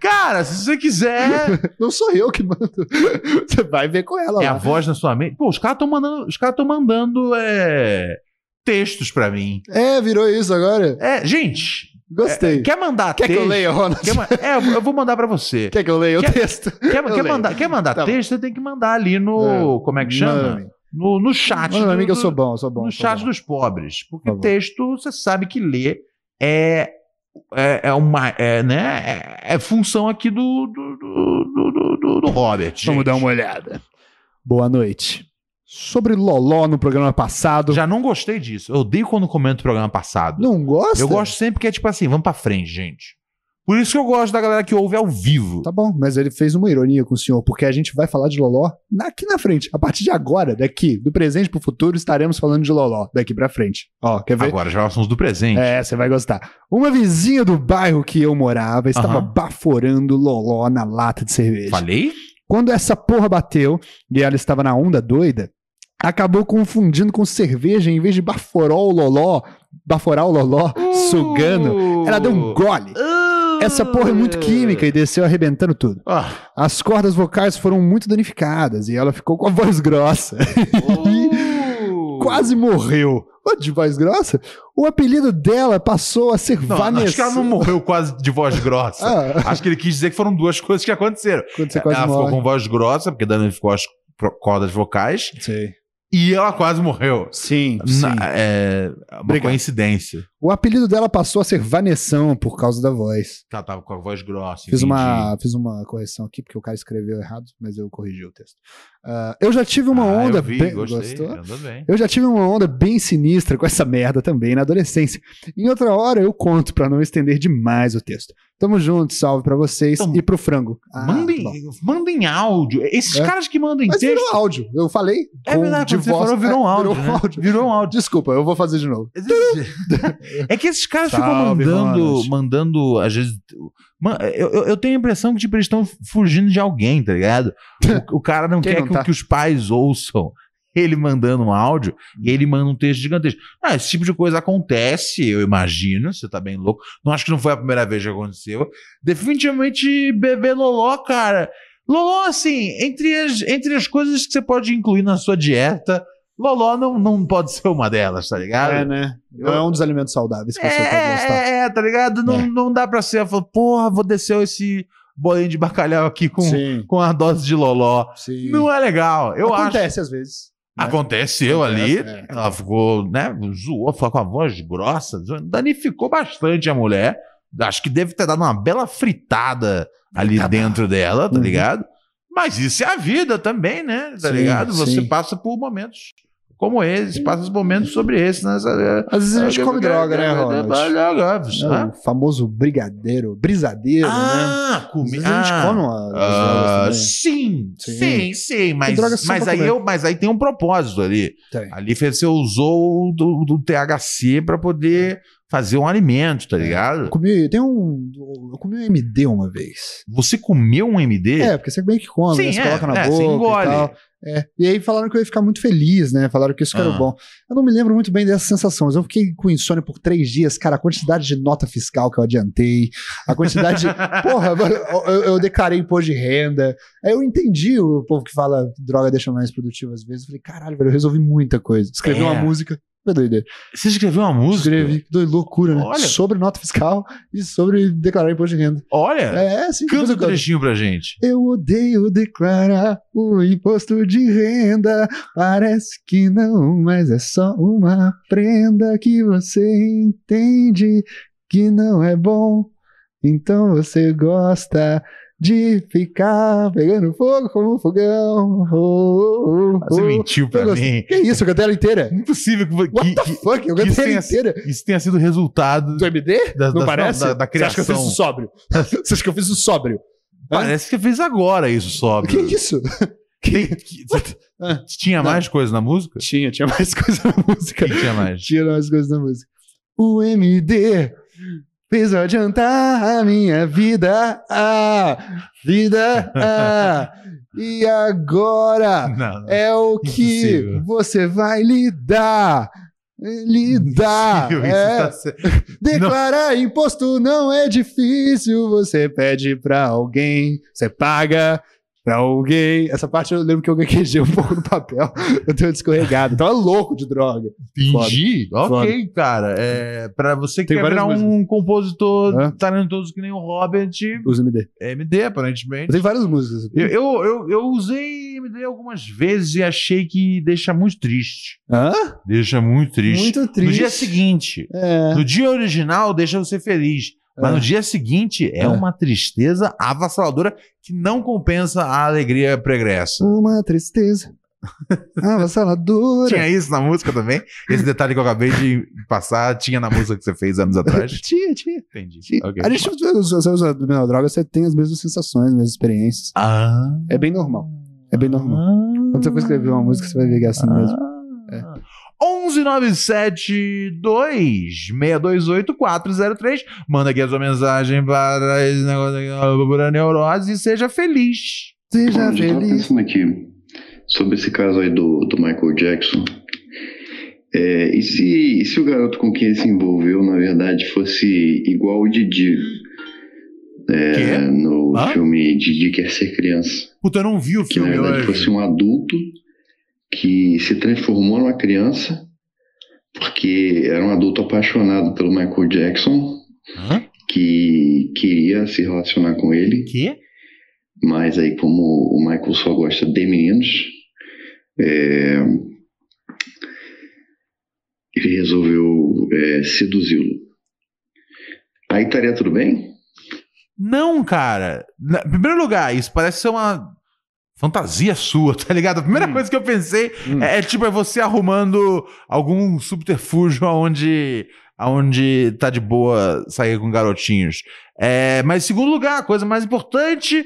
C: Cara, se você quiser.
D: Não sou eu que mando. Você vai ver com ela
C: é a
D: lá.
C: voz na sua mente. Pô, os caras estão mandando. Os caras estão mandando. é, textos pra mim.
D: É, virou isso agora.
C: É, gente,
D: Gostei.
C: Quer mandar
D: É, quer que
C: texto?
D: eu leia, Ronald?
C: Quer ma- é, eu- eu vou mandar pra você.
D: Quer que eu leia
C: Quer-
D: o texto?
C: Quer,
D: eu
C: quer
D: leio.
C: mandar, quer mandar
D: Tá bom.
C: texto, você tem que mandar ali no. Como é que chama?
D: Mano,
C: No, no chat.
D: mano,
C: do-
D: amigo, eu
C: do-
D: sou bom, eu sou bom.
C: No
D: eu sou
C: chat
D: bom. Tá
C: dos pobres. Porque
D: Por favor.
C: texto, você sabe que ler é. É, é uma. É, né? é, é função aqui do. Do, do, do, do- do- do Robert.
D: Vamos
C: gente.
D: dar uma olhada. Boa noite. Sobre Loló no programa passado.
C: Já não gostei disso. Eu odeio quando comento o programa passado.
D: Não gosta?
C: eu gosto sempre que é tipo assim, vamos pra frente, gente. Por isso que eu gosto da galera que ouve ao vivo.
D: Tá bom, mas ele fez uma ironia com o senhor, porque a gente vai falar de Loló na- aqui na frente. A partir de agora, daqui, do presente pro futuro, estaremos falando de Loló daqui pra frente. Ó, quer ver?
C: Agora já são os do presente.
D: É, você vai gostar. Uma vizinha do bairro que eu morava estava
C: Aham.
D: baforando loló na lata de cerveja.
C: Falei?
D: Quando essa porra bateu e ela estava na onda doida, acabou confundindo com cerveja em vez de baforol loló, baforar o loló, sugando. Ela deu
C: Uh.
D: um gole. Essa porra é muito química e desceu arrebentando tudo.
C: Ah,
D: As cordas vocais foram muito danificadas e ela ficou com a voz grossa.
C: uh.
D: Quase morreu. Ô, De voz grossa? O apelido dela passou a ser
C: Não,
D: Vanessa.
C: acho que ela não morreu quase de voz grossa.
D: Ah,
C: Acho que ele quis dizer que foram duas coisas que aconteceram.
D: quando você quase
C: ela
D: morre.
C: ficou com voz grossa, porque danificou as pro- cordas vocais,
D: Sei.
C: E ela quase morreu.
D: Sim,
C: Na- é uma
D: Obrigado.
C: coincidência.
D: O apelido dela passou a ser Vanessão por causa da voz.
C: Ela tava com a voz grossa.
D: Fiz
C: entendi.
D: uma, fiz uma correção aqui, porque o cara escreveu errado, mas eu corrigi o texto. Ah, eu já tive uma
C: Ah,
D: onda.
C: eu vi,
D: bem-
C: gostei.
D: Gostou?
C: Andou bem.
D: Eu já tive uma onda bem sinistra com essa merda também na adolescência. Em outra hora eu conto pra não estender demais o texto. Tamo junto, salve pra vocês
C: Então,
D: e pro frango. Ah,
C: mandem,
D: bom.
C: mandem áudio. Esses
D: É.
C: caras que mandam em
D: Mas
C: texto.
D: virou áudio, eu falei.
C: É
D: com-
C: verdade,
D: de
C: quando você
D: voz-
C: falou, virou um
D: é,
C: áudio.
D: Virou
C: né?
D: um áudio.
C: Virou um áudio.
D: Desculpa, eu vou fazer de novo.
C: É que esses caras ficam
D: Salve,
C: mandando,
D: Ronald.
C: mandando, às vezes. Man- eu, eu- eu tenho a impressão que tipo, eles estão fugindo de alguém, tá ligado? O, o cara não
D: Quem
C: quer
D: não
C: que, o-
D: tá?
C: que os pais ouçam ele mandando um áudio e ele manda um texto gigantesco. Ah, esse tipo de coisa acontece, eu imagino, você tá bem louco. Não acho que não foi a primeira vez que aconteceu. Definitivamente, bebê Loló, cara. Loló, assim, entre as, entre as coisas que você pode incluir na sua dieta, Loló não, não pode ser uma delas, tá ligado?
D: É, né? Não é um dos alimentos saudáveis que você pode gostar.
C: É, é, é, tá ligado? Não,
D: É.
C: não dá pra ser. Falar, Porra, vou descer esse bolinho de bacalhau aqui com,
D: Sim,
C: com a dose de loló.
D: sim.
C: Não é legal. Eu acho.
D: Acontece às vezes. né?
C: Aconteceu ali.
D: Acontece, é.
C: Ela ficou, né? Zoou, ficou com a voz grossa. zoou, Danificou bastante a mulher. Acho que deve ter dado uma bela fritada ali dentro dela, tá
D: Uhum.
C: ligado? Mas isso é a vida também, né? Tá
D: Sim,
C: ligado? Você
D: sim.
C: passa por momentos como esse, passa momentos sobre esse, né? Essa-
D: Às vezes a gente
C: é,
D: come droga, né, Ronald? É,
C: Ronald?
D: o famoso brigadeiro, brisadeiro, né?
C: Ah,
D: Às
C: comi.
D: vezes a gente come um
C: Ah,
D: uma, umas
C: ah,
D: drogas
C: sim,
D: Sim.
C: sim, sim, mas,
D: drogas que são
C: mas
D: pra
C: aí
D: comer.
C: eu, mas aí tem um propósito ali.
D: também. Tem.
C: Ali você usou o do, do THC pra poder fazer um alimento,
D: É.
C: tá ligado?
D: Eu comi, tem um, eu comi um MD uma vez.
C: Você comeu um MD?
D: É, porque você bem que come,
C: Sim,
D: né? Você
C: é,
D: coloca na
C: é,
D: boca
C: você
D: e
C: engole.
D: tal. É. E aí falaram que eu ia ficar muito feliz, né? Falaram que isso que era
C: Ah.
D: bom. Eu não me lembro muito bem dessa sensação, mas eu fiquei com insônia por três dias, cara. A quantidade de nota fiscal que eu adiantei, a quantidade de. Porra, mano, eu, eu declarei imposto de renda. Aí eu entendi o povo que fala que droga deixa mais produtivo às vezes. Eu falei, caralho, velho, eu resolvi muita coisa. Escrevi
C: É.
D: uma música. Meu doideira.
C: Você escreveu uma música?
D: Escrevi, doido, loucura, né?
C: Olha.
D: Sobre nota fiscal e sobre declarar imposto de renda.
C: Olha,
D: É, assim,
C: canta um
D: coisa-
C: trechinho pra gente.
D: eu odeio declarar o imposto de renda. Parece que não, mas é só uma prenda que você entende que não é bom. Então você gosta de ficar pegando fogo como um fogão. Oh, oh, oh,
C: Você
D: oh.
C: mentiu pra
D: Eu gostei.
C: mim.
D: Que isso, eu cantei ela inteira?
C: Impossível que,
D: What
C: que-
D: the
C: que
D: fuck? Eu
C: que
D: cantei
C: sem
D: ela
C: é essa-
D: inteira?
C: isso tenha sido o resultado
D: Do MD?
C: da,
D: Não
C: da-
D: parece?
C: da, da
D: Você acha que eu fiz
C: criação.
D: isso sóbrio? Você acha que eu fiz isso sóbrio?
C: Parece que fez agora isso, sobe.
D: Que isso?
C: Tem- que- você-
D: Ah.
C: tinha
D: Não.
C: mais coisa na música?
D: Tinha, tinha mais coisa na música.
C: O que tinha mais?
D: Tira as coisas da música. O MD fez eu adiantar a minha vida, a vida, a. E agora
C: Não, não.
D: é o que
C: Impossível.
D: você vai lidar. Lidar.
C: Isso
D: é.
C: tá certo.
D: Declarar imposto não é difícil. Você pede pra alguém, você paga pra alguém. Essa parte eu lembro que eu gaguejei um pouco no papel. Eu tenho escorregado. Então é louco de droga.
C: Entendi? Ok, cara. É, pra você que
D: Tem
C: quer
D: várias
C: virar um compositor
D: Hã?
C: talentoso que nem o Robert,
D: Os MD.
C: MD,
D: Eu
C: aparentemente.
D: tenho várias músicas.
C: Eu, eu, eu, eu usei MD algumas vezes e achei que deixa muito triste.
D: Hã?
C: Deixa muito triste.
D: Muito triste.
C: No dia seguinte.
D: É.
C: No dia original deixa você feliz. Mas
D: É.
C: no dia seguinte é,
D: É.
C: uma tristeza avassaladora que não compensa a alegria pregressa.
D: Uma tristeza. Avassaladora.
C: Tinha isso na música também? Esse detalhe que eu acabei de passar tinha na música que você fez anos atrás?
D: Tinha, tinha.
C: Entendi.
D: tinha.
C: Ok.
D: A gente, se você usa a mesma droga, você tem as mesmas sensações, as mesmas experiências.
C: Ah.
D: É bem normal. É bem normal.
C: Ah.
D: Quando você for escrever uma música, você vai ver que é assim mesmo. É.
C: 1197-2628403. Manda aqui a sua mensagem para esse negócio aqui, para a neurose e seja feliz.
D: Seja
F: a gente tava
D: feliz.
F: pensando aqui sobre esse caso aí do, do Michael Jackson. É, e, se, e se o garoto com quem ele se envolveu, na verdade, fosse igual o Didi é,
C: Quê?
F: no
C: Hã?
F: filme Didi Quer Ser Criança?
C: Puta, eu não vi o
F: Que na
C: filme
F: verdade
C: hoje.
F: fosse um adulto que se transformou numa criança porque era um adulto apaixonado pelo Michael Jackson
C: Hã?
F: que queria se relacionar com ele.
C: Quê?
F: Mas aí, como o Michael só gosta de meninos, é, Ele resolveu é, seduzi-lo. Aí estaria tudo bem?
C: Não, cara. Na- Em primeiro lugar, isso parece ser uma fantasia sua, tá ligado? A primeira coisa que eu pensei
D: Hum.
C: é, é, tipo, é você arrumando algum subterfúgio aonde, aonde tá de boa sair com garotinhos. É, mas em segundo lugar, a coisa mais importante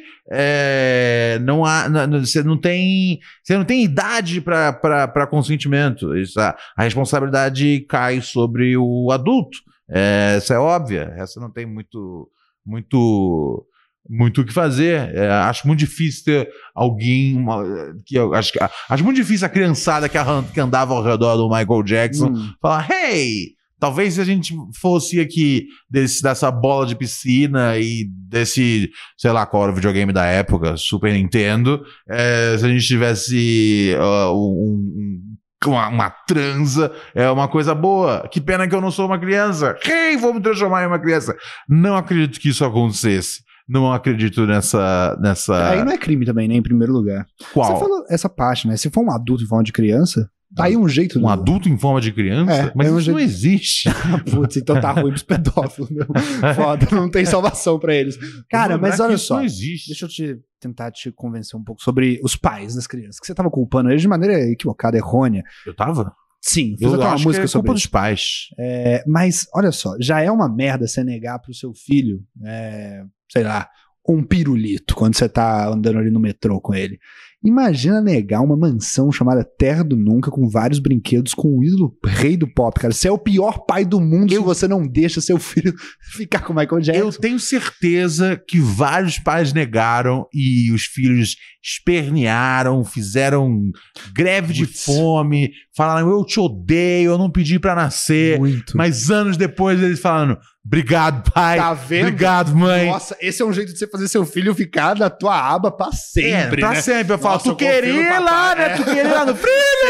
C: é, não há, não- não- você não tem, você não tem idade para consentimento. Isso, a, a responsabilidade cai sobre o adulto. É, essa é óbvia. Essa não tem muito, muito, muito o que fazer. É, acho muito difícil ter alguém uma- que eu acho, que- acho muito difícil a criançada que, arran- que andava ao redor do Michael Jackson
D: Hum.
C: falar: hey, talvez se a gente fosse aqui desse, dessa bola de piscina e desse, sei lá qual era o videogame da época, Super Nintendo, eh, se a gente tivesse ah, um- um- uma, uma transa, é uma coisa boa. Que pena que eu não sou uma criança. Hey, vou me transformar em uma criança. Não acredito que isso acontecesse. Não acredito nessa. nessa
D: Aí não é crime também, né? Em primeiro lugar. Você falou essa parte, né? Se for um adulto em forma de criança, tá aí um jeito.
C: Um
D: do-
C: adulto em forma de criança?
D: É,
C: Mas
D: é um
C: isso
D: jeito-
C: não existe.
D: Putz, então tá ruim pros pedófilos, meu. Foda, não tem salvação pra eles. Cara,
C: Lembrar
D: mas
C: é que
D: olha
C: isso
D: só.
C: Não existe.
D: Deixa eu te tentar te convencer um pouco sobre os pais das crianças, que você tava culpando eles de maneira equivocada, errônea.
C: Eu tava?
D: Sim, fiz
C: Eu
D: até uma
C: acho
D: música
C: que é
D: sobre
C: culpa
D: isso.
C: dos pais.
D: É, mas, olha só, já é uma merda você negar pro seu filho, é, sei lá, um pirulito quando você tá andando ali no metrô com ele. Imagina negar uma mansão chamada Terra do Nunca com vários brinquedos com o ídolo rei do pop, cara. Você é o pior pai do mundo se você não deixa seu filho ficar com o Michael
C: Eu
D: Jackson.
C: tenho certeza que vários pais negaram e os filhos espernearam, fizeram greve de
D: Putz.
C: fome, falaram eu te odeio, eu não pedi pra nascer.
D: Muito.
C: Mas anos depois eles falando obrigado pai,
D: tá vendo?
C: obrigado mãe.
D: Nossa, esse é um jeito de você fazer seu filho ficar na tua aba pra sempre,
C: é, pra
D: né?
C: sempre. Eu falo,
D: Nossa,
C: tu
D: eu confio
C: queria
D: no
C: ir
D: papai,
C: lá, né?
D: é.
C: Tu queria ir lá no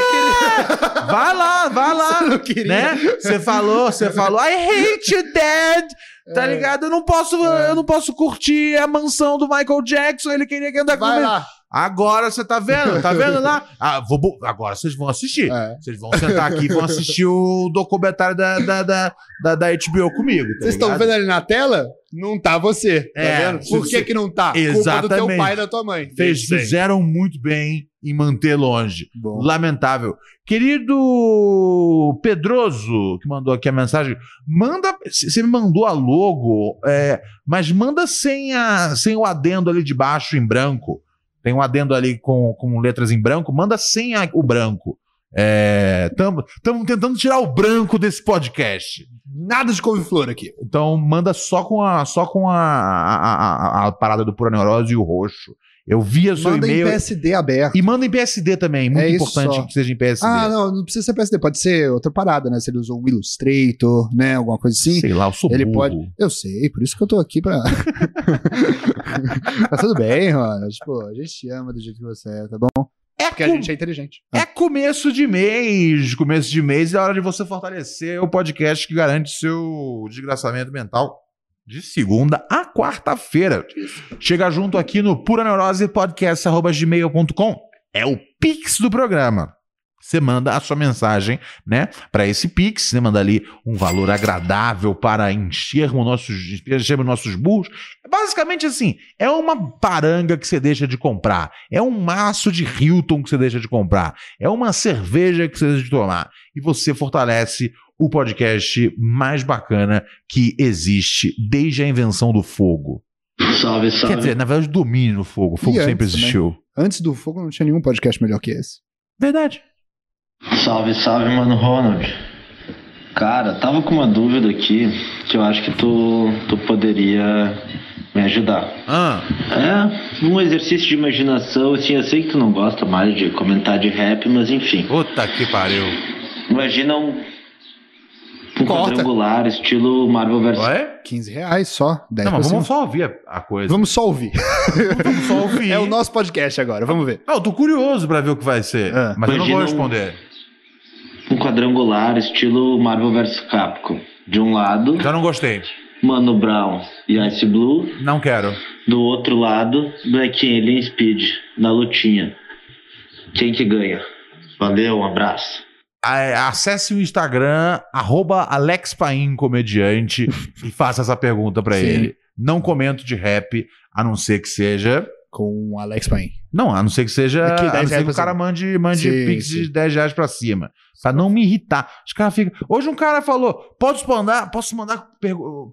C: filho! Vai lá, vai lá.
D: Você não queria.
C: né? Você falou, você falou, I hate you, Dad! Tá
D: É.
C: ligado? Eu não posso, eu não posso curtir a mansão do Michael Jackson, ele queria que andar
D: Vai
C: comigo.
D: lá.
C: Agora você tá vendo? Tá vendo lá? Ah, vou, bo- agora vocês vão assistir.
D: É.
C: Vocês vão sentar aqui e vão assistir o documentário da, da, da, da, da HBO comigo. tá
D: Vocês estão
C: ligado?
D: vendo ali na tela? Não tá você. Tá
C: É,
D: vendo? Por
C: se-
D: que, que não tá? Culpa do
C: Exatamente.
D: teu pai e da tua mãe.
C: Vocês
D: Bem.
C: fizeram muito bem em manter longe.
D: Bom.
C: Lamentável. Querido Pedroso, que mandou aqui a mensagem, manda. c- Você me mandou a logo, é, mas manda sem, a, sem o adendo ali de baixo em branco. Tem um adendo ali com, com letras em branco, manda sem a- o branco. Estamos tentando tirar o branco desse podcast.
D: Nada de couve-flor aqui.
C: Então manda só com a só com a, a, a- a parada do pura neurose e o roxo. Eu via seu
D: Manda em
C: e-mail.
D: PSD aberto.
C: E manda em PSD também. Muito
D: É isso
C: importante
D: só.
C: que seja em PSD.
D: Ah, não, não precisa ser PSD, pode ser outra parada, né? Se ele usou um Illustrator, né? Alguma coisa assim.
C: Sei lá, eu sou
D: Ele
C: burro.
D: pode- Eu sei, por isso que eu tô aqui pra. tá tudo bem, Ronald. Tipo, a gente te ama do jeito que você é, tá bom?
C: É,
D: Porque a
C: com-
D: gente é inteligente.
C: é começo de mês. Começo de mês é a hora de você fortalecer o podcast que garante seu desgraçamento mental de segunda a quarta-feira. Chega junto aqui no pura neurose podcast@gmail.com. É o pix do programa. Você manda a sua mensagem, né, para esse pix, você manda ali um valor agradável para enchermos nossos, enchermos nossos burros. Basicamente assim, é uma paranga que você deixa de comprar, é um maço de Hilton que você deixa de comprar, é uma cerveja que você deixa de tomar e você fortalece o podcast mais bacana que existe desde a invenção do fogo.
F: Salve, salve.
C: Quer dizer, na verdade, domínio no fogo. O fogo
D: E
C: sempre
D: antes também.
C: existiu.
D: Antes do fogo não tinha nenhum podcast melhor que esse.
C: Verdade.
F: Salve, salve, mano Ronald. Cara, tava com uma dúvida aqui que eu acho que tu, tu poderia me ajudar.
C: Ah,
F: É, um exercício de imaginação, assim, eu sei que tu não gosta mais de comentar de rap, mas enfim.
C: puta que pariu.
F: Imagina um, um
D: Corta.
F: quadrangular, estilo Marvel vs.
C: Ué?
D: 15 reais só,
C: Não,
D: 10 pra
C: mas
D: cima.
C: vamos só ouvir a- a coisa.
D: tipo assim, Vamos só ouvir.
C: Vamos só ouvir.
D: É o nosso podcast agora, vamos ver.
C: Ah, eu tô curioso pra ver o que vai ser.
D: É.
C: Mas eu não vou
F: Imagina um-
C: responder.
F: Um quadrangular, estilo Marvel vs. Capcom. De um lado,
C: Já não gostei.
F: Mano Brown e Ice Blue.
C: Não quero.
F: Do outro lado, Black Alien e Speed, na lutinha. Quem que ganha? Valeu, um abraço.
C: a- É, acesse o Instagram, arroba Alex Paim Comediante, e faça essa pergunta pra
G: Sim.
C: ele. Não comento de rap, a não ser que seja.
G: Com o Alex Paim.
C: Não, a não ser que seja.
G: Aqui,
C: a
G: 10
C: não ser
G: reais
C: que
G: pra
C: o cara
G: cima.
C: mande, mande
G: Sim,
C: pix de
G: sim.
C: 10 reais pra cima. Pra não me irritar. Os caras ficam. Hoje um cara falou: posso mandar, posso mandar pergu-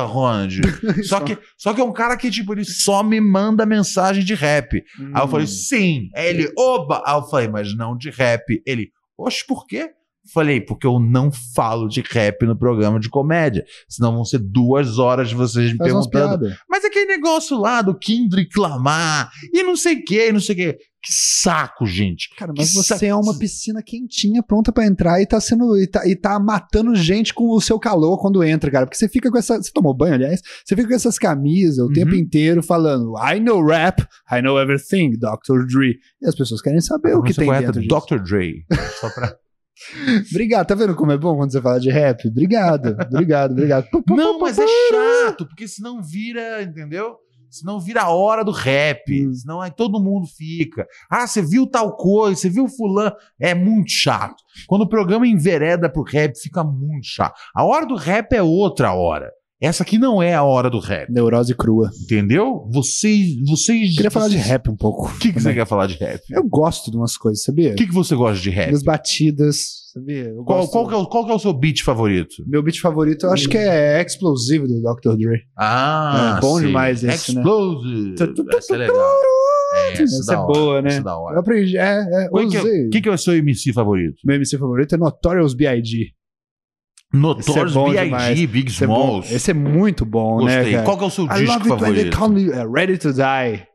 C: Ronald? só, que, só que é um cara que, tipo, ele só me manda mensagem de rap. Aí eu
G: Hum.
C: falei, sim. Aí ele, oba! Aí eu falei, mas não de rap. Ele, oxe, por quê? Falei, porque eu não falo de rap no programa de comédia. Senão vão ser duas horas de vocês me
D: Faz umas
C: perguntando.
D: piadas.
C: Mas é aquele negócio lá do Kindred clamar e não sei o que, não sei o que. Que saco, gente.
D: Cara,
C: Que
D: mas
C: saco.
D: você é uma piscina quentinha, pronta pra entrar e tá sendo e tá, e tá matando gente com o seu calor quando entra, cara. Porque você fica com essa, você tomou banho, aliás, você fica com essas camisas o
C: Uhum.
D: tempo inteiro falando I know rap, I know everything, Dr. Dre. E as pessoas querem saber o que
C: Pronúncia
D: tem
C: correta,
D: dentro disso.
C: Dr. Dre. Só pra...
D: Obrigado, tá vendo como é bom quando você fala de rap? Obrigado, obrigado, obrigado. Pum, pum,
C: não,
D: pum,
C: mas
D: pum,
C: é
D: pum.
C: chato, porque senão vira, entendeu? Senão vira a hora do
D: Hum.
C: rap. Senão aí todo mundo fica. Ah, você viu tal coisa, você viu fulano. É muito chato. Quando o programa envereda pro rap, fica muito chato. A hora do rap é outra hora. Essa aqui não é a hora do rap,
D: Neurose crua.
C: entendeu? Vocês. vocês
D: Queria falar de
C: vocês-
D: rap um pouco.
C: O que, que você
D: também.
C: quer falar de rap?
D: Eu gosto de umas coisas, sabia?
C: O que, que você gosta de rap?
D: Das batidas, sabia? Eu
C: Qual,
D: gosto-
C: qual que é o, qual que é o seu beat favorito?
D: Meu beat favorito, eu acho que é Explosivo do Dr. Dre.
C: Ah,
D: É, bom
C: sim.
D: demais esse, né?
C: Explode.
D: Tu, tu, tu,
C: Essa é
D: tu,
C: legal. Essa,
D: Essa
C: da
D: é
C: hora,
D: boa, né?
C: Essa da
D: Eu
C: hora.
D: aprendi. É, é,
C: Qual que é-
D: usei.
C: O que, que é o seu MC favorito?
D: Meu MC favorito é Notorious B.I.G.
C: Notorious
D: é bom
C: B.I.G.,
D: demais.
C: Big
D: Esse, é bom.
C: Smalls.
D: Esse é muito bom, né?
C: Gostei.
D: Cara?
C: Qual que é o seu
D: I
C: disco
D: love it when they
C: favorito?
D: call me uh, Ready to Die.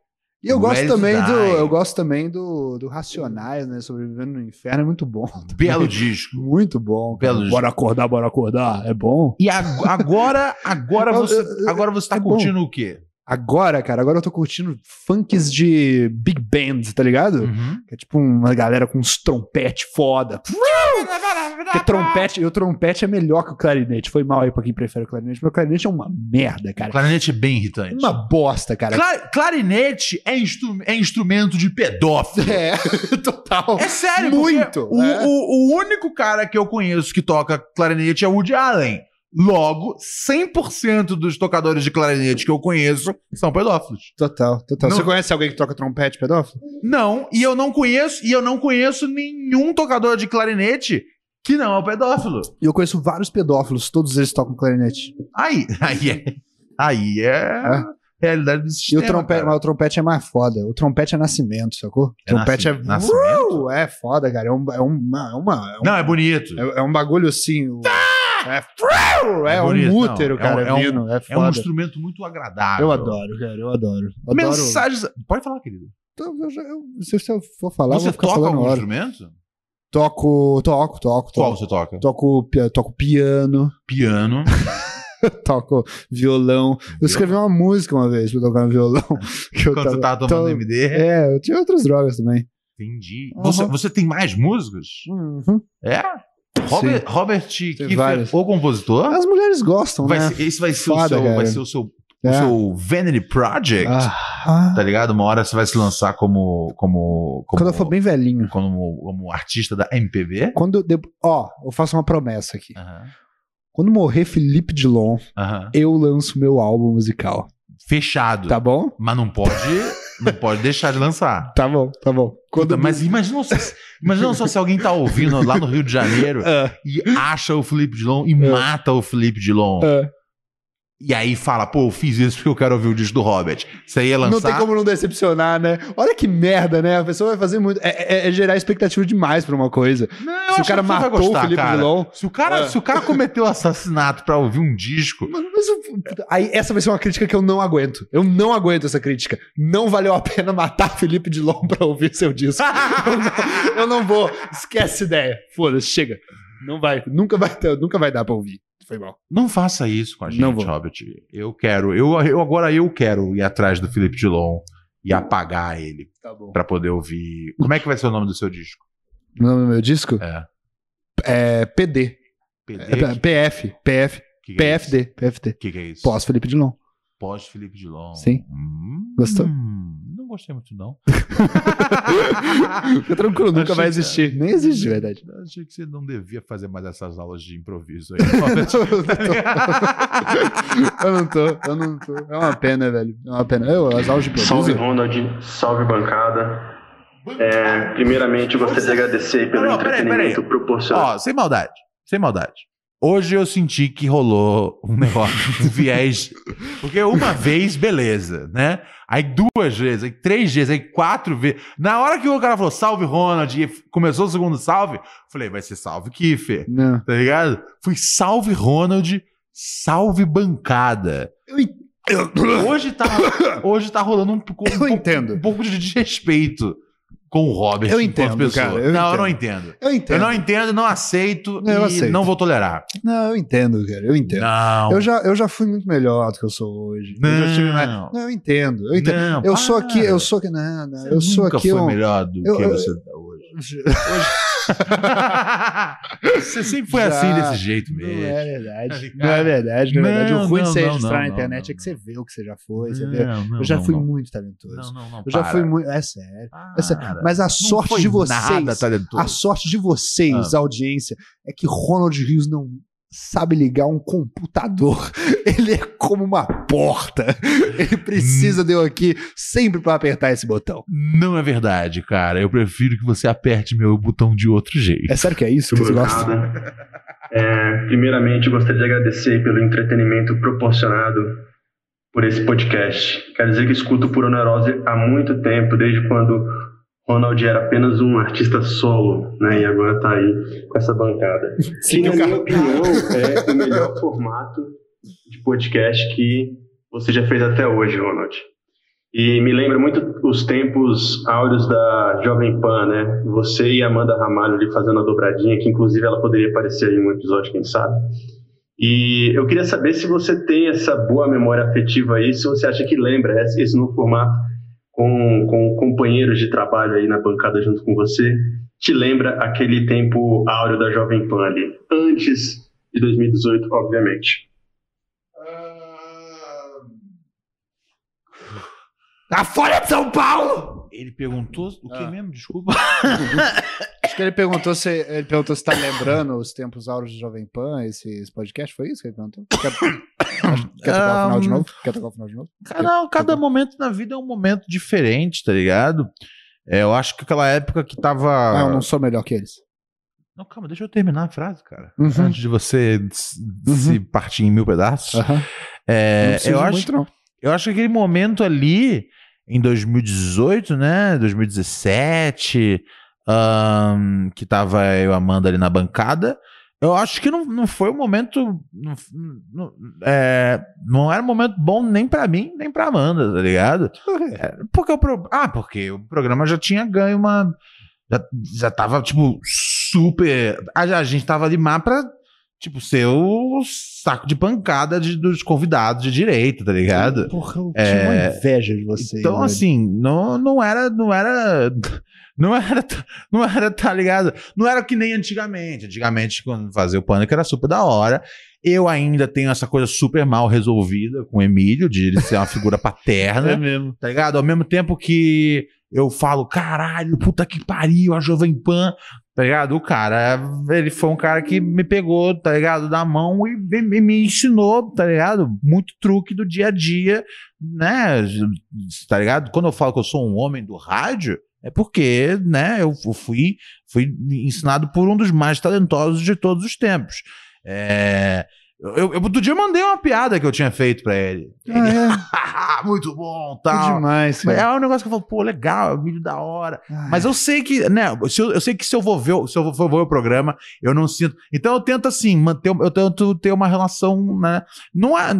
D: E eu gosto
C: Ready to
D: também do.
C: Die.
D: Eu gosto também do, do Racionais, né? Sobrevivendo no Inferno é muito bom. também.
C: Belo disco.
D: Muito bom. cara.
C: Belo-
D: bora acordar, bora acordar. É bom.
C: E ag- agora, agora
D: Eu-
C: você,
D: eu-
C: agora você tá
D: é bom.
C: curtindo o quê?
D: Agora, cara, agora eu tô curtindo funks de Big Band, tá ligado?
C: Uhum.
D: Que é tipo uma galera com uns trompete foda. Porque trompete, e o trompete é melhor que o clarinete. Foi mal aí pra quem prefere o clarinete, mas o clarinete é uma merda, cara.
C: Clarinete é bem irritante.
D: Uma bosta, cara.
C: Cla- clarinete é, instru- é instrumento de pedófilo.
D: É, total.
C: É sério, porque
D: Muito,
C: O,
D: é.
C: o- o único cara que eu conheço que toca clarinete é o Woody Allen. Logo, 100% dos tocadores de clarinete que eu conheço são pedófilos.
D: Total, total.
C: Não-
D: Você conhece alguém que toca trompete pedófilo?
C: Não, e eu não conheço, e eu não conheço nenhum tocador de clarinete que não é um pedófilo.
D: E eu conheço vários pedófilos, todos eles tocam clarinete.
C: Aí, aí é. Aí é.
D: É.
C: Realidade do
D: E
C: sistema.
D: o trompete,
C: cara.
D: mas o trompete é mais foda. O trompete é nascimento, sacou?
C: É
D: trompete
C: nasci- nascimento?
D: Uh, é foda, cara. É, um, é, uma, é, uma, é um-
C: Não, é bonito.
D: é- é um bagulho assim. o- É, é,
C: É
D: um
C: bonito,
D: útero,
C: não. É um-
D: cara.
C: é um-
D: vindo, é
C: É um
D: foda.
C: instrumento muito agradável.
D: eu adoro, cara. Eu adoro. adoro.
C: Mensagens. Pode falar, querido.
D: Então, eu já- eu- se eu for falar, eu
C: você
D: vou ficar
C: toca
D: falando
C: algum
D: hora.
C: instrumento?
D: Toco, toco, toco,
C: Qual
D: toco.
C: você toca?
D: Toco, pia- toco piano,
C: Piano.
D: toco violão. Eu escrevi uma música uma vez pra tocar no violão. que eu
C: Quando você tava tomando
D: então,
C: MD.
D: É, eu tinha outras drogas também.
C: Entendi.
D: Aham.
C: Você, você tem mais músicas?
D: Uhum.
C: É? Robert, Robert Kiefer,
D: várias.
C: o compositor?
D: As mulheres gostam,
C: Vai
D: né?
C: ser- esse vai ser, o
D: Foda,
C: seu,
D: cara.
C: vai ser o seu, o
D: É.
C: seu Vanity Project,
D: Ah,
C: tá ligado? Uma hora você vai se lançar como como como,
D: quando eu for bem velhinho.
C: como, como artista da MPB.
D: Quando eu de- Ó, eu faço uma promessa aqui.
C: Aham.
D: Quando morrer Felipe Dilon,
C: Aham.
D: eu lanço meu álbum musical.
C: Fechado.
D: Tá bom?
C: Mas não pode, não pode deixar de lançar.
D: Tá bom, tá bom. Quando
C: Puta, mas imagina só, se- imagina só se alguém tá ouvindo lá no Rio de Janeiro
D: Ah.
C: e acha o Felipe Dilon
D: É.
C: e mata o Felipe Dilon.
D: Ah.
C: E aí fala, pô, eu fiz isso porque eu quero ouvir o disco do Hobbit. Você ia
D: Não tem
C: lançar.
D: como não decepcionar, né? Olha que merda, né? A pessoa vai fazer muito. É, é- é gerar expectativa demais pra uma coisa.
C: Não, eu acho
D: Se o cara
C: que você vai
D: matou o
C: gostar,
D: Felipe
C: cara.
D: Dilon.
C: Se o cara,
D: Ah.
C: se o cara cometeu assassinato pra ouvir um disco,
D: Mano, mas eu- aí essa vai ser uma crítica que eu não aguento. Eu não aguento essa crítica. Não valeu a pena matar Felipe Dilon pra ouvir seu disco. eu, não, eu não vou. Esquece essa ideia. Foda-se, chega. Não vai. Nunca vai, ter- nunca vai dar pra ouvir. Foi mal.
C: não faça isso com a gente,
D: Não vou.
C: Hobbit. Eu quero, eu, eu agora eu quero ir atrás do Felipe Dilon e apagar ele
D: Tá bom.
C: pra poder ouvir. Como é que vai ser o nome do seu disco?
D: O nome do meu disco
C: É.
D: é PD.
C: PD?
D: É, PF. PF.
C: Que que é isso?
D: PFD. PFD.
C: Que que é isso?
D: Pós Felipe Dilon.
C: Pós Felipe Dilon.
D: Sim.
C: Hum,
D: Gostou?
C: Não
G: gostei muito, não.
D: Fica tranquilo, nunca
C: Achei que-
D: vai
C: tá.
D: existir. Nem existe, de verdade.
C: Achei que você não devia fazer mais essas aulas de improviso aí.
D: Eu não tô, eu não tô. É uma pena, velho. É uma pena. Eu, as aulas de
H: Salve
D: produção.
H: Ronald, salve bancada. É, primeiramente, eu gostaria de agradecer pelo
C: Não, não, peraí,
H: entretenimento proporcionado.
C: Ó, sem maldade, sem maldade. Hoje eu senti que rolou um negócio, um viés. Porque uma vez, beleza, né? Aí duas vezes, aí três vezes, aí quatro vezes. Na hora que o cara falou salve, Ronald, e começou o segundo salve, falei, vai ser salve, Kiffer.
D: Não.
C: Tá ligado? Fui salve, Ronald, salve, bancada. Hoje tá, hoje tá rolando um, pouco- um
D: Eu
C: pouco-
D: entendo.
C: um pouco de desrespeito com o Robert.
D: Eu
C: enquanto
D: entendo,
C: pessoa.
D: cara, eu
C: não, eu não
D: entendo.
C: entendo.
D: Eu
C: Eu
D: entendo.
C: não entendo, não aceito
D: Não, eu
C: e
D: aceito.
C: não vou tolerar.
D: Não, eu entendo, cara. Eu entendo.
C: Não.
D: Eu já, eu já fui muito melhor do que eu sou hoje. Eu já tive mais-
C: Não.
D: Não, eu entendo. Eu, entendo.
C: Não,
D: eu sou aqui,
C: para.
D: eu sou aqui. Não, não,
C: Você
D: eu sou
C: nunca
D: aqui
C: foi
D: um.
C: melhor do
D: eu-
C: que
D: eu-
C: você tá hoje. você sempre foi
D: Já.
C: assim, desse jeito
D: Não
C: mesmo.
D: é verdade.
C: Tá
D: Não é verdade, não é
C: Não,
D: verdade. O ruim de
C: não,
D: você
C: não,
D: registrar
C: não,
D: na
C: não,
D: internet
C: não.
D: é que você vê o que você já foi, você vê.
C: Não, não,
D: Eu já
C: não,
D: fui
C: não.
D: muito talentoso.
C: Não, não, não.
D: eu já
C: para.
D: fui muito. É sério. É sério.
C: Para.
D: Mas a
C: Não
D: sorte
C: foi
D: de vocês.
C: Nada tá, talentoso.
D: A sorte de
C: Ah.
D: vocês, audiência, é que Ronald Rios não sabe ligar um computador. Ele é como uma porta. Ele precisa de eu aqui sempre pra apertar esse botão.
C: Não é verdade, cara. Eu prefiro que você aperte meu botão de outro jeito.
D: É sério que é isso que você gosta?
H: Bancada. É, primeiramente, eu gostaria de agradecer pelo entretenimento proporcionado por esse podcast. Quero dizer que escuto por Onerose há muito tempo, desde quando Ronald era apenas um artista solo, né? E agora tá aí com essa bancada. que, na minha opinião, é o melhor formato de podcast que você já fez até hoje, Ronald. E me lembra muito os tempos áureos da Jovem Pan, né? Você e Amanda Ramalho ali fazendo a dobradinha, que inclusive ela poderia aparecer aí em um episódio, quem sabe. E eu queria saber se você tem essa boa memória afetiva aí, se você acha que lembra esse esse novo formato com, com companheiros de trabalho aí na bancada junto com você, te lembra aquele tempo áureo da Jovem Pan ali, antes de 2018, obviamente.
D: Tá
C: A Folha de São Paulo! Ele perguntou o que
D: Ah.
C: mesmo? Desculpa.
D: Acho que ele perguntou se ele perguntou se tá lembrando os tempos áureos do Jovem Pan, esse, esse podcast. Foi isso que ele perguntou? Quer, quer tocar o final de
C: Ah,
D: novo? Quer tocar o final de novo?
C: Cara, não, cada momento na vida é um momento diferente, tá ligado? É, eu acho que aquela época que tava.
D: Ah, eu não sou melhor que eles.
C: Não, calma, deixa eu terminar a frase, cara.
D: Uhum.
C: Antes de você s- se partir em mil pedaços. É,
D: Não precisa
C: eu, acho,
D: muito, não.
C: eu acho que aquele momento ali, em 2018, né? 2017, ahn, que tava eu e a Amanda ali na bancada. Eu acho que não, não foi um momento. Não, f- não- é, não era um momento bom nem pra mim, nem pra Amanda, tá ligado? Porque o pro... Ah, porque o programa já tinha ganho uma. Já, já tava, tipo, super. A, a gente tava ali má pra, tipo, ser o saco de pancada de- dos convidados de direito, tá ligado?
D: Porra, eu
C: É,
D: tinha uma inveja de vocês. né?
C: Então,
D: velho.
C: assim, não, não era. Não era. Não era, t- não era, tá ligado? Não era que nem antigamente. Antigamente, quando fazia o pânico, era super da hora. Eu ainda tenho essa coisa super mal resolvida com o Emílio, de ele ser uma figura paterna.
D: É mesmo.
C: tá ligado? Ao mesmo tempo que eu falo, caralho, puta que pariu, a Jovem Pan, tá ligado? O cara, ele foi um cara que me pegou, tá ligado? Da mão e, me- me ensinou, tá ligado? Muito truque do dia a dia, né? Tá ligado? Quando eu falo que eu sou um homem do rádio, é porque, né, eu fui, fui ensinado por um dos mais talentosos de todos os tempos. É. Eu, eu, outro dia eu mandei uma piada que eu tinha feito pra ele.
D: Ah, é,
C: Muito bom,
D: é
C: tal.
D: demais,
C: Mas
D: cara.
C: É um negócio que eu falo, pô, legal, é um vídeo da hora.
D: Ah,
C: Mas eu sei que, né? se eu, eu sei que se eu vou ver, o- se eu for ver o programa, eu não sinto. Então eu tento, assim, manter, eu tento ter uma relação, né? Não é,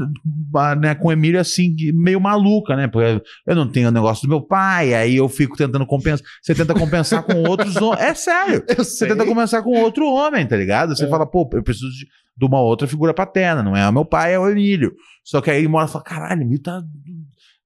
C: ah, né, com o Emílio, assim, que meio maluca, né? Porque eu não tenho o negócio do meu pai, aí eu fico tentando compensar. Você tenta compensar com outros homens. É sério.
D: eu
C: Você tenta começar com outro homem, tá ligado? Você fala, pô, eu preciso de, de uma outra figura paterna, não é o meu pai, é o Emílio. Só que aí mora e fala, caralho, o Emílio tá.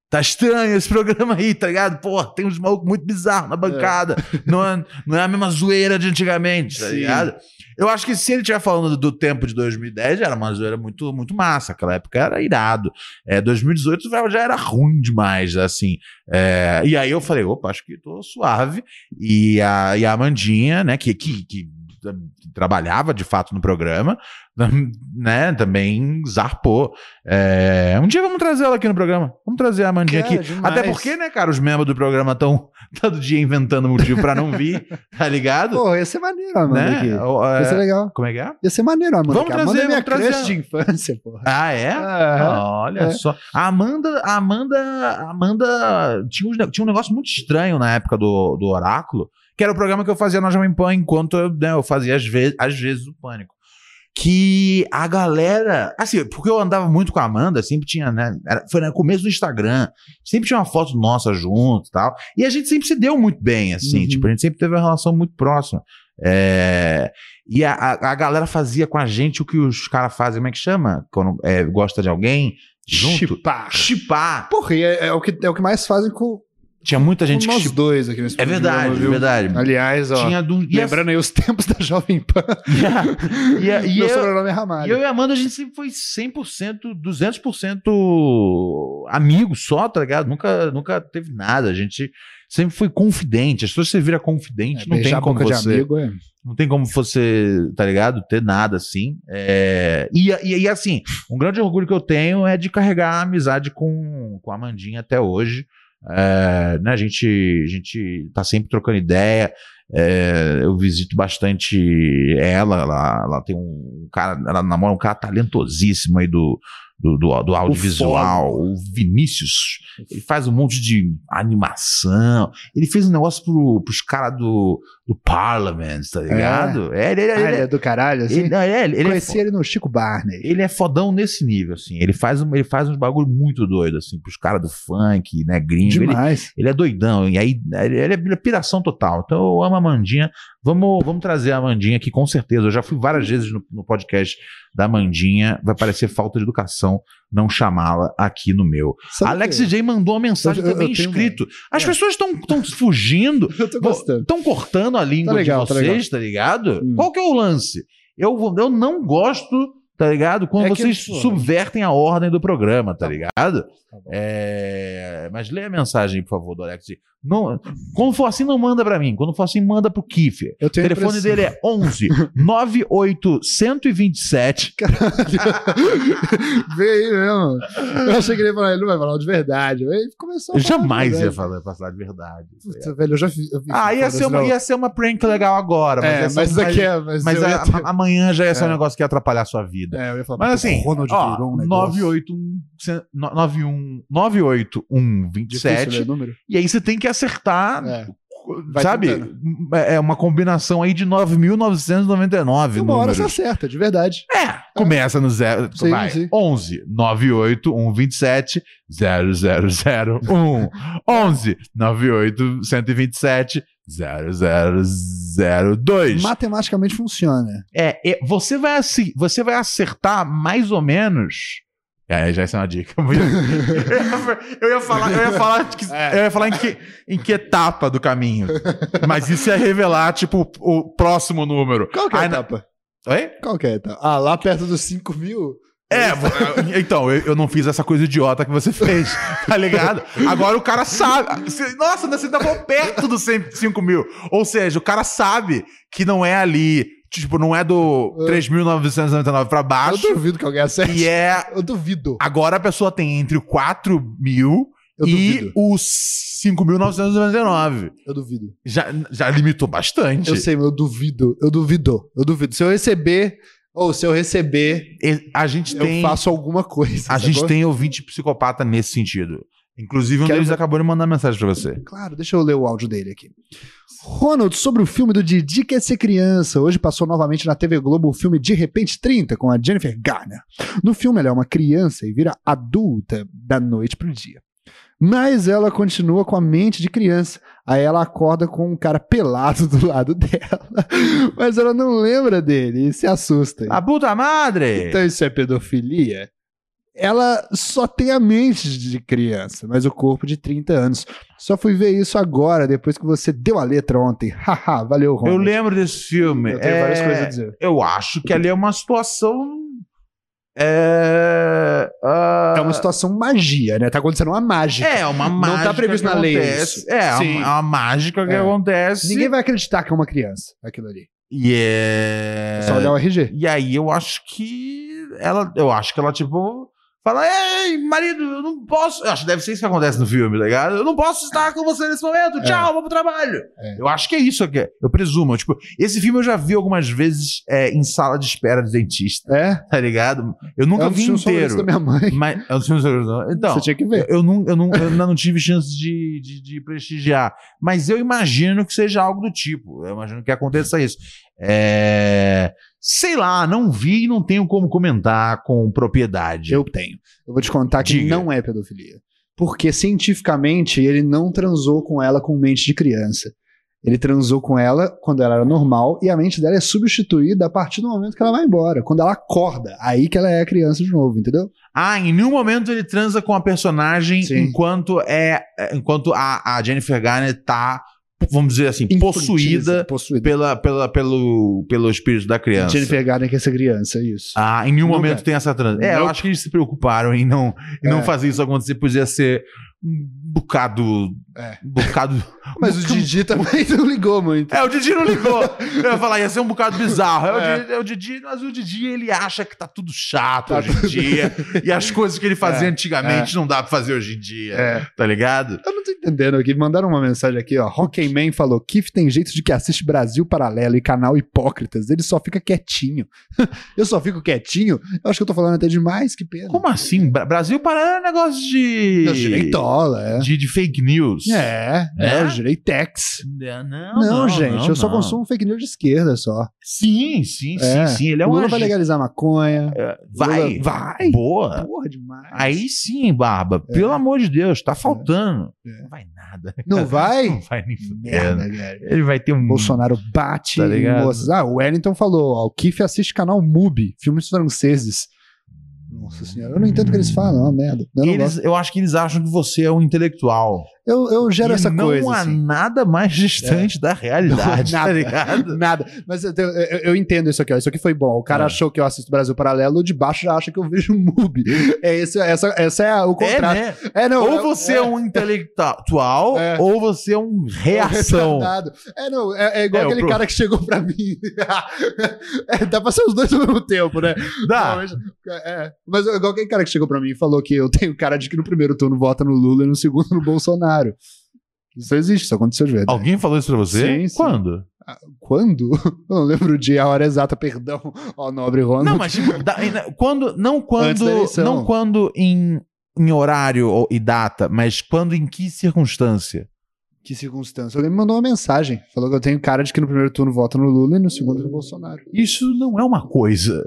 C: Tá estranho esse programa aí, tá ligado? Pô, tem uns malucos muito bizarros na bancada. Não, é, não é a mesma zoeira de antigamente, tá
D: Sim.
C: ligado? Eu acho que se ele estiver falando do tempo de 2010, era uma zoeira muito, muito massa. Aquela época era irado. É, 2018 já- já era ruim demais, assim. É, e aí eu falei, opa, acho que tô suave. E a, e a Amandinha, né, que, que, que eh, trabalhava de fato no programa, né, também zarpou. É, um dia vamos trazer ela aqui no programa. Vamos trazer a Amandinha
D: Cara,
C: aqui.
D: demais.
C: Até porque, né, cara, os membros do programa estão todo dia inventando motivo pra não vir, tá ligado?
D: Porra, ia ser maneiro, Amanda,
C: né?
D: aqui.
C: O- é,
D: Ia ser legal.
C: Como é que é?
D: Ia ser maneiro, Amanda.
C: Vamos
D: que a Amanda
C: trazer,
D: é minha
C: vamos trazer
D: crush de infância, porra.
C: Ah, é?
D: Ah,
C: Ah, olha
D: é.
C: só. A Amanda, a Amanda, a Amanda tinha, uns ne- tinha um negócio muito estranho na época do, do Oráculo, que era o programa que eu fazia na Jovem Pan, enquanto eu, né, eu fazia às vezes, às vezes o Pânico. Que a galera, assim, porque eu andava muito com a Amanda, sempre tinha, né? era- foi no começo do Instagram, sempre tinha uma foto nossa junto e tal. E a gente sempre se deu muito bem, assim,
D: Uhum.
C: tipo, a gente sempre teve uma relação muito próxima. É, e a, a, a galera fazia com a gente o que os caras fazem, como é que chama? Quando é, gosta de alguém, junto.
D: Chipar.
C: Chipar.
D: Porra, e é, é o que, é o que mais fazem com,
C: Tinha muita gente
D: com
C: que
D: nós
C: chipou.
D: dois aqui nesse
C: É verdade,
D: programa, viu?
C: verdade.
D: Aliás, ó.
C: Tinha do, e, é a-
D: Lembrando aí os tempos da Jovem Pan.
C: e a- e a- e
D: Meu
C: eu-
D: sobrenome é
C: e
D: Ramalho.
C: eu e a Amanda, a gente sempre foi 100%, 200% amigo só, tá ligado? Nunca, nunca teve nada. A gente sempre foi confidente. As pessoas que você vira confidente, não
D: É, beijar
C: tem
D: a
C: como
D: boca de
C: você...
D: amigo, é.
C: Não tem como você, tá ligado? Ter nada assim. É, E, e, e, assim, um grande orgulho que eu tenho é de carregar a amizade com, com a Mandinha até hoje. É, né, a, gente, a gente tá sempre trocando ideia. É, eu visito bastante ela. Ela, ela tem um cara, ela namora um cara talentosíssimo aí do, do, do, do audiovisual, o, Vinícius. Ele faz um monte de animação. Ele fez um negócio pro, pros caras do, do Parliament, tá ligado? É, ele, ele,
D: Ah, ele
C: ele-
D: é do caralho, assim?
C: ele- não, ele- ele- ele é
D: Conheci ele no Chico Barney.
C: ele é fodão nesse nível, assim. Ele faz, um- ele faz uns bagulho muito doido, assim, pros caras do funk, né, gringo. Ele,
D: Demais.
C: ele é doidão, e aí ele ele é piração total. Então eu amo a Mandinha. Vamos, vamos trazer a Mandinha aqui, com certeza. Eu já fui várias vezes no, no podcast da Mandinha. Vai parecer falta de educação não chamá-la aqui no meu.
D: Sabe
C: Alex
D: que-
C: DJ mandou uma mensagem
D: Eu- eu-
C: também
D: eu tenho
C: escrito. As
D: É.
C: pessoas estão fugindo,
D: Eu tô gostando.
C: estão cortando a língua
D: Tá legal,
C: de
D: tá
C: vocês, tá ligado?
D: Hum.
C: Qual que é o lance? Eu, vou- eu não gosto, tá ligado? Quando
D: É que,
C: vocês
D: pô,
C: subvertem a ordem do programa, tá ligado?
D: bom.
C: É, Mas lê a mensagem, por favor, do Alex. Não, quando for assim, não manda pra mim. Quando for assim, manda pro Kiffer.
D: Eu
C: O
D: tenho a
C: telefone
D: impressão-
C: dele é 11 98 127.
D: Vê aí mesmo. Eu achei que ele ia falar, ele não vai falar de verdade. Ele começou a falar
C: Jamais
D: de
C: ia
D: verdade.
C: falar, passar de verdade.
D: Puta, velho, eu já fiz. eu fiz-
C: Ah, ia
D: foda-se,
C: ser, uma,
D: não.
C: ia ser uma prank legal agora. Mas,
D: É,
C: essa-
D: mas isso aqui é. Mas,
C: mas
D: eu ia
C: a-
D: ter-
C: a- amanhã já ia ser um
D: É.
C: negócio que ia atrapalhar a sua vida.
D: É, eu ia falar.
C: Mas
D: puta,
C: assim,
D: o Ronald
C: ó,
D: virou um negócio.
C: 981, cen- no-
D: Difícil
C: 98127.
D: ler número.
C: E aí você tem que acertar,
D: É. Vai
C: sabe? É uma combinação aí de 9.999
D: Uma hora
C: números.
D: você acerta, de verdade.
C: É, começa no zero.
D: Sim,
C: vai.
D: sim.
C: 11 98 127 0001. 11 98 127 0002.
D: Matematicamente funciona.
C: É, é, você, vai, assi- você vai acertar mais ou menos. É, já essa é uma dica. Eu ia falar, eu ia falar, de que-
D: É.
C: eu ia falar em, que, em que etapa do caminho. Mas isso ia revelar, tipo, o, o próximo número.
D: Qual que é a
C: Ai, na-
D: etapa?
C: Oi?
D: Qual que é a etapa? Ah, lá perto dos 5 mil?
C: É, vo- então, eu, eu não fiz essa coisa idiota que você fez, tá ligado? Agora o cara sabe. Você- Nossa, você tava perto dos 100 5 mil. Ou seja, o cara sabe que não é ali, tipo, não é do 3.999 pra
D: Eu
C: baixo.
D: duvido que alguém acerte.
C: E é.
D: Eu duvido.
C: Agora a pessoa tem entre o 4 mil
D: Eu
C: e
D: duvido.
C: os 5.999.
D: Eu duvido.
C: Já, já limitou bastante.
D: Eu sei, mas eu duvido. Eu duvido. Eu duvido. Se eu receber, ou se eu receber,
C: E A gente
D: eu
C: tem.
D: faço alguma coisa.
C: A gente
D: sacou?
C: tem ouvinte psicopata nesse sentido. Inclusive, um
D: Quero
C: deles
D: ver-
C: acabou de mandar mensagem pra você.
D: Claro, deixa eu ler o áudio dele aqui. Ronald, sobre o filme do Didi Quer Ser Criança. Hoje passou novamente na TV Globo o filme De Repente 30, com a Jennifer Garner. No filme, ela é uma criança e vira adulta da noite pro dia. Mas ela continua com a mente de criança. Aí ela acorda com um cara pelado do lado dela. Mas ela não lembra dele e se assusta.
C: A puta madre!
D: Então isso é pedofilia? ela só tem a mente de criança, mas o corpo de 30 anos. Só fui ver isso agora, depois que você deu a letra ontem. Haha, valeu,
C: Eu
D: Ronald.
C: lembro desse filme.
D: Eu tenho várias
C: É,
D: coisas a dizer.
C: Eu acho que ali é uma situação. É. ah,
D: É uma situação magia, né? Tá acontecendo uma mágica.
C: é uma
D: Não
C: mágica.
D: tá previsto
C: que
D: na lei
C: acontece.
D: isso.
C: É, é
D: Sim.
C: uma, é uma mágica que
D: É.
C: acontece.
D: Ninguém vai acreditar que é uma criança, aquilo ali.
C: E
D: É
C: é.
D: só olhar o RG.
C: E aí eu acho que ela, eu acho que ela tipo fala, ei, marido, eu não posso. Eu acho que deve ser isso que acontece no filme, tá ligado? Eu não posso estar com você nesse momento. Tchau, vamos pro trabalho.
D: É.
C: Eu acho que é isso que é. eu presumo. Tipo, esse filme eu já vi algumas vezes é, em sala de espera de dentista,
D: É?
C: tá ligado? Eu nunca
D: é um dos
C: vi
D: filmes favoritos
C: inteiro.
D: da minha mãe.
C: Mas é um dos filmes favoritos da- então,
D: você tinha que ver.
C: eu, não, eu, não, eu ainda não tive chance de, de, de prestigiar. Mas eu imagino que seja algo do tipo. Eu imagino que aconteça isso. É, sei lá, não vi e não tenho como comentar com propriedade.
D: Eu tenho. Eu vou te contar que
C: Diga.
D: não é pedofilia. Porque cientificamente ele não transou com ela com mente de criança. Ele transou com ela quando ela era normal e a mente dela é substituída a partir do momento que ela vai embora. Quando ela acorda, aí que ela é criança de novo, entendeu?
C: Ah, em nenhum momento ele transa com a personagem
D: Sim.
C: enquanto é é, enquanto a, a Jennifer Garner tá, vamos dizer assim, possuída
D: Possuída.
C: pela, pela, pelo, pelo espírito da criança.
D: Jennifer Garner que é essa criança, isso.
C: Ah, em nenhum
D: Nunca.
C: momento tem essa transa. É, eu
D: Nope.
C: acho que eles se preocuparam em não, em não
D: É.
C: fazer isso acontecer. Podia ser um bocado.
D: É.
C: Um bocado.
D: Mas o Didi também não ligou muito.
C: É, o Didi não ligou. Eu ia falar, ia ser um bocado bizarro. É,
D: É.
C: O, Didi, é o Didi, mas o Didi ele acha que tá tudo chato
D: Tá
C: hoje
D: tudo-
C: em dia. E as coisas que ele fazia
D: É.
C: antigamente não dá pra fazer hoje em dia.
D: É.
C: Tá ligado?
D: Eu não tô entendendo aqui. Mandaram uma mensagem aqui, ó. Rocketman falou: Kif tem jeito de que assiste Brasil Paralelo e canal Hipócritas. Ele só fica quietinho. eu só fico quietinho? Eu acho que eu tô falando até demais, que pena.
C: Como assim? Bra- Brasil parando é negócio
D: Eu
C: de.
D: girei tola, é.
C: De, de fake news.
D: É, é,
C: É?
D: eu girei Tex.
C: Não,
D: Não, gente, eu só
C: não.
D: consumo fake news de esquerda só.
C: Sim, sim,
D: É.
C: sim, sim. Ele é um
D: Lula vai
C: agente.
D: legalizar maconha.
C: Vai.
D: Lula- vai.
C: É,
D: É.
C: Boa.
D: Porra, demais.
C: É. Aí sim, Barba. Pelo amor de Deus,
D: É.
C: tá faltando. Não vai nada.
D: Não
C: Não É,
D: vai?
C: vai nem fudendo.
D: É. Merda, cara.
C: Ele vai ter um.
D: Bolsonaro bate
C: Tá
D: em
C: ligado?
D: moças. Ah, o Wellington falou, ó, o Kiff assiste canal MUBI, filmes franceses. Nossa senhora, eu não entendo o que eles falam, é uma merda. Eu, não
C: Hum. Eles,
D: gosto.
C: eu acho que eles acham que você é um intelectual.
D: eu, eu gero
C: E
D: essa
C: não
D: coisa.
C: há
D: assim. É.
C: nada mais distante da realidade,
D: Não,
C: tá
D: nada.
C: ligado?
D: Nada. Mas eu, tenho- eu- eu entendo isso aqui, ó. Isso aqui foi bom. O cara
C: Ah.
D: achou que eu assisto Brasil Paralelo, o de baixo já acha que eu vejo MUBI. É esse, essa, essa é a- o
C: É,
D: contrato.
C: né?
D: É, não,
C: Ou
D: é-
C: você é,
D: é-
C: um intelectual,
D: É.
C: ou você é um reação.
D: retardado. É, não, é, é igual
C: É, o
D: aquele
C: pro-
D: cara que chegou pra mim. É, dá pra ser os dois ao mesmo tempo, né? Não,
C: Dá.
D: mas, é, mas igual aquele cara que chegou pra mim e falou que eu tenho cara de que no primeiro turno vota no Lula e no segundo no Bolsonaro. Isso existe, isso aconteceu de verdade.
C: Alguém falou isso pra você?
D: Sim, sim.
C: Quando?
D: Quando? Eu não lembro o dia, a hora exata, perdão, ó nobre Ronald.
C: Não, mas tipo, da- ainda- quando, não
D: Antes da
C: quando,
D: eleição.
C: não quando em, em horário ou- e data, mas quando em que circunstância?
D: Que circunstância. Alguém me mandou uma mensagem, falou que eu tenho cara de que no primeiro turno vota no Lula e no segundo no Bolsonaro.
C: Isso não é uma coisa.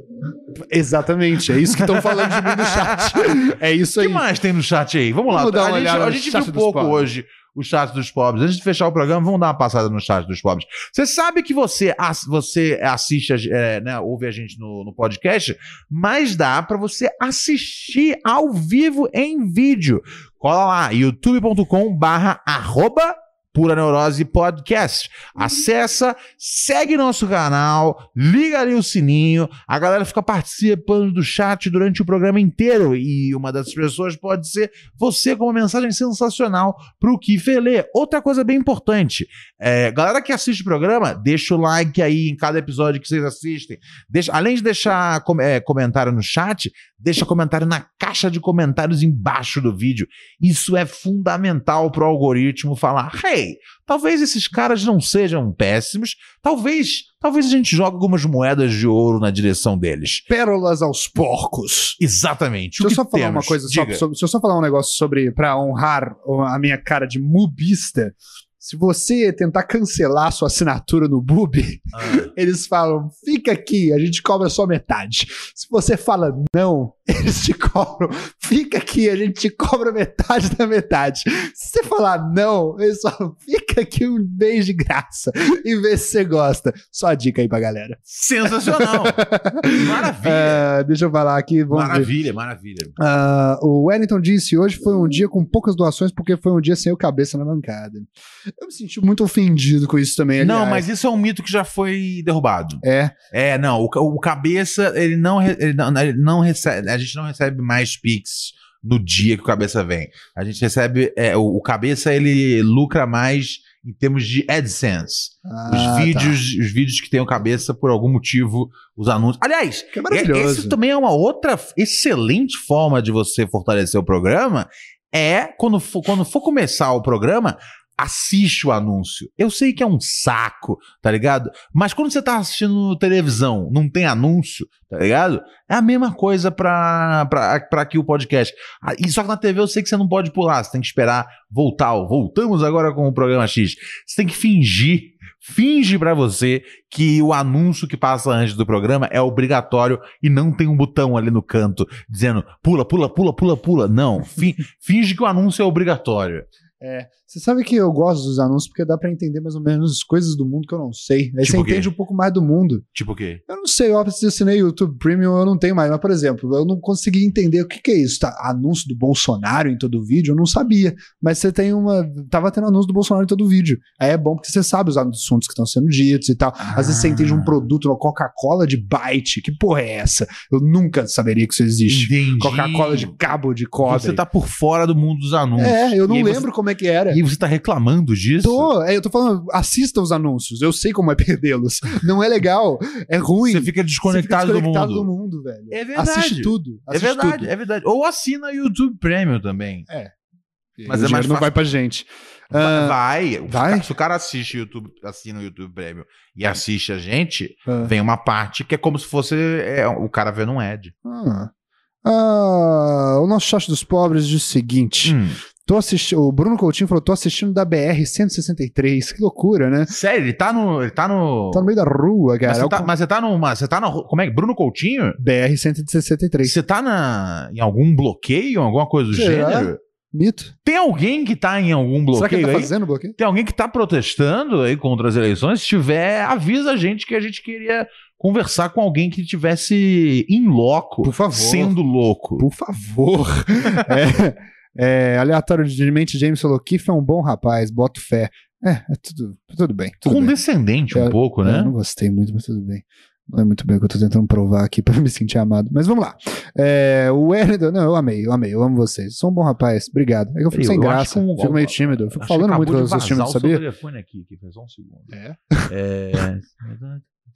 D: Exatamente, é isso que estão falando de mim no chat. É isso
C: O que
D: aí.
C: mais tem no chat aí? Vamos lá.
D: Vamos dar uma
C: a gente,
D: olhada
C: a
D: no
C: gente
D: chat
C: viu
D: dos
C: pouco
D: pobres.
C: hoje o chat dos pobres. Antes de fechar o programa, vamos dar uma passada no chat dos pobres. Você sabe que você, ass- você assiste, a ge- é, né, ouve a gente no, no podcast, mas dá pra você assistir ao vivo em vídeo. Cola lá, youtube.com barra arroba Pura Neurose Podcast. Acessa, segue nosso canal, liga ali o sininho. A galera fica participando do chat durante o programa inteiro e uma das pessoas pode ser você com uma mensagem sensacional pro Kiffer ler. Outra coisa bem importante, é, galera que assiste o programa, deixa o like aí em cada episódio que vocês assistem. Deixa- além de deixar com- é, comentário no chat, deixa comentário na caixa de comentários embaixo do vídeo. Isso é fundamental pro algoritmo falar: hey, talvez esses caras não sejam péssimos, talvez, talvez a gente jogue algumas moedas de ouro na direção deles.
D: Pérolas aos porcos.
C: Exatamente.
D: Deixa
C: O
D: eu
C: que
D: só falar
C: temos?
D: uma coisa, só,
C: Diga.
D: sobre- deixa eu só falar um negócio sobre, pra honrar a minha cara de mubista. Se você tentar cancelar sua assinatura no Bub,
C: Ah.
D: eles falam, fica aqui, a gente cobra só metade. Se você fala não, eles te cobram. Fica aqui, a gente te cobra metade da metade. Se você falar não, eles falam, fica aqui um beijo de graça e vê se você gosta. Só a dica aí pra galera.
C: Sensacional! Maravilha!
D: Ah, deixa eu falar aqui, vamos ver.
C: maravilha, maravilha.
D: Ah, o Wellington disse: hoje foi um dia com poucas doações porque foi um dia sem o cabeça na bancada. Eu me senti muito ofendido com isso também.
C: Não,
D: aliás.
C: mas isso é um mito que já foi derrubado.
D: É,
C: É, não, o, ca- o cabeça, ele não, re- ele não, ele não recebe, a gente não recebe mais Pix no dia que o cabeça vem. A gente recebe, é, o, o cabeça, ele lucra mais em termos de AdSense. Os
D: Ah, tá.
C: vídeos, os vídeos que tem o cabeça, por algum motivo, os anúncios. Aliás,
D: Que
C: Essa
D: é maravilhoso.
C: também é uma outra excelente forma de você fortalecer o programa. É quando for, quando for começar o programa, assiste o anúncio. Eu sei que é um saco, tá ligado? Mas quando você tá assistindo televisão, não tem anúncio, tá ligado? É a mesma coisa pra, pra, pra aqui o podcast. Ah, E só que na TV eu sei que você não pode pular, você tem que esperar voltar. ó, Voltamos agora com o programa X. Você tem que fingir, finge pra você que o anúncio que passa antes do programa é obrigatório e não tem um botão ali no canto dizendo pula, pula, pula, pula, pula. Não, fi- finge que o anúncio é obrigatório.
D: Você sabe que eu gosto dos anúncios porque dá pra entender mais ou menos as coisas do mundo que eu não sei. Aí
C: Tipo
D: você
C: o quê?
D: entende um pouco mais do mundo.
C: Tipo o quê?
D: Eu não sei, eu assinei YouTube Premium, eu não tenho mais. Mas, por exemplo, eu não consegui entender o que, que é isso. Tá, anúncio do Bolsonaro em todo vídeo, eu não sabia. Mas você tem uma. Tava tendo anúncio do Bolsonaro em todo vídeo. Aí é bom porque você sabe os assuntos que estão sendo ditos e tal. Às vezes você entende
C: Ah.
D: um produto, uma Coca-Cola de byte. Que porra é essa? Eu nunca saberia que isso existe.
C: Entendi.
D: Coca-Cola de cabo de cobre.
C: Você tá por fora do mundo dos anúncios.
D: É, eu não
C: E aí você-
D: lembro como é que era.
C: E você tá reclamando disso?
D: Tô, é, eu tô falando, assista os anúncios, eu sei como é perdê-los. Não é legal, é ruim.
C: Você fica desconectado,
D: Você fica desconectado
C: do mundo.
D: velho.
C: É verdade.
D: Assiste tudo.
C: É
D: assiste
C: verdade,
D: tudo.
C: é verdade. Ou assina YouTube Premium também. Mas
D: O
C: é mais
D: dinheiro não
C: fácil.
D: vai pra gente. Ah,
C: vai.
D: vai?
C: vai. Se o cara assiste o YouTube, assina o YouTube Premium e assiste a gente,
D: ah,
C: vem uma parte que é como se fosse é, o cara vendo um ad.
D: ah. Ah, o nosso chat dos pobres diz o seguinte:
C: Hum.
D: tô assisti- o Bruno Coutinho falou: tô assistindo da BR-163. Que loucura, né?
C: Sério, ele tá no. Ele tá no.
D: Tá no meio da rua, cara.
C: mas,
D: É
C: você
D: o
C: tá, mas você tá numa. Você tá na. ru- Como é que? Bruno Coutinho?
D: BR-163.
C: Você tá na, em algum bloqueio, alguma coisa do
D: Será?
C: gênero?
D: Mito.
C: Tem alguém que tá em algum
D: Será que
C: bloqueio
D: ele tá
C: aí?
D: fazendo bloqueio?
C: Tem alguém que tá protestando aí contra as eleições? Se tiver, avisa a gente que a gente queria conversar com alguém que tivesse em loco,
D: Por favor.
C: sendo louco.
D: Por favor. é, é, aleatório de mente, James falou: Kiff é um bom rapaz, boto fé. É, é tudo, tudo bem. Tudo bem.
C: Condescendente um
D: É,
C: pouco,
D: Eu
C: né?
D: não gostei muito, mas tudo bem. Não é muito bem o que eu tô tentando provar aqui pra me sentir amado. Mas vamos lá. É, o Wellington, não, eu amei, eu amei, eu amo vocês. Sou um bom rapaz, obrigado. É que eu fico
C: Eu
D: sem
C: acho
D: graça,
C: que um-
D: fico meio tímido. Eu
C: Acho
D: Fico
C: que
D: falando
C: acabou
D: muito
C: de
D: dos seus
C: vazar
D: tímidos,
C: o seu
D: sabia?
C: telefone aqui, que faz um segundo.
D: É?
C: É.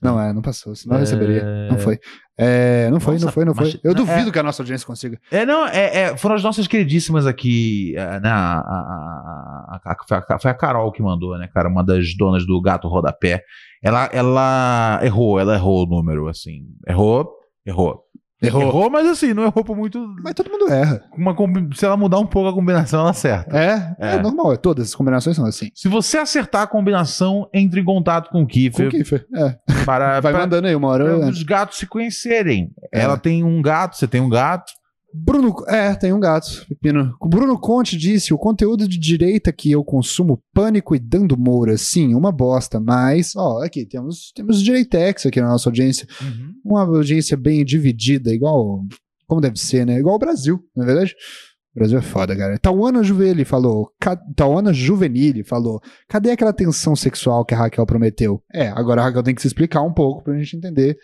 D: Não, é, não passou, senão eu receberia. Não foi. É, não foi,
C: Nossa,
D: não foi, não
C: mas- é.
D: foi. Eu
C: não,
D: duvido que a nossa audiência consiga.
C: É, não, é, é, foram as nossas queridíssimas aqui, é, né? A, a- a- a- a- foi, a, foi a Carol que mandou, né, cara? Uma das donas do Gato Rodapé. Ela, ela errou, ela errou o número, assim. Errou, errou. Errou, mas assim, não errou por muito.
D: Mas todo mundo erra.
C: Uma, combi- se ela mudar um pouco a combinação, ela acerta.
D: É, é,
C: É.
D: normal, todas as combinações são assim.
C: Se você acertar a combinação, entre em contato com o
D: Com
C: Kiffer
D: Kiefer, é.
C: para,
D: Vai
C: para,
D: mandando aí uma hora. né?
C: para
D: eu-
C: os gatos se conhecerem.
D: É.
C: Ela tem um gato, você tem um gato.
D: Bruno, é, tem um gato, Pepino. O Bruno Conte disse: o conteúdo de direita que eu consumo, pânico e dando Moura, sim, uma bosta, mas, ó, aqui temos, temos Direitex aqui na nossa audiência.
C: Uhum.
D: Uma audiência bem dividida, igual. Como deve ser, né? Igual o Brasil, na verdade. O Brasil é foda, cara. Tauana Juvenile falou. ca- Tauana Juvenile falou. Cadê aquela tensão sexual que a Raquel prometeu? É, agora a Raquel tem que se explicar um pouco pra gente entender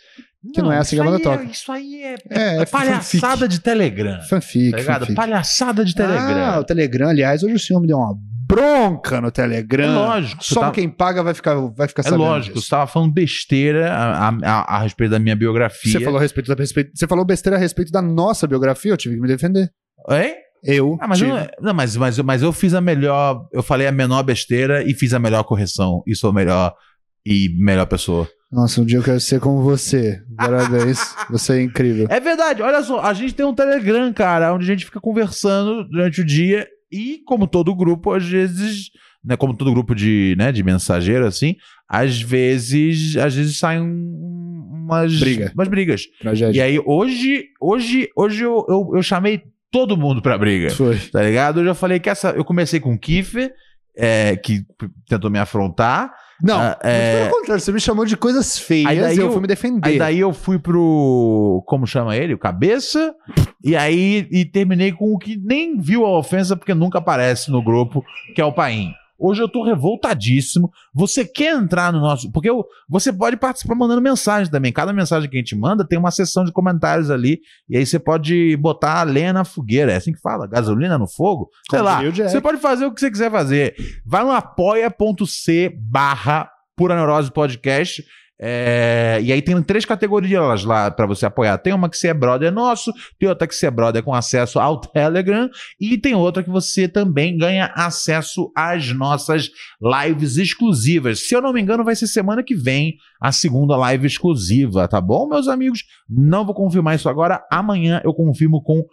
D: que não, é
C: isso
D: assim que a banda
C: aí
D: toca.
C: Isso aí é,
D: É,
C: é palhaçada de Telegram.
D: Fanfic,
C: Tá ligado?
D: fanfic.
C: Palhaçada de
D: Ah, o
C: Telegram.
D: Telegram, aliás, hoje o senhor me deu uma bronca no
C: é
D: Telegram.
C: lógico. você
D: Só
C: tá-
D: quem paga vai ficar, vai ficar
C: é
D: sabendo.
C: lógico, você
D: disso.
C: estava falando besteira a, a- a- a respeito da minha biografia.
D: Você falou, a respeito da, respeito- você falou besteira a respeito da nossa biografia, eu tive que me defender.
C: Hein?
D: Eu.
C: Ah, mas, eu,
D: tive.
C: não- não, mas, mas, mas eu fiz a melhor. Eu falei a menor besteira e fiz a melhor correção. E sou melhor e melhor pessoa.
D: Nossa, um dia eu quero ser como você. Parabéns. você é incrível.
C: É verdade, olha só, a gente tem um Telegram, cara, onde a gente fica conversando durante o dia e, como todo grupo, às vezes, né, como todo grupo de, né, de mensageiro, assim, às vezes, às vezes sai um- um- umas,
D: Briga. É
C: umas brigas. E
D: Tragédia.
C: aí hoje, hoje, hoje eu, eu, eu chamei todo mundo pra briga.
D: Foi.
C: Tá ligado? Hoje eu falei que essa. Eu comecei com o Kiefer, é, que p- tentou me afrontar.
D: Não,
C: Ah, é-
D: muito pelo contrário, você me chamou de coisas feias
C: Aí daí
D: e eu
C: eu-
D: fui me defender.
C: Aí daí eu fui pro. Como chama ele? O Cabeça. E aí e terminei com o que nem viu a ofensa, porque nunca aparece no grupo, que é o Paim. Hoje eu tô revoltadíssimo. Você quer entrar no nosso. Porque eu- você pode participar mandando mensagem também. Cada mensagem que a gente manda tem uma seção de comentários ali. E aí você pode botar a lenha na fogueira. É assim que fala? Gasolina no fogo? Sei
D: Como é.
C: lá.
D: diria o Jack.
C: Você pode fazer o que você quiser fazer. Vai no apoia.c barra Pura Neurose Podcast. É, e aí tem três categorias lá pra você apoiar. Tem uma que você é brother nosso, tem outra que você é brother com acesso ao Telegram e tem outra que você também ganha acesso às nossas lives exclusivas. Se eu não me engano, vai ser semana que vem a segunda live exclusiva, tá bom, meus amigos? Não vou confirmar isso agora, amanhã eu confirmo com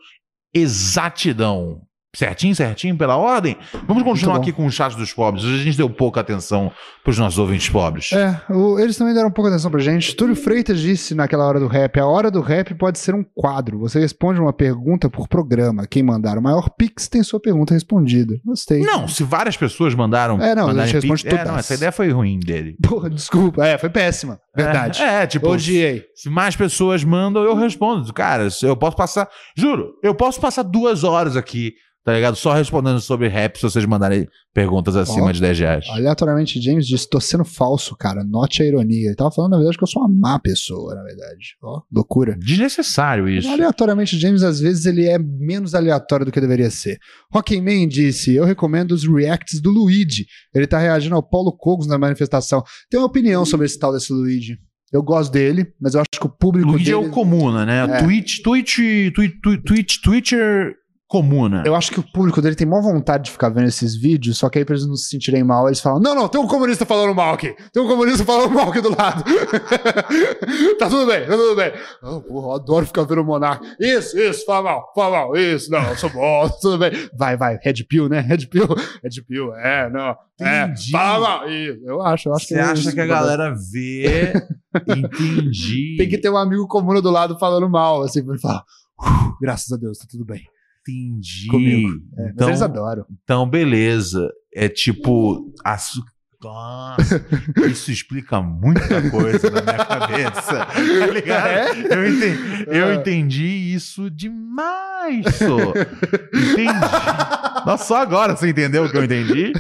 C: exatidão. Certinho, certinho, pela ordem? Vamos continuar
D: bom.
C: aqui com o chat dos pobres. Hoje a gente deu pouca atenção pros nossos ouvintes pobres.
D: É, o- eles também deram um pouco de atenção pra gente. Túlio Freitas disse naquela hora do rap: a hora do rap pode ser um quadro. Você responde uma pergunta por programa. Quem mandar o maior pix tem sua pergunta respondida. Gostei.
C: Não, se várias pessoas mandaram.
D: É, não, a
C: mandarem
D: gente responde
C: pix- é,
D: todas.
C: não, essa ideia foi ruim dele.
D: Porra, desculpa. É, foi péssima. Verdade.
C: É, é, tipo,
D: Odiei.
C: se mais pessoas mandam, eu respondo. Cara, se eu posso passar. Juro, eu posso passar duas horas aqui, tá ligado? Só respondendo sobre rap se vocês mandarem perguntas acima
D: Ó.
C: de 10 reais.
D: Aleatoriamente, James disse: tô sendo falso, cara. Note a ironia. Ele tava falando, na verdade, que eu sou uma má pessoa, na verdade. Ó, loucura.
C: Desnecessário isso.
D: Aleatoriamente, James, às vezes, ele é menos aleatório do que deveria ser. Rockman disse: Eu recomendo os reacts do Luigi. Ele tá reagindo ao Paulo Cogos na manifestação. Tem uma opinião sobre esse tal desse Luigi. Eu gosto dele, mas eu acho que o público
C: Luigi é
D: dele.
C: o comuna, né?
D: É.
C: Twitch, Twitch, Twitch, Twitch, Twitch, Twitcher comuna.
D: Eu acho que o público dele tem maior vontade de ficar vendo esses vídeos, só que aí pra eles não se sentirem mal, eles falam: Não, não, tem um comunista falando mal aqui. Tem um comunista falando mal aqui do lado. tá tudo bem, tá tudo bem. Oh, porra, eu adoro ficar vendo o Monark. Isso, isso, fala mal, fala mal, isso, não, eu sou bom, tá tudo bem. Vai, vai, Red Pill, né? Red Pill, Red Pill, é, não. É,
C: Entendi.
D: fala mal. Isso. Eu acho, eu acho
C: Você
D: que é
C: acha
D: isso,
C: que a
D: tá bom.
C: galera vê? Entendi.
D: Tem que ter um amigo comum do lado falando mal, assim, pra ele falar. "Uf, Graças a Deus, tá tudo bem.
C: Entendi.
D: comigo. É, mas
C: Então-
D: eles adoram.
C: Então, beleza. É tipo. açu- Nossa, isso explica muita coisa na minha cabeça. Tá ligado?
D: É?
C: Eu, entendi, eu
D: É.
C: entendi isso demais, sô. Entendi. Nossa, só agora você entendeu o que eu entendi?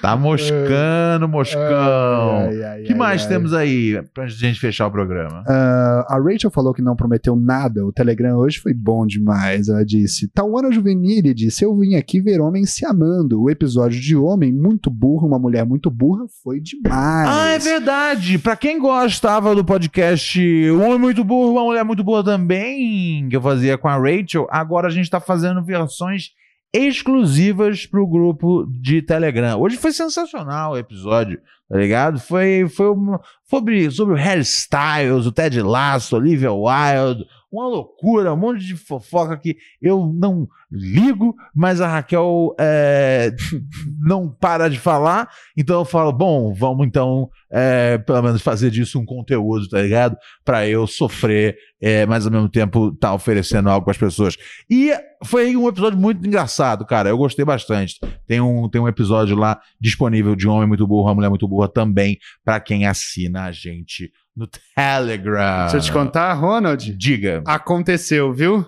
C: Tá moscando, moscão.
D: Ai, ai,
C: O então, que
D: ai,
C: mais
D: ai.
C: temos aí pra gente fechar o programa?
D: Ah, a Rachel falou que não prometeu nada. O Telegram hoje foi bom demais. Ela disse: Tauana Juvenile disse: Eu vim aqui ver homens se amando. O episódio de homem muito burro, uma mulher muito burra, foi demais.
C: Ah, é verdade. Pra quem gostava do podcast Um Homem Muito Burro, Uma Mulher Muito Burra também, que eu fazia com a Rachel, agora a gente tá fazendo versões exclusivas pro grupo de Telegram. Hoje foi sensacional o episódio, tá ligado? Foi, foi uma- sobre, sobre o Harry Styles, o Ted Lasso, Olivia Wilde, uma loucura, um monte de fofoca que eu não ligo, mas a Raquel é, não para de falar. Então eu falo, bom, vamos então, é, pelo menos fazer disso um conteúdo, tá ligado? Pra eu sofrer, é, mas ao mesmo tempo tá oferecendo algo pras pessoas. E foi um episódio muito engraçado, cara. Eu gostei bastante. Tem um, tem um episódio lá disponível de Homem Muito Burro, a Mulher Muito Burra também, pra quem assina a gente no Telegram.
D: Deixa eu te contar, Ah, Ronald.
C: Diga.
D: Aconteceu, viu?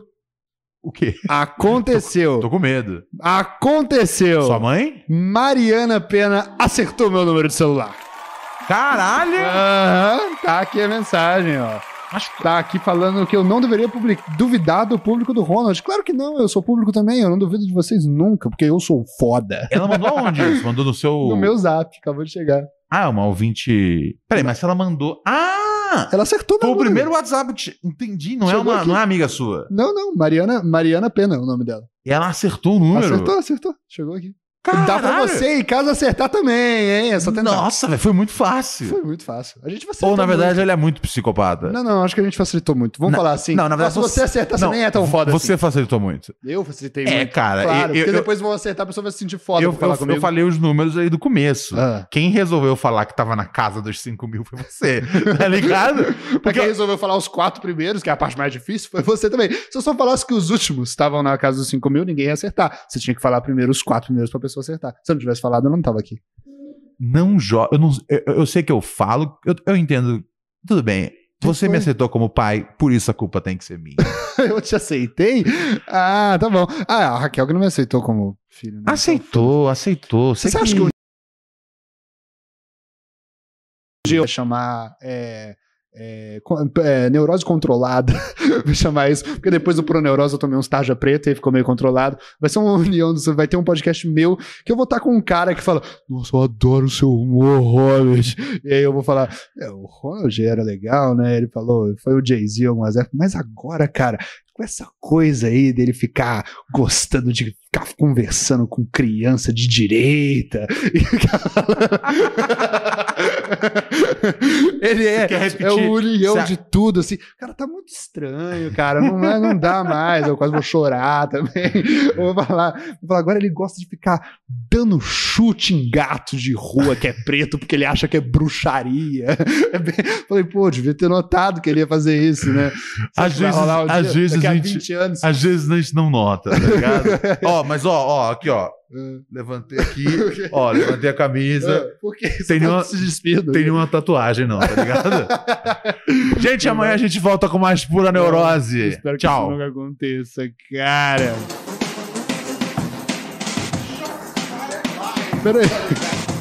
C: O quê?
D: Aconteceu.
C: Tô com medo.
D: Aconteceu.
C: Sua mãe?
D: Mariana Pena acertou meu número de celular.
C: Caralho!
D: Aham, tá aqui a mensagem, ó. Tá aqui falando que eu não deveria public- duvidar do público do Ronald. Claro que não, eu sou público também, eu não duvido de vocês nunca, porque eu sou foda.
C: Ela mandou aonde isso? Mandou no seu.
D: No meu zap, acabou de chegar.
C: Ah, uma ouvinte. Peraí, mas se ela mandou. Ah!
D: Ela acertou
C: Foi
D: meu
C: o
D: número.
C: primeiro WhatsApp que. che- Entendi, não é,
D: Chegou
C: uma,
D: aqui.
C: não é amiga sua.
D: Não, não, Mariana, Mariana Pena é o nome dela.
C: E ela acertou o número.
D: Acertou, acertou. Chegou aqui. Dá pra
C: Caralho!
D: você em casa acertar também, hein? É só tentar.
C: Nossa, velho, foi muito fácil.
D: Foi muito fácil. A gente facilitou
C: Ou, na verdade,
D: muito.
C: ele é muito psicopata.
D: Não, não, acho que a gente facilitou muito. Vamos
C: Na-
D: falar assim.
C: não, na verdade,
D: Ah, se você
C: você-
D: acertar,
C: não,
D: você nem é tão foda
C: Você
D: assim.
C: facilitou muito.
D: Eu facilitei
C: É,
D: muito.
C: cara,
D: Claro,
C: eu-
D: porque
C: eu-
D: depois vão acertar, a pessoa vai se sentir foda
C: Eu,
D: por falar
C: eu- eu
D: comigo.
C: falei os números aí do começo.
D: Ah.
C: Quem resolveu falar que tava na casa dos 5 mil foi você. Tá ligado?
D: Pra
C: Porque
D: quem resolveu falar os quatro primeiros, que é a parte mais difícil, foi você também. Se eu só falasse que os últimos estavam na casa dos 5 mil, ninguém ia acertar. Você tinha que falar primeiro os quatro primeiros pra pessoa acertar. Se eu não tivesse falado, eu não tava aqui.
C: não joga. Eu, não- eu- eu sei que eu falo, eu, eu entendo. Tudo bem. Você me
D: foi?
C: aceitou como pai, por isso a culpa tem que ser minha.
D: Eu te aceitei? Ah, tá bom. Ah, a Raquel que não me aceitou como filho. né?
C: aceitou, aceitou.
D: Você
C: Sei
D: acha que um dia Então, eu vou chamar é, é, co- é, neurose controlada? Vou chamar isso, porque depois do Proneurose eu tomei um tarja preta e ficou meio controlado. Vai ser uma união, do- vai ter um podcast meu que eu vou estar com um cara que fala: Nossa, eu adoro o seu humor, Robert. E aí eu vou falar: "É, O Ronald era legal, né? Ele falou: Foi o Jay-Z algumas épocas, mas agora, cara. Com essa coisa aí dele ficar gostando de ficar conversando com criança de direita, ele é,
C: quer repetir?
D: é o união
C: Você a-
D: de tudo, assim. Cara, tá muito estranho, cara. Não, vai- não dá mais. Eu quase vou chorar também. Eu Vou falar, vou falar, agora ele gosta de ficar dando chute em gato de rua que é preto porque ele acha que é bruxaria. É bem- Falei, pô, devia ter notado que ele ia fazer isso, né?
C: Às
D: Será que vai
C: vezes-
D: rolar um
C: às
D: dia?
C: vezes
D: Daqui
C: a
D: a
C: gente-
D: 20 anos.
C: Às vezes a gente não nota, tá ligado? ó, mas ó, ó, aqui, ó.
D: Hum.
C: Levantei aqui, ó, levantei a camisa.
D: Ah, Por que você
C: Tem
D: tá
C: nenhuma-
D: se despido?
C: Tem nenhuma tatuagem, não, tá ligado? gente, amanhã a gente volta com mais pura neurose.
D: Espero que
C: É, Tchau.
D: isso nunca aconteça, cara. Peraí.